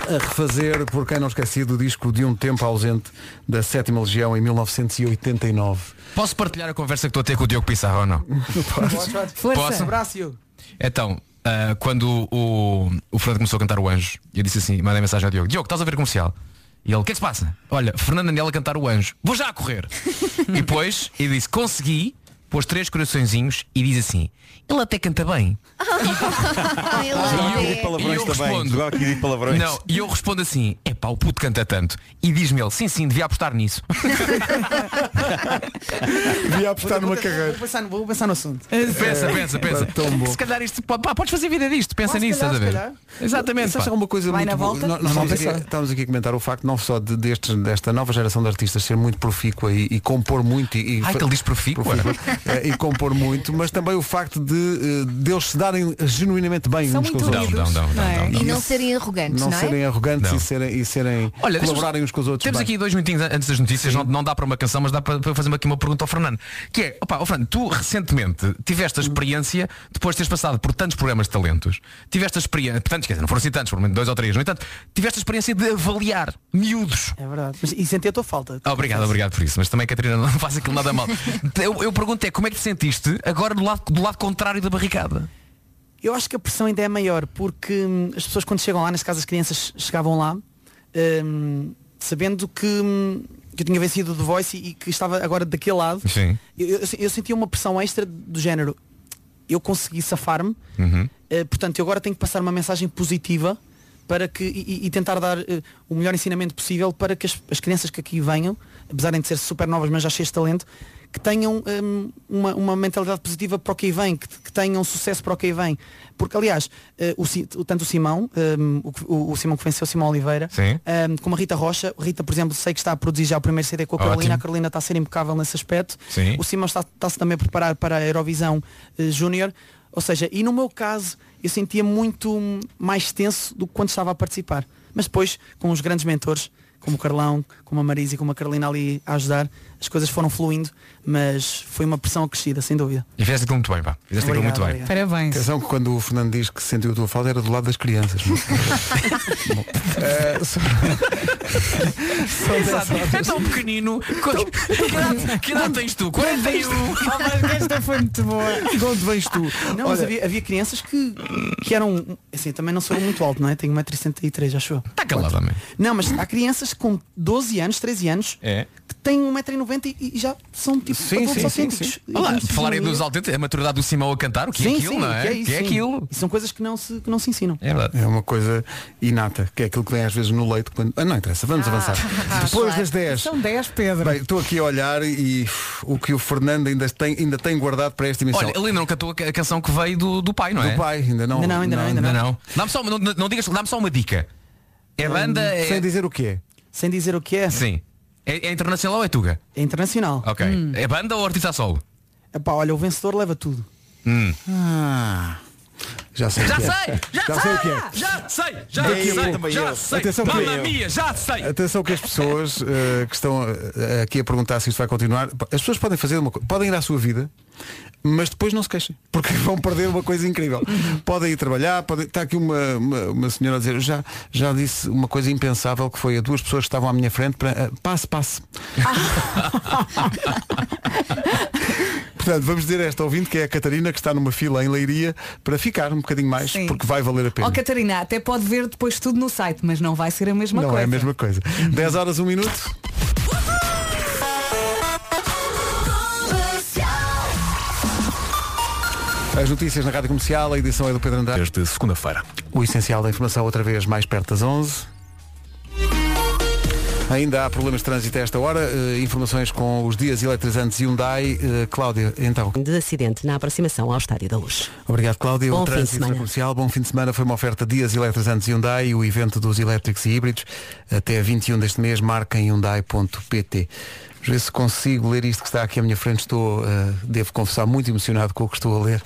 Speaker 2: A refazer, por quem não esqueci, do disco de um tempo ausente da Sétima Legião em 1989.
Speaker 11: Posso partilhar a conversa que estou a ter com o Diogo Pissarro ou não?
Speaker 2: Posso.
Speaker 17: Força.
Speaker 11: Posso?
Speaker 17: Abraço.
Speaker 11: Então, ah, quando o, o Fernando começou a cantar o Anjo, eu disse assim, mandei mensagem ao Diogo, Diogo, estás a ver comercial? E ele, o que é que se passa? Olha, Fernando Daniel a cantar o Anjo, vou já a correr. e depois, ele disse, consegui, pôs três coraçõezinhos e diz assim, ele até canta bem.
Speaker 5: Ai,
Speaker 11: E eu respondo, Não, e eu respondo assim, é pá, o puto canta tanto. E diz-me ele, sim, sim, devia apostar nisso.
Speaker 2: devia apostar
Speaker 17: Vou- Vou pensar, no- vou pensar no assunto.
Speaker 11: É, Pensa, pensa, pensa.
Speaker 2: É, tá Tão bom.
Speaker 11: Se calhar isto, pá, pá, podes fazer vida disto, pensa nisso, estás a ver? Exatamente.
Speaker 2: Sabes
Speaker 11: pá.
Speaker 2: alguma coisa muito boa? Nós- Nós estamos aqui, estamos aqui a comentar o facto não só de, destes- desta nova geração de artistas ser muito profícua e, e compor muito e, e
Speaker 11: Ai, que ele diz profícua.
Speaker 2: eh, e compor muito, mas também o facto de eh, de eles se darem genuinamente bem uns com os outros.
Speaker 4: é?
Speaker 8: E não serem arrogantes,
Speaker 2: Então, Não
Speaker 8: não, é?
Speaker 2: serem arrogantes
Speaker 11: Não.
Speaker 2: e serem, e serem
Speaker 11: Olha, deixa-me-
Speaker 2: colaborarem uns com os outros.
Speaker 11: Temos
Speaker 2: bem.
Speaker 11: aqui dois minutinhos antes das notícias, não, não dá para uma canção, mas dá para, para fazer aqui uma pergunta ao Fernando. Que é, opa, ó Fernando, tu recentemente tiveste
Speaker 17: Hum.
Speaker 11: a experiência, depois de teres passado por tantos programas de talentos, tiveste a experiência, portanto, quer dizer, não foram assim tantos, foram dois ou três, no entanto, tiveste a experiência de avaliar miúdos.
Speaker 17: É verdade. Mas, e senti a tua falta.
Speaker 11: Ah, obrigado, obrigado por isso, mas também Catarina não *laughs* faz aquilo nada mal. Eu, eu pergunto é como é que te sentiste agora do lado, do lado contrário da barricada?
Speaker 17: Eu acho que a pressão ainda é maior, porque hum, as pessoas quando chegam lá, nesse caso as crianças chegavam lá, hum, sabendo que, hum, que eu tinha vencido The Voice e, e que estava agora daquele lado,
Speaker 11: Sim.
Speaker 17: eu, eu, eu sentia uma pressão extra do género. Eu consegui safar-me,
Speaker 2: Uhum.
Speaker 17: eh, portanto eu agora tenho que passar uma mensagem positiva para que, e, e- e tentar dar eh, o melhor ensinamento possível para que as, as crianças que aqui venham, apesar de ser super novas mas já cheias de talento, que tenham hum, uma, uma mentalidade positiva para o que aí vem, que, que tenham sucesso para o que aí vem. Porque aliás, eh, o, Si- o- tanto o Simão, hum, o, que- o- o Simão que venceu, o Simão Oliveira,
Speaker 11: Sim.
Speaker 17: hum, como a Rita Rocha, Rita, por exemplo, sei que está a produzir já o primeiro CD com a
Speaker 11: Ótimo.
Speaker 17: Carolina, a Carolina está a ser impecável nesse aspecto.
Speaker 11: Sim.
Speaker 17: O Simão está- está-se também a preparar para a Eurovisão eh, Júnior. Ou seja, e no meu caso, eu sentia muito hum, mais tenso do que quando estava a participar. Mas depois, com os grandes mentores, como o Carlão, como a Marisa e como a Carolina ali a ajudar, as coisas foram fluindo, mas foi uma pressão acrescida, sem dúvida.
Speaker 11: E fizeste aquilo muito bem, pá. Fizeste aquilo
Speaker 17: Obrigado,
Speaker 11: muito bem.
Speaker 17: obrigado. Parabéns.
Speaker 2: Atenção que quando o Fernando diz que sentiu a tua falta era do lado das crianças.
Speaker 8: *laughs*
Speaker 2: Bom, eh, só-
Speaker 11: Exato. É tão pequenino. Co- Que idade- que idade tens tu?
Speaker 5: *laughs*
Speaker 11: 41.
Speaker 5: Oh,
Speaker 17: Esta foi muito boa.
Speaker 2: De onde vens tu?
Speaker 17: Não, mas
Speaker 2: Olha-
Speaker 17: havia, havia crianças que, que eram. Assim, também não sou muito alto, não é? Tenho 1,63m, acho eu.
Speaker 11: Está calado, homem.
Speaker 17: Não, mas há crianças com 12 anos, 13 anos,
Speaker 11: É.
Speaker 17: que têm 1,90m e e já são tipo
Speaker 11: Sim,
Speaker 17: adultos
Speaker 11: sim, sim,
Speaker 17: autênticos. é?
Speaker 11: sim. Olá, falarem dos autênticos, a maturidade do Simão a cantar, o que é
Speaker 17: Sim,
Speaker 11: aquilo,
Speaker 17: sim,
Speaker 11: não é?
Speaker 17: o que é isso,
Speaker 11: que é
Speaker 17: sim.
Speaker 11: aquilo.
Speaker 17: E são coisas que não se, que não se ensinam.
Speaker 11: É verdade.
Speaker 2: É uma coisa inata, que é aquilo que vem às vezes no leite quando. Ah, não interessa, vamos *laughs* avançar. Depois das 10.
Speaker 17: São 10, Pedro.
Speaker 2: Bem, estou aqui a olhar e uf, o que o Fernando ainda tem, ainda tem guardado para esta emissão.
Speaker 11: Olha, ele ainda não cantou a ca- a canção que veio do, do pai, não é?
Speaker 2: é Do pai, ainda não. Ainda não, ainda não, ainda não.
Speaker 11: Dá-me só, uma- não, não digas, dá-me só uma dica. É banda. É...
Speaker 2: Hum, Sem dizer o quê?
Speaker 17: Sem dizer o que é.
Speaker 11: Sim. É, é internacional ou é Tuga?
Speaker 17: É internacional.
Speaker 11: Ok. É banda ou artista a solo?
Speaker 17: Epá, olha, o vencedor leva tudo. Ah.
Speaker 11: Hum.
Speaker 2: Já sei.
Speaker 11: Já
Speaker 2: o que é.
Speaker 11: sei! Já,
Speaker 2: Já sei o que é.
Speaker 11: Já sei! Já
Speaker 2: Daqui a
Speaker 11: sei!
Speaker 2: pouco.
Speaker 11: Já sei!
Speaker 2: Atenção que
Speaker 11: Mamma
Speaker 2: eu-
Speaker 11: mia, já sei!
Speaker 2: Atenção que as pessoas eh, que estão eh, aqui a perguntar se isto vai continuar, as pessoas podem fazer uma coisa, podem ir à sua vida, mas depois não se queixem, *laughs* porque vão perder uma coisa incrível.
Speaker 4: Uhum.
Speaker 2: Podem ir trabalhar, podem... está aqui uma, uma, uma senhora a dizer, já, já disse uma coisa impensável que foi a duas pessoas que estavam à minha frente para eh, passe,
Speaker 4: *laughs*
Speaker 2: passe. Portanto, vamos dizer a esta ouvinte que é a Catarina que está numa fila em Leiria para ficar um bocadinho mais,
Speaker 4: Sim.
Speaker 2: porque vai valer a pena.
Speaker 4: Ó Oh, Catarina, até pode ver depois tudo no site, mas não vai ser a mesma
Speaker 2: não
Speaker 4: coisa.
Speaker 2: é
Speaker 4: Uhum.
Speaker 2: a mesma coisa. 10 horas, 1 minuto. As notícias na Rádio Comercial, a edição é do Pedro Andrade. Desde segunda-feira. O essencial da informação, outra vez, mais perto das 11. Ainda há problemas de trânsito a esta hora. Eh, informações com os dias eletrizantes Hyundai. Eh, Cláudia, então.
Speaker 3: De acidente na aproximação ao Estádio da Luz.
Speaker 2: Obrigado, Cláudia.
Speaker 3: Bom fim
Speaker 2: o
Speaker 3: de
Speaker 2: trânsito
Speaker 3: semana.
Speaker 2: na comercial. Bom fim de semana. Foi uma oferta Dias Eletrizantes Hyundai e o evento dos elétricos e híbridos. Até 21 deste mês, marca em Hyundai.pt. Vamos ver se consigo ler isto que está aqui à minha frente. Estou, eh, devo confessar, muito emocionado com o que estou a ler.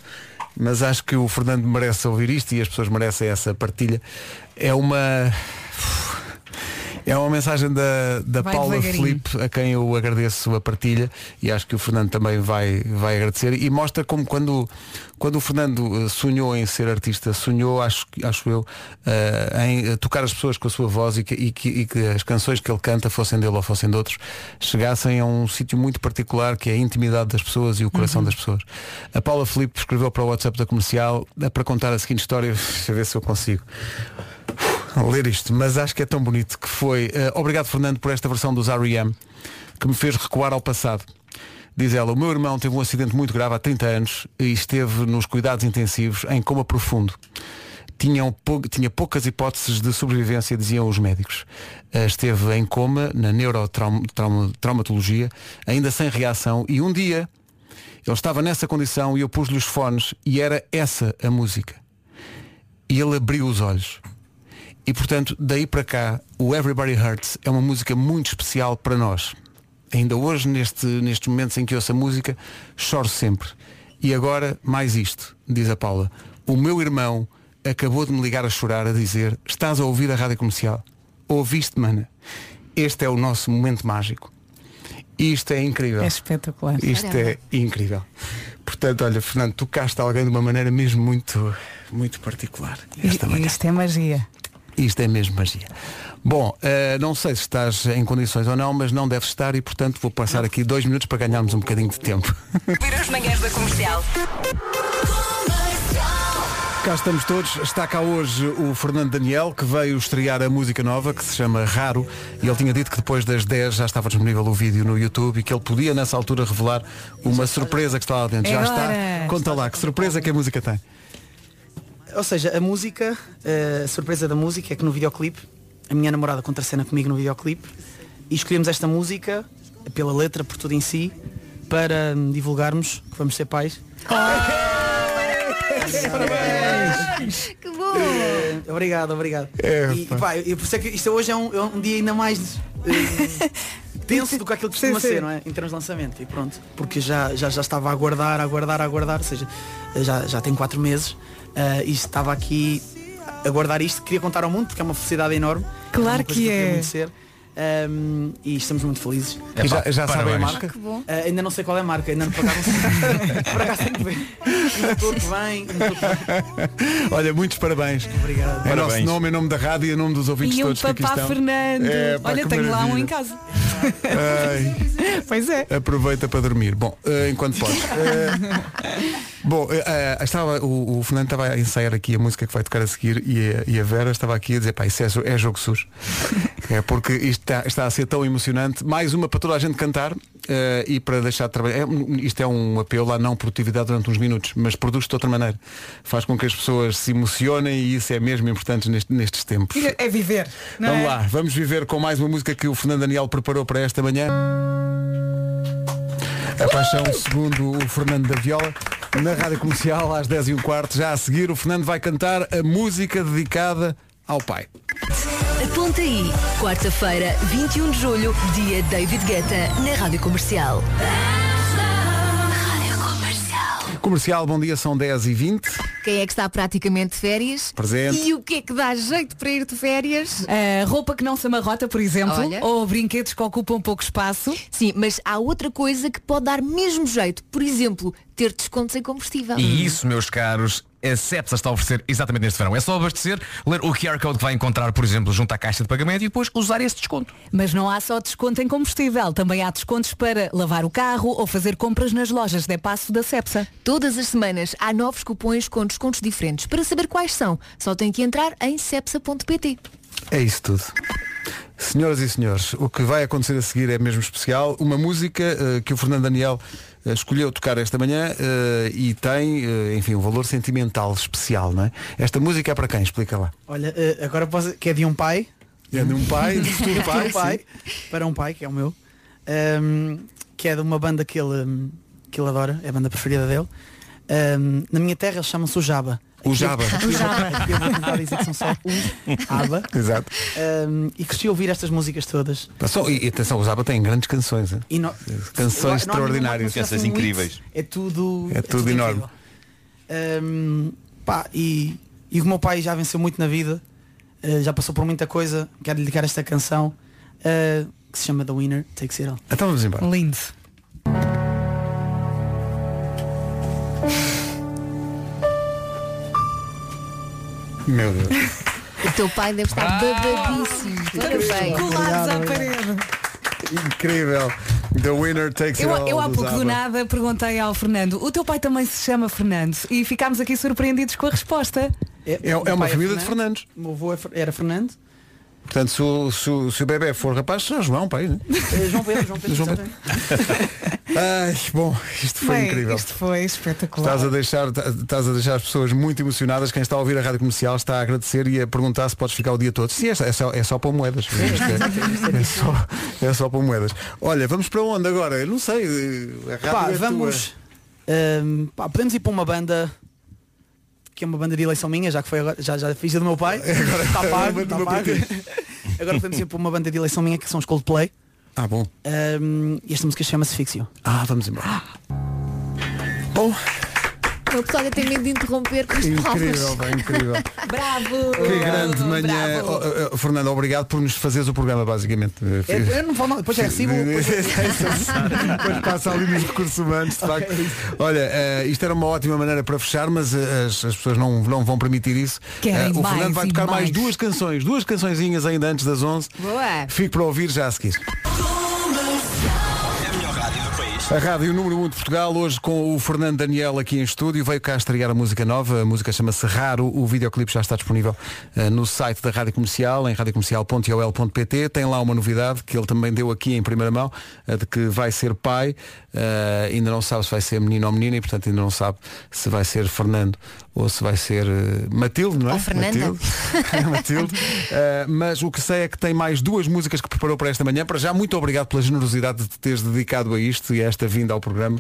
Speaker 2: Mas acho que o Fernando merece ouvir isto e as pessoas merecem essa partilha. É uma. É uma mensagem da, da
Speaker 4: Vai
Speaker 2: Paula
Speaker 4: devagarinho.
Speaker 2: Felipe, a quem eu agradeço a partilha e acho que o Fernando também vai, vai agradecer. E mostra como quando, quando o Fernando eh, sonhou em ser artista, sonhou, acho, que- acho eu, eh, em eh, tocar as pessoas com a sua voz e que, e que- e que as canções que ele canta, fossem dele ou fossem de outros, chegassem a um sítio muito particular que é a intimidade das pessoas e o coração das pessoas. A Paula Felipe escreveu para o WhatsApp da comercial eh, para contar a seguinte história, *laughs* deixa eu ver se eu consigo ler isto, mas acho que é tão bonito que foi. eh, obrigado, Fernando, por esta versão dos R.E.M. que me fez recuar ao passado. Diz ela, o meu irmão teve um acidente muito grave há 30 anos e esteve nos cuidados intensivos em coma profundo. Tinham pou- tinha poucas hipóteses de sobrevivência, diziam os médicos. Eh, Esteve em coma, na neurotraumatologia, ainda sem reação, e um dia ele estava nessa condição e eu pus-lhe os fones e era essa a música. E ele abriu os olhos. E portanto, daí para cá, o Everybody Hurts é uma música muito especial para nós. Ainda hoje, neste, nestes momentos em que ouço a música, choro sempre. E agora, mais isto, diz a Paula. O meu irmão acabou de me ligar a chorar, a dizer, estás a ouvir a rádio comercial? Ouviste, mana? Este é o nosso momento mágico. Isto é incrível.
Speaker 4: É espetacular.
Speaker 2: Isto é incrível. Portanto, olha, Fernando, tocaste alguém de uma maneira mesmo muito, muito particular. Esta manhã.
Speaker 4: Isto é magia.
Speaker 2: Isto é mesmo magia. Bom, eh, não sei se estás em condições ou não, mas não deves estar e, portanto, vou passar aqui dois minutos para ganharmos um bocadinho de tempo.
Speaker 18: Ouvir as manhãs da comercial.
Speaker 2: Cá estamos todos. Está cá hoje o Fernando Daniel, que veio estrear a música nova, que se chama Raro. E ele tinha dito que depois das 10 já estava disponível o vídeo no YouTube e que ele podia, nessa altura, revelar uma surpresa que está lá dentro. Já está.
Speaker 17: Agora!
Speaker 2: Conta lá, que surpresa que a música tem.
Speaker 17: Ou seja, a música, eh, a surpresa da música é que no videoclipe, a minha namorada contracena comigo no videoclipe, e escolhemos esta música, pela letra, por tudo em si, para hum, divulgarmos que vamos ser pais.
Speaker 8: que bom!
Speaker 17: Eh, obrigado, obrigado. E,
Speaker 2: pá.
Speaker 17: pá, eu, por isso é que isto hoje é um, é um dia ainda mais
Speaker 2: *laughs*
Speaker 17: eh, tenso do que aquilo que Sim, costuma sim. ser, não é? Em termos de lançamento. E pronto. Porque já, já, já estava a aguardar, a aguardar, a aguardar, ou seja, já, já tem quatro meses eh, e estava aqui a guardar isto. Queria contar ao mundo porque é uma felicidade enorme.
Speaker 4: Claro
Speaker 17: uma coisa
Speaker 4: que
Speaker 17: eu queria
Speaker 4: é.
Speaker 17: muito ser. Ehm, e estamos muito felizes.
Speaker 2: E já- já sabem a marca?
Speaker 17: Eh, ainda não sei qual é a marca, ainda não *laughs* pagaram. Por acaso tenho que ver. Um motor que vem, um motor que vem.
Speaker 2: *laughs* Olha, muitos parabéns. Obrigado. Em nosso
Speaker 17: Parabéns.
Speaker 2: nome, em nome da rádio e em nome dos ouvintes
Speaker 4: E um
Speaker 2: todos que aqui
Speaker 4: papá
Speaker 2: estão.
Speaker 4: Fernando.
Speaker 2: É, pá,
Speaker 4: Olha,
Speaker 2: que
Speaker 4: tenho lá um em
Speaker 2: maravilha.
Speaker 4: casa. *laughs*
Speaker 2: Ai.
Speaker 4: pois é.
Speaker 2: Aproveita para dormir. Bom, eh, enquanto podes. Eh, bom, eh, eh, estava, o, o Fernando estava a ensaiar aqui a música que vai tocar a seguir e a, e a Vera estava aqui a dizer, pá, isso é, jo- é jogo sujo. É porque isto está, está a ser tão emocionante. Mais uma para toda a gente cantar eh, e para deixar de trabalhar. É um- isto é um apelo à não produtividade durante uns minutos, mas produz de outra maneira. Faz com que as pessoas se emocionem e isso é mesmo importante neste- nestes tempos.
Speaker 4: É viver. Não
Speaker 2: Vamos
Speaker 4: é?
Speaker 2: lá, vamos viver com mais uma música que o Fernando Daniel preparou para esta manhã. É, A paixão, segundo o Fernando da Viola, na rádio comercial às 10 e um quarto. Já a seguir, o Fernando vai cantar a música dedicada ao pai.
Speaker 18: Aponta aí, quarta-feira, 21 de julho, dia David Guetta, na Rádio Comercial. Rádio Comercial.
Speaker 2: Comercial, bom dia, são 10 e 20
Speaker 8: Quem é que está praticamente de férias?
Speaker 2: Presente.
Speaker 8: E o que é que dá jeito para ir de férias?
Speaker 4: Ah, roupa que não se amarrota, por exemplo,
Speaker 8: Olha.
Speaker 4: ou brinquedos que ocupam pouco espaço.
Speaker 8: Sim, mas há outra coisa que pode dar mesmo jeito. Por exemplo, ter descontos em combustível.
Speaker 11: E isso, meus caros, a Cepsa está a oferecer exatamente neste verão. É só abastecer, ler o QR Code que vai encontrar, por exemplo, junto à caixa de pagamento e depois usar esse desconto.
Speaker 4: Mas não há só desconto em combustível, também há descontos para lavar o carro ou fazer compras nas lojas de Passo da Cepsa.
Speaker 8: Todas as semanas há novos cupons com descontos diferentes. Para saber quais são, só tem que entrar em cepsa.pt.
Speaker 2: É isso tudo. Senhoras e senhores, o que vai acontecer a seguir é mesmo especial. Uma música eh, que o Fernando Daniel eh, escolheu tocar esta manhã eh, e tem, eh, enfim, um valor sentimental especial, não é? Esta música é para quem? Explica lá.
Speaker 17: Olha, eh, agora posso. Que é de um pai.
Speaker 2: É de um pai, de
Speaker 17: De *laughs*
Speaker 2: futuro
Speaker 17: um
Speaker 2: pai,
Speaker 17: pai, Para um pai, que é o meu. ehm, que é de uma banda que ele, hum, que ele adora, é a banda preferida dele. Ehm, na minha terra eles chamam-se o Jaba.
Speaker 2: O
Speaker 17: Aqui- *laughs*
Speaker 2: Jaba.
Speaker 17: aqui eu
Speaker 4: Ah.
Speaker 17: vou-
Speaker 2: é
Speaker 17: aqui eu vou tentar dizer que são só um Aba.
Speaker 2: *laughs* Exato.
Speaker 17: Ehm, e cresci a ouvir estas músicas todas.
Speaker 2: Passou, e e atenção, os ABBA têm grandes canções. hein?
Speaker 17: E não- não há nenhuma
Speaker 2: Canções extraordinárias.
Speaker 17: música que não seja um hit. É tudo.
Speaker 2: É tudo enorme.
Speaker 17: incrível. Ehm, pá, e, e o meu pai já venceu muito na vida. eh, já passou por muita coisa, quero lhe dedicar esta canção eh, que se chama The Winner Takes It All.
Speaker 2: Então vamos embora.
Speaker 4: Lindo.
Speaker 2: Meu Deus.
Speaker 8: O teu pai deve estar babadíssimo. Parabéns.
Speaker 4: Colados à parede.
Speaker 2: Incrível. The winner takes
Speaker 4: Eu,
Speaker 2: it all.
Speaker 4: eu há
Speaker 2: dos
Speaker 4: pouco do
Speaker 2: ABBA.
Speaker 4: nada perguntei ao Fernando, o teu pai também se chama Fernando? E ficámos aqui surpreendidos com a resposta.
Speaker 2: É, é uma família de Fernandes.
Speaker 17: O meu avô é Fer- era Fernando.
Speaker 2: Portanto, se o, se, o- se o bebê for rapaz, será João, pai. Né?
Speaker 17: Eh, João Pedro, João Pedro.
Speaker 2: João Pedro. *laughs* Ai, bom, isto foi
Speaker 4: Bem,
Speaker 2: incrível.
Speaker 4: Isto foi espetacular.
Speaker 2: Estás a, deixar, estás a deixar as pessoas muito emocionadas. Quem está a ouvir a rádio comercial está a agradecer e a perguntar se podes ficar o dia todo. Sim, é só, é só, é só para moedas. É, só, é só para moedas. Olha, vamos para onde agora? Eu não sei. eh, A rádio
Speaker 17: Pá,
Speaker 2: é tua.
Speaker 17: vamos. ehm, pá, podemos ir para uma banda que é uma banda de eleição minha, já que foi agora, já, já fiz a do meu
Speaker 2: *laughs*
Speaker 17: pai. Agora está pago, está pago. *laughs* Agora podemos ir para uma banda de eleição minha que são os Coldplay.
Speaker 2: Ah, bom.
Speaker 17: Ehm, e esta música chama-se Fixio.
Speaker 2: Ah, vamos embora. Bom,
Speaker 8: O pessoal já tem medo de interromper com as
Speaker 2: incrível,
Speaker 8: palavras.
Speaker 2: bem,
Speaker 8: *laughs*
Speaker 2: incrível.
Speaker 4: Bravo!
Speaker 2: Que grande manhã. Oh, oh, Fernando, obrigado por nos fazeres o programa, basicamente.
Speaker 17: Eu, eu não falo nada, depois é recibo.
Speaker 2: *laughs* Depois passa ali nos recursos humanos, de facto. Olha, eh, isto era uma ótima maneira para fechar, mas eh, as, as pessoas não, não vão permitir isso. Eh,
Speaker 4: Querem
Speaker 2: o
Speaker 4: mais
Speaker 2: Fernando vai
Speaker 4: e
Speaker 2: tocar
Speaker 4: mais.
Speaker 2: mais duas canções, duas cançõezinhas ainda antes das 11.
Speaker 8: Boa.
Speaker 2: Fico para ouvir já a seguir. A rádio número 1 de Portugal, hoje com o Fernando Daniel aqui em estúdio, veio cá estrear a música nova, a música chama-se Raro, o videoclipe já está disponível eh, no site da Rádio Comercial, em radiocomercial.ol.pt, tem lá uma novidade que ele também deu aqui em primeira mão, eh, de que vai ser pai, eh, ainda não sabe se vai ser menino ou menina e portanto ainda não sabe se vai ser Fernando ou se vai ser eh, Matilde, não é?
Speaker 8: Fernanda.
Speaker 2: Matilde. *laughs* Matilde. Uh, mas o que sei é que tem mais duas músicas que preparou para esta manhã. Para já, muito obrigado pela generosidade de te teres dedicado a isto e a esta vinda ao programa.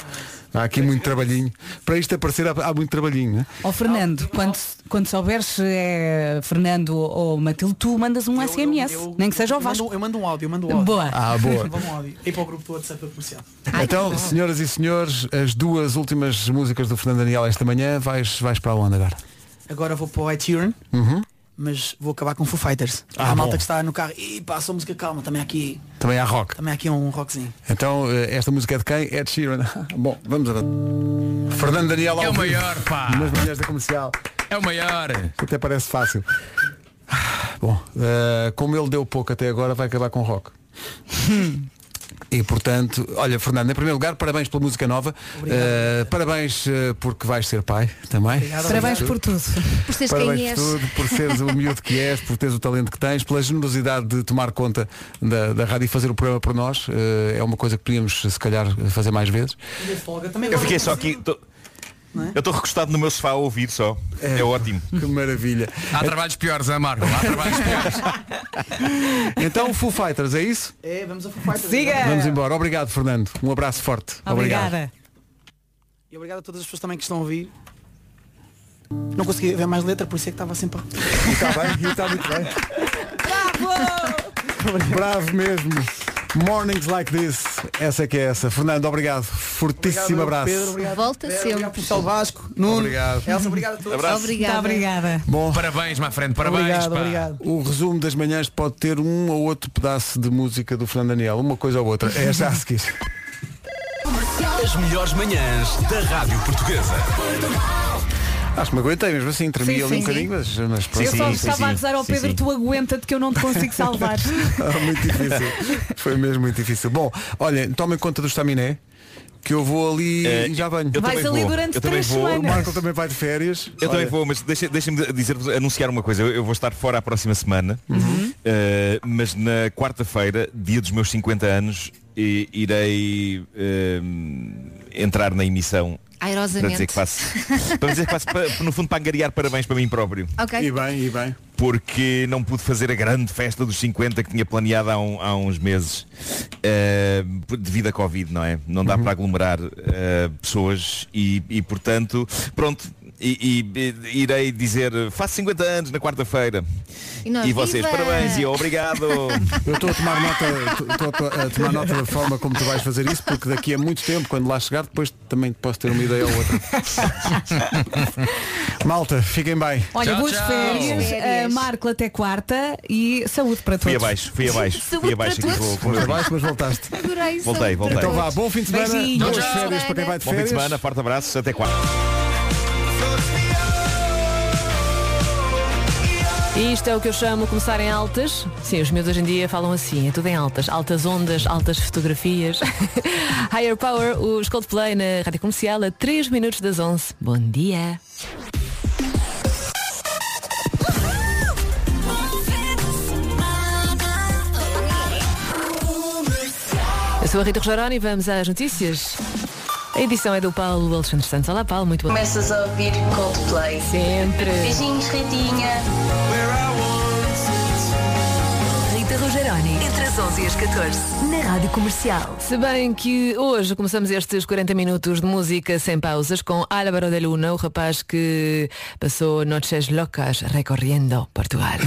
Speaker 2: Há aqui muito trabalhinho. Para isto aparecer há, há muito trabalhinho, né?
Speaker 4: Ó Fernando, quando, quando souberes se é Fernando ou Matilde, tu mandas um SMS, nem que seja ao
Speaker 17: eu mando,
Speaker 4: Vasco.
Speaker 17: eu mando um áudio, eu mando um áudio.
Speaker 4: Boa.
Speaker 2: Ah, boa.
Speaker 17: Vamos um áudio. E para o grupo do WhatsApp da comercial.
Speaker 2: então, senhoras e senhores, as duas últimas músicas do Fernando Daniel esta manhã, vais, vais para onde agora?
Speaker 17: Agora vou para o iTunes,
Speaker 2: Uhum.
Speaker 17: mas vou acabar com Foo Fighters.
Speaker 2: Ah,
Speaker 17: a malta
Speaker 2: bom.
Speaker 17: que está no carro. E passa a música calma, também há aqui,
Speaker 2: Também há rock.
Speaker 17: também há aqui um rockzinho.
Speaker 2: Então, eh, esta música é de quem? É de Sheeran. *laughs* Bom, vamos agora. Fernando Daniel
Speaker 11: É
Speaker 2: ao
Speaker 11: o
Speaker 2: vivo.
Speaker 11: maior, pá.
Speaker 2: Nas manhãs da comercial.
Speaker 11: É o maior.
Speaker 2: Até parece fácil. Ah, Bom, eh, como ele deu pouco até agora, vai acabar com
Speaker 4: *laughs*
Speaker 2: rock. E portanto, olha Fernando, em primeiro lugar, parabéns pela música nova, Eh, parabéns eh, porque vais ser pai também.
Speaker 4: Parabéns por tudo.
Speaker 8: Por seres
Speaker 2: Parabéns
Speaker 8: quem és.
Speaker 2: por tudo, por
Speaker 8: *laughs*
Speaker 2: seres o miúdo que és, por teres o talento que tens, pela generosidade de tomar conta da, da rádio e fazer o programa por nós. Eh, é uma coisa que podíamos, se calhar, fazer mais vezes.
Speaker 13: Eu fiquei só aqui. tô- Eu estou recostado no meu sofá a ouvir só. É, ótimo.
Speaker 2: Que maravilha.
Speaker 11: Há trabalhos piores, a Marco. Há trabalhos piores.
Speaker 2: *laughs* Então, Full Fighters, é isso?
Speaker 17: É, vamos a Foo Fighters.
Speaker 2: Vamos embora. Obrigado, Fernando. Um abraço forte. Obrigado.
Speaker 17: E obrigado a todas as pessoas também que estão a ouvir. Não consegui ver mais letra, por isso é que estava sempre
Speaker 2: E Está Tá bem, e está muito bem. *laughs* Bravo mesmo. Mornings like this. Essa é que é essa. Fernando, obrigado. Fortíssimo abraço.
Speaker 8: Volta sempre.
Speaker 17: Pessoal Vasco, Nuno,
Speaker 2: Obrigado.
Speaker 17: Elsa, obrigado a todos.
Speaker 2: Abraço.
Speaker 8: Obrigada.
Speaker 4: obrigada.
Speaker 2: Bom,
Speaker 11: Parabéns, minha frente. Parabéns.
Speaker 17: Obrigado,
Speaker 11: pá.
Speaker 17: obrigado.
Speaker 2: o resumo das manhãs pode ter um ou outro pedaço de música do Fernando Daniel. Uma coisa ou outra. É já a seguir.
Speaker 16: As melhores manhãs da Rádio Portuguesa.
Speaker 2: Acho que me aguentei mesmo assim. Tremi
Speaker 4: Sim,
Speaker 2: ali um
Speaker 4: sim,
Speaker 2: bocadinho, mas, mas pronto.
Speaker 4: eu só estava a rezar ao Pedro, tu aguenta-te que eu não te consigo
Speaker 2: *laughs*
Speaker 4: salvar.
Speaker 2: Ah, muito difícil.
Speaker 13: *laughs*
Speaker 2: Foi mesmo muito difícil. Bom, olhem, tomem conta do estaminé, que eu vou ali
Speaker 13: Eh,
Speaker 2: e já venho.
Speaker 13: eu Vais também ali vou, durante eu também três vou.
Speaker 2: O
Speaker 13: semanas.
Speaker 2: Marco também vai de férias.
Speaker 13: Eu também
Speaker 2: Olha,
Speaker 13: vou, mas deixa- deixem-me dizer-vos, anunciar uma coisa. Eu, eu vou estar fora a próxima semana,
Speaker 2: Uhum.
Speaker 13: eh, mas na quarta-feira, dia dos meus 50 anos, i- irei eh, entrar na emissão para dizer
Speaker 8: Airosamente.
Speaker 13: que faço, para dizer que faço pa- no fundo, para angariar parabéns para mim próprio.
Speaker 8: Ok.
Speaker 2: bem, e bem.
Speaker 13: porque não pude fazer a grande festa dos 50 que tinha planeado há, um- há uns meses eh, por- devido à
Speaker 2: Uhum.
Speaker 13: Covid, não é? Não dá para aglomerar eh, pessoas e, e, portanto, pronto, e, e- e irei dizer, faço 50 anos na quarta-feira.
Speaker 8: E nós,
Speaker 13: E vocês,
Speaker 8: viva!
Speaker 13: parabéns e
Speaker 8: *laughs*
Speaker 13: obrigado.
Speaker 2: Eu estou a tomar nota, estou a to- a tomar nota da forma como tu vais fazer isso, porque daqui a muito tempo, quando lá chegar, depois também posso ter uma ideia ou outra. Malta, fiquem bem.
Speaker 4: Olha, boas férias,
Speaker 8: Férias.
Speaker 4: ah, Marco até quarta e saúde para todos.
Speaker 2: Fui abaixo, fui abaixo, fui Saúde abaixo para aqui todos. com- com- abaixo, mas voltaste.
Speaker 8: Adorei
Speaker 13: Voltei, voltei.
Speaker 2: Então vá, bom fim de semana,
Speaker 13: Beijinhos.
Speaker 2: boas
Speaker 13: Tchau, tchau.
Speaker 2: férias para quem vai de
Speaker 13: Bom fim de
Speaker 2: férias.
Speaker 13: semana, forte abraço, até quarta.
Speaker 19: Isto é o que eu chamo começar em altas. Sim, os meus hoje em dia falam assim, é tudo em altas. Altas ondas, altas
Speaker 8: *laughs*
Speaker 19: fotografias. Higher Power, os Coldplay na Rádio Comercial a 3 minutos das 11. Bom dia. Eu sou a Rita Rogeroni e vamos às notícias. A edição é do Paulo Alexandre Santos. Olá, Paulo, muito bom.
Speaker 18: Começas a ouvir Coldplay.
Speaker 19: Sempre.
Speaker 18: Beijinhos, Ritinha. Rita Rogeroni, entre as 11 e as 14, na Rádio Comercial.
Speaker 19: Se bem que hoje começamos estes 40 minutos de música sem pausas com Álvaro de Luna, o rapaz que passou noches locas recorrendo Portugal.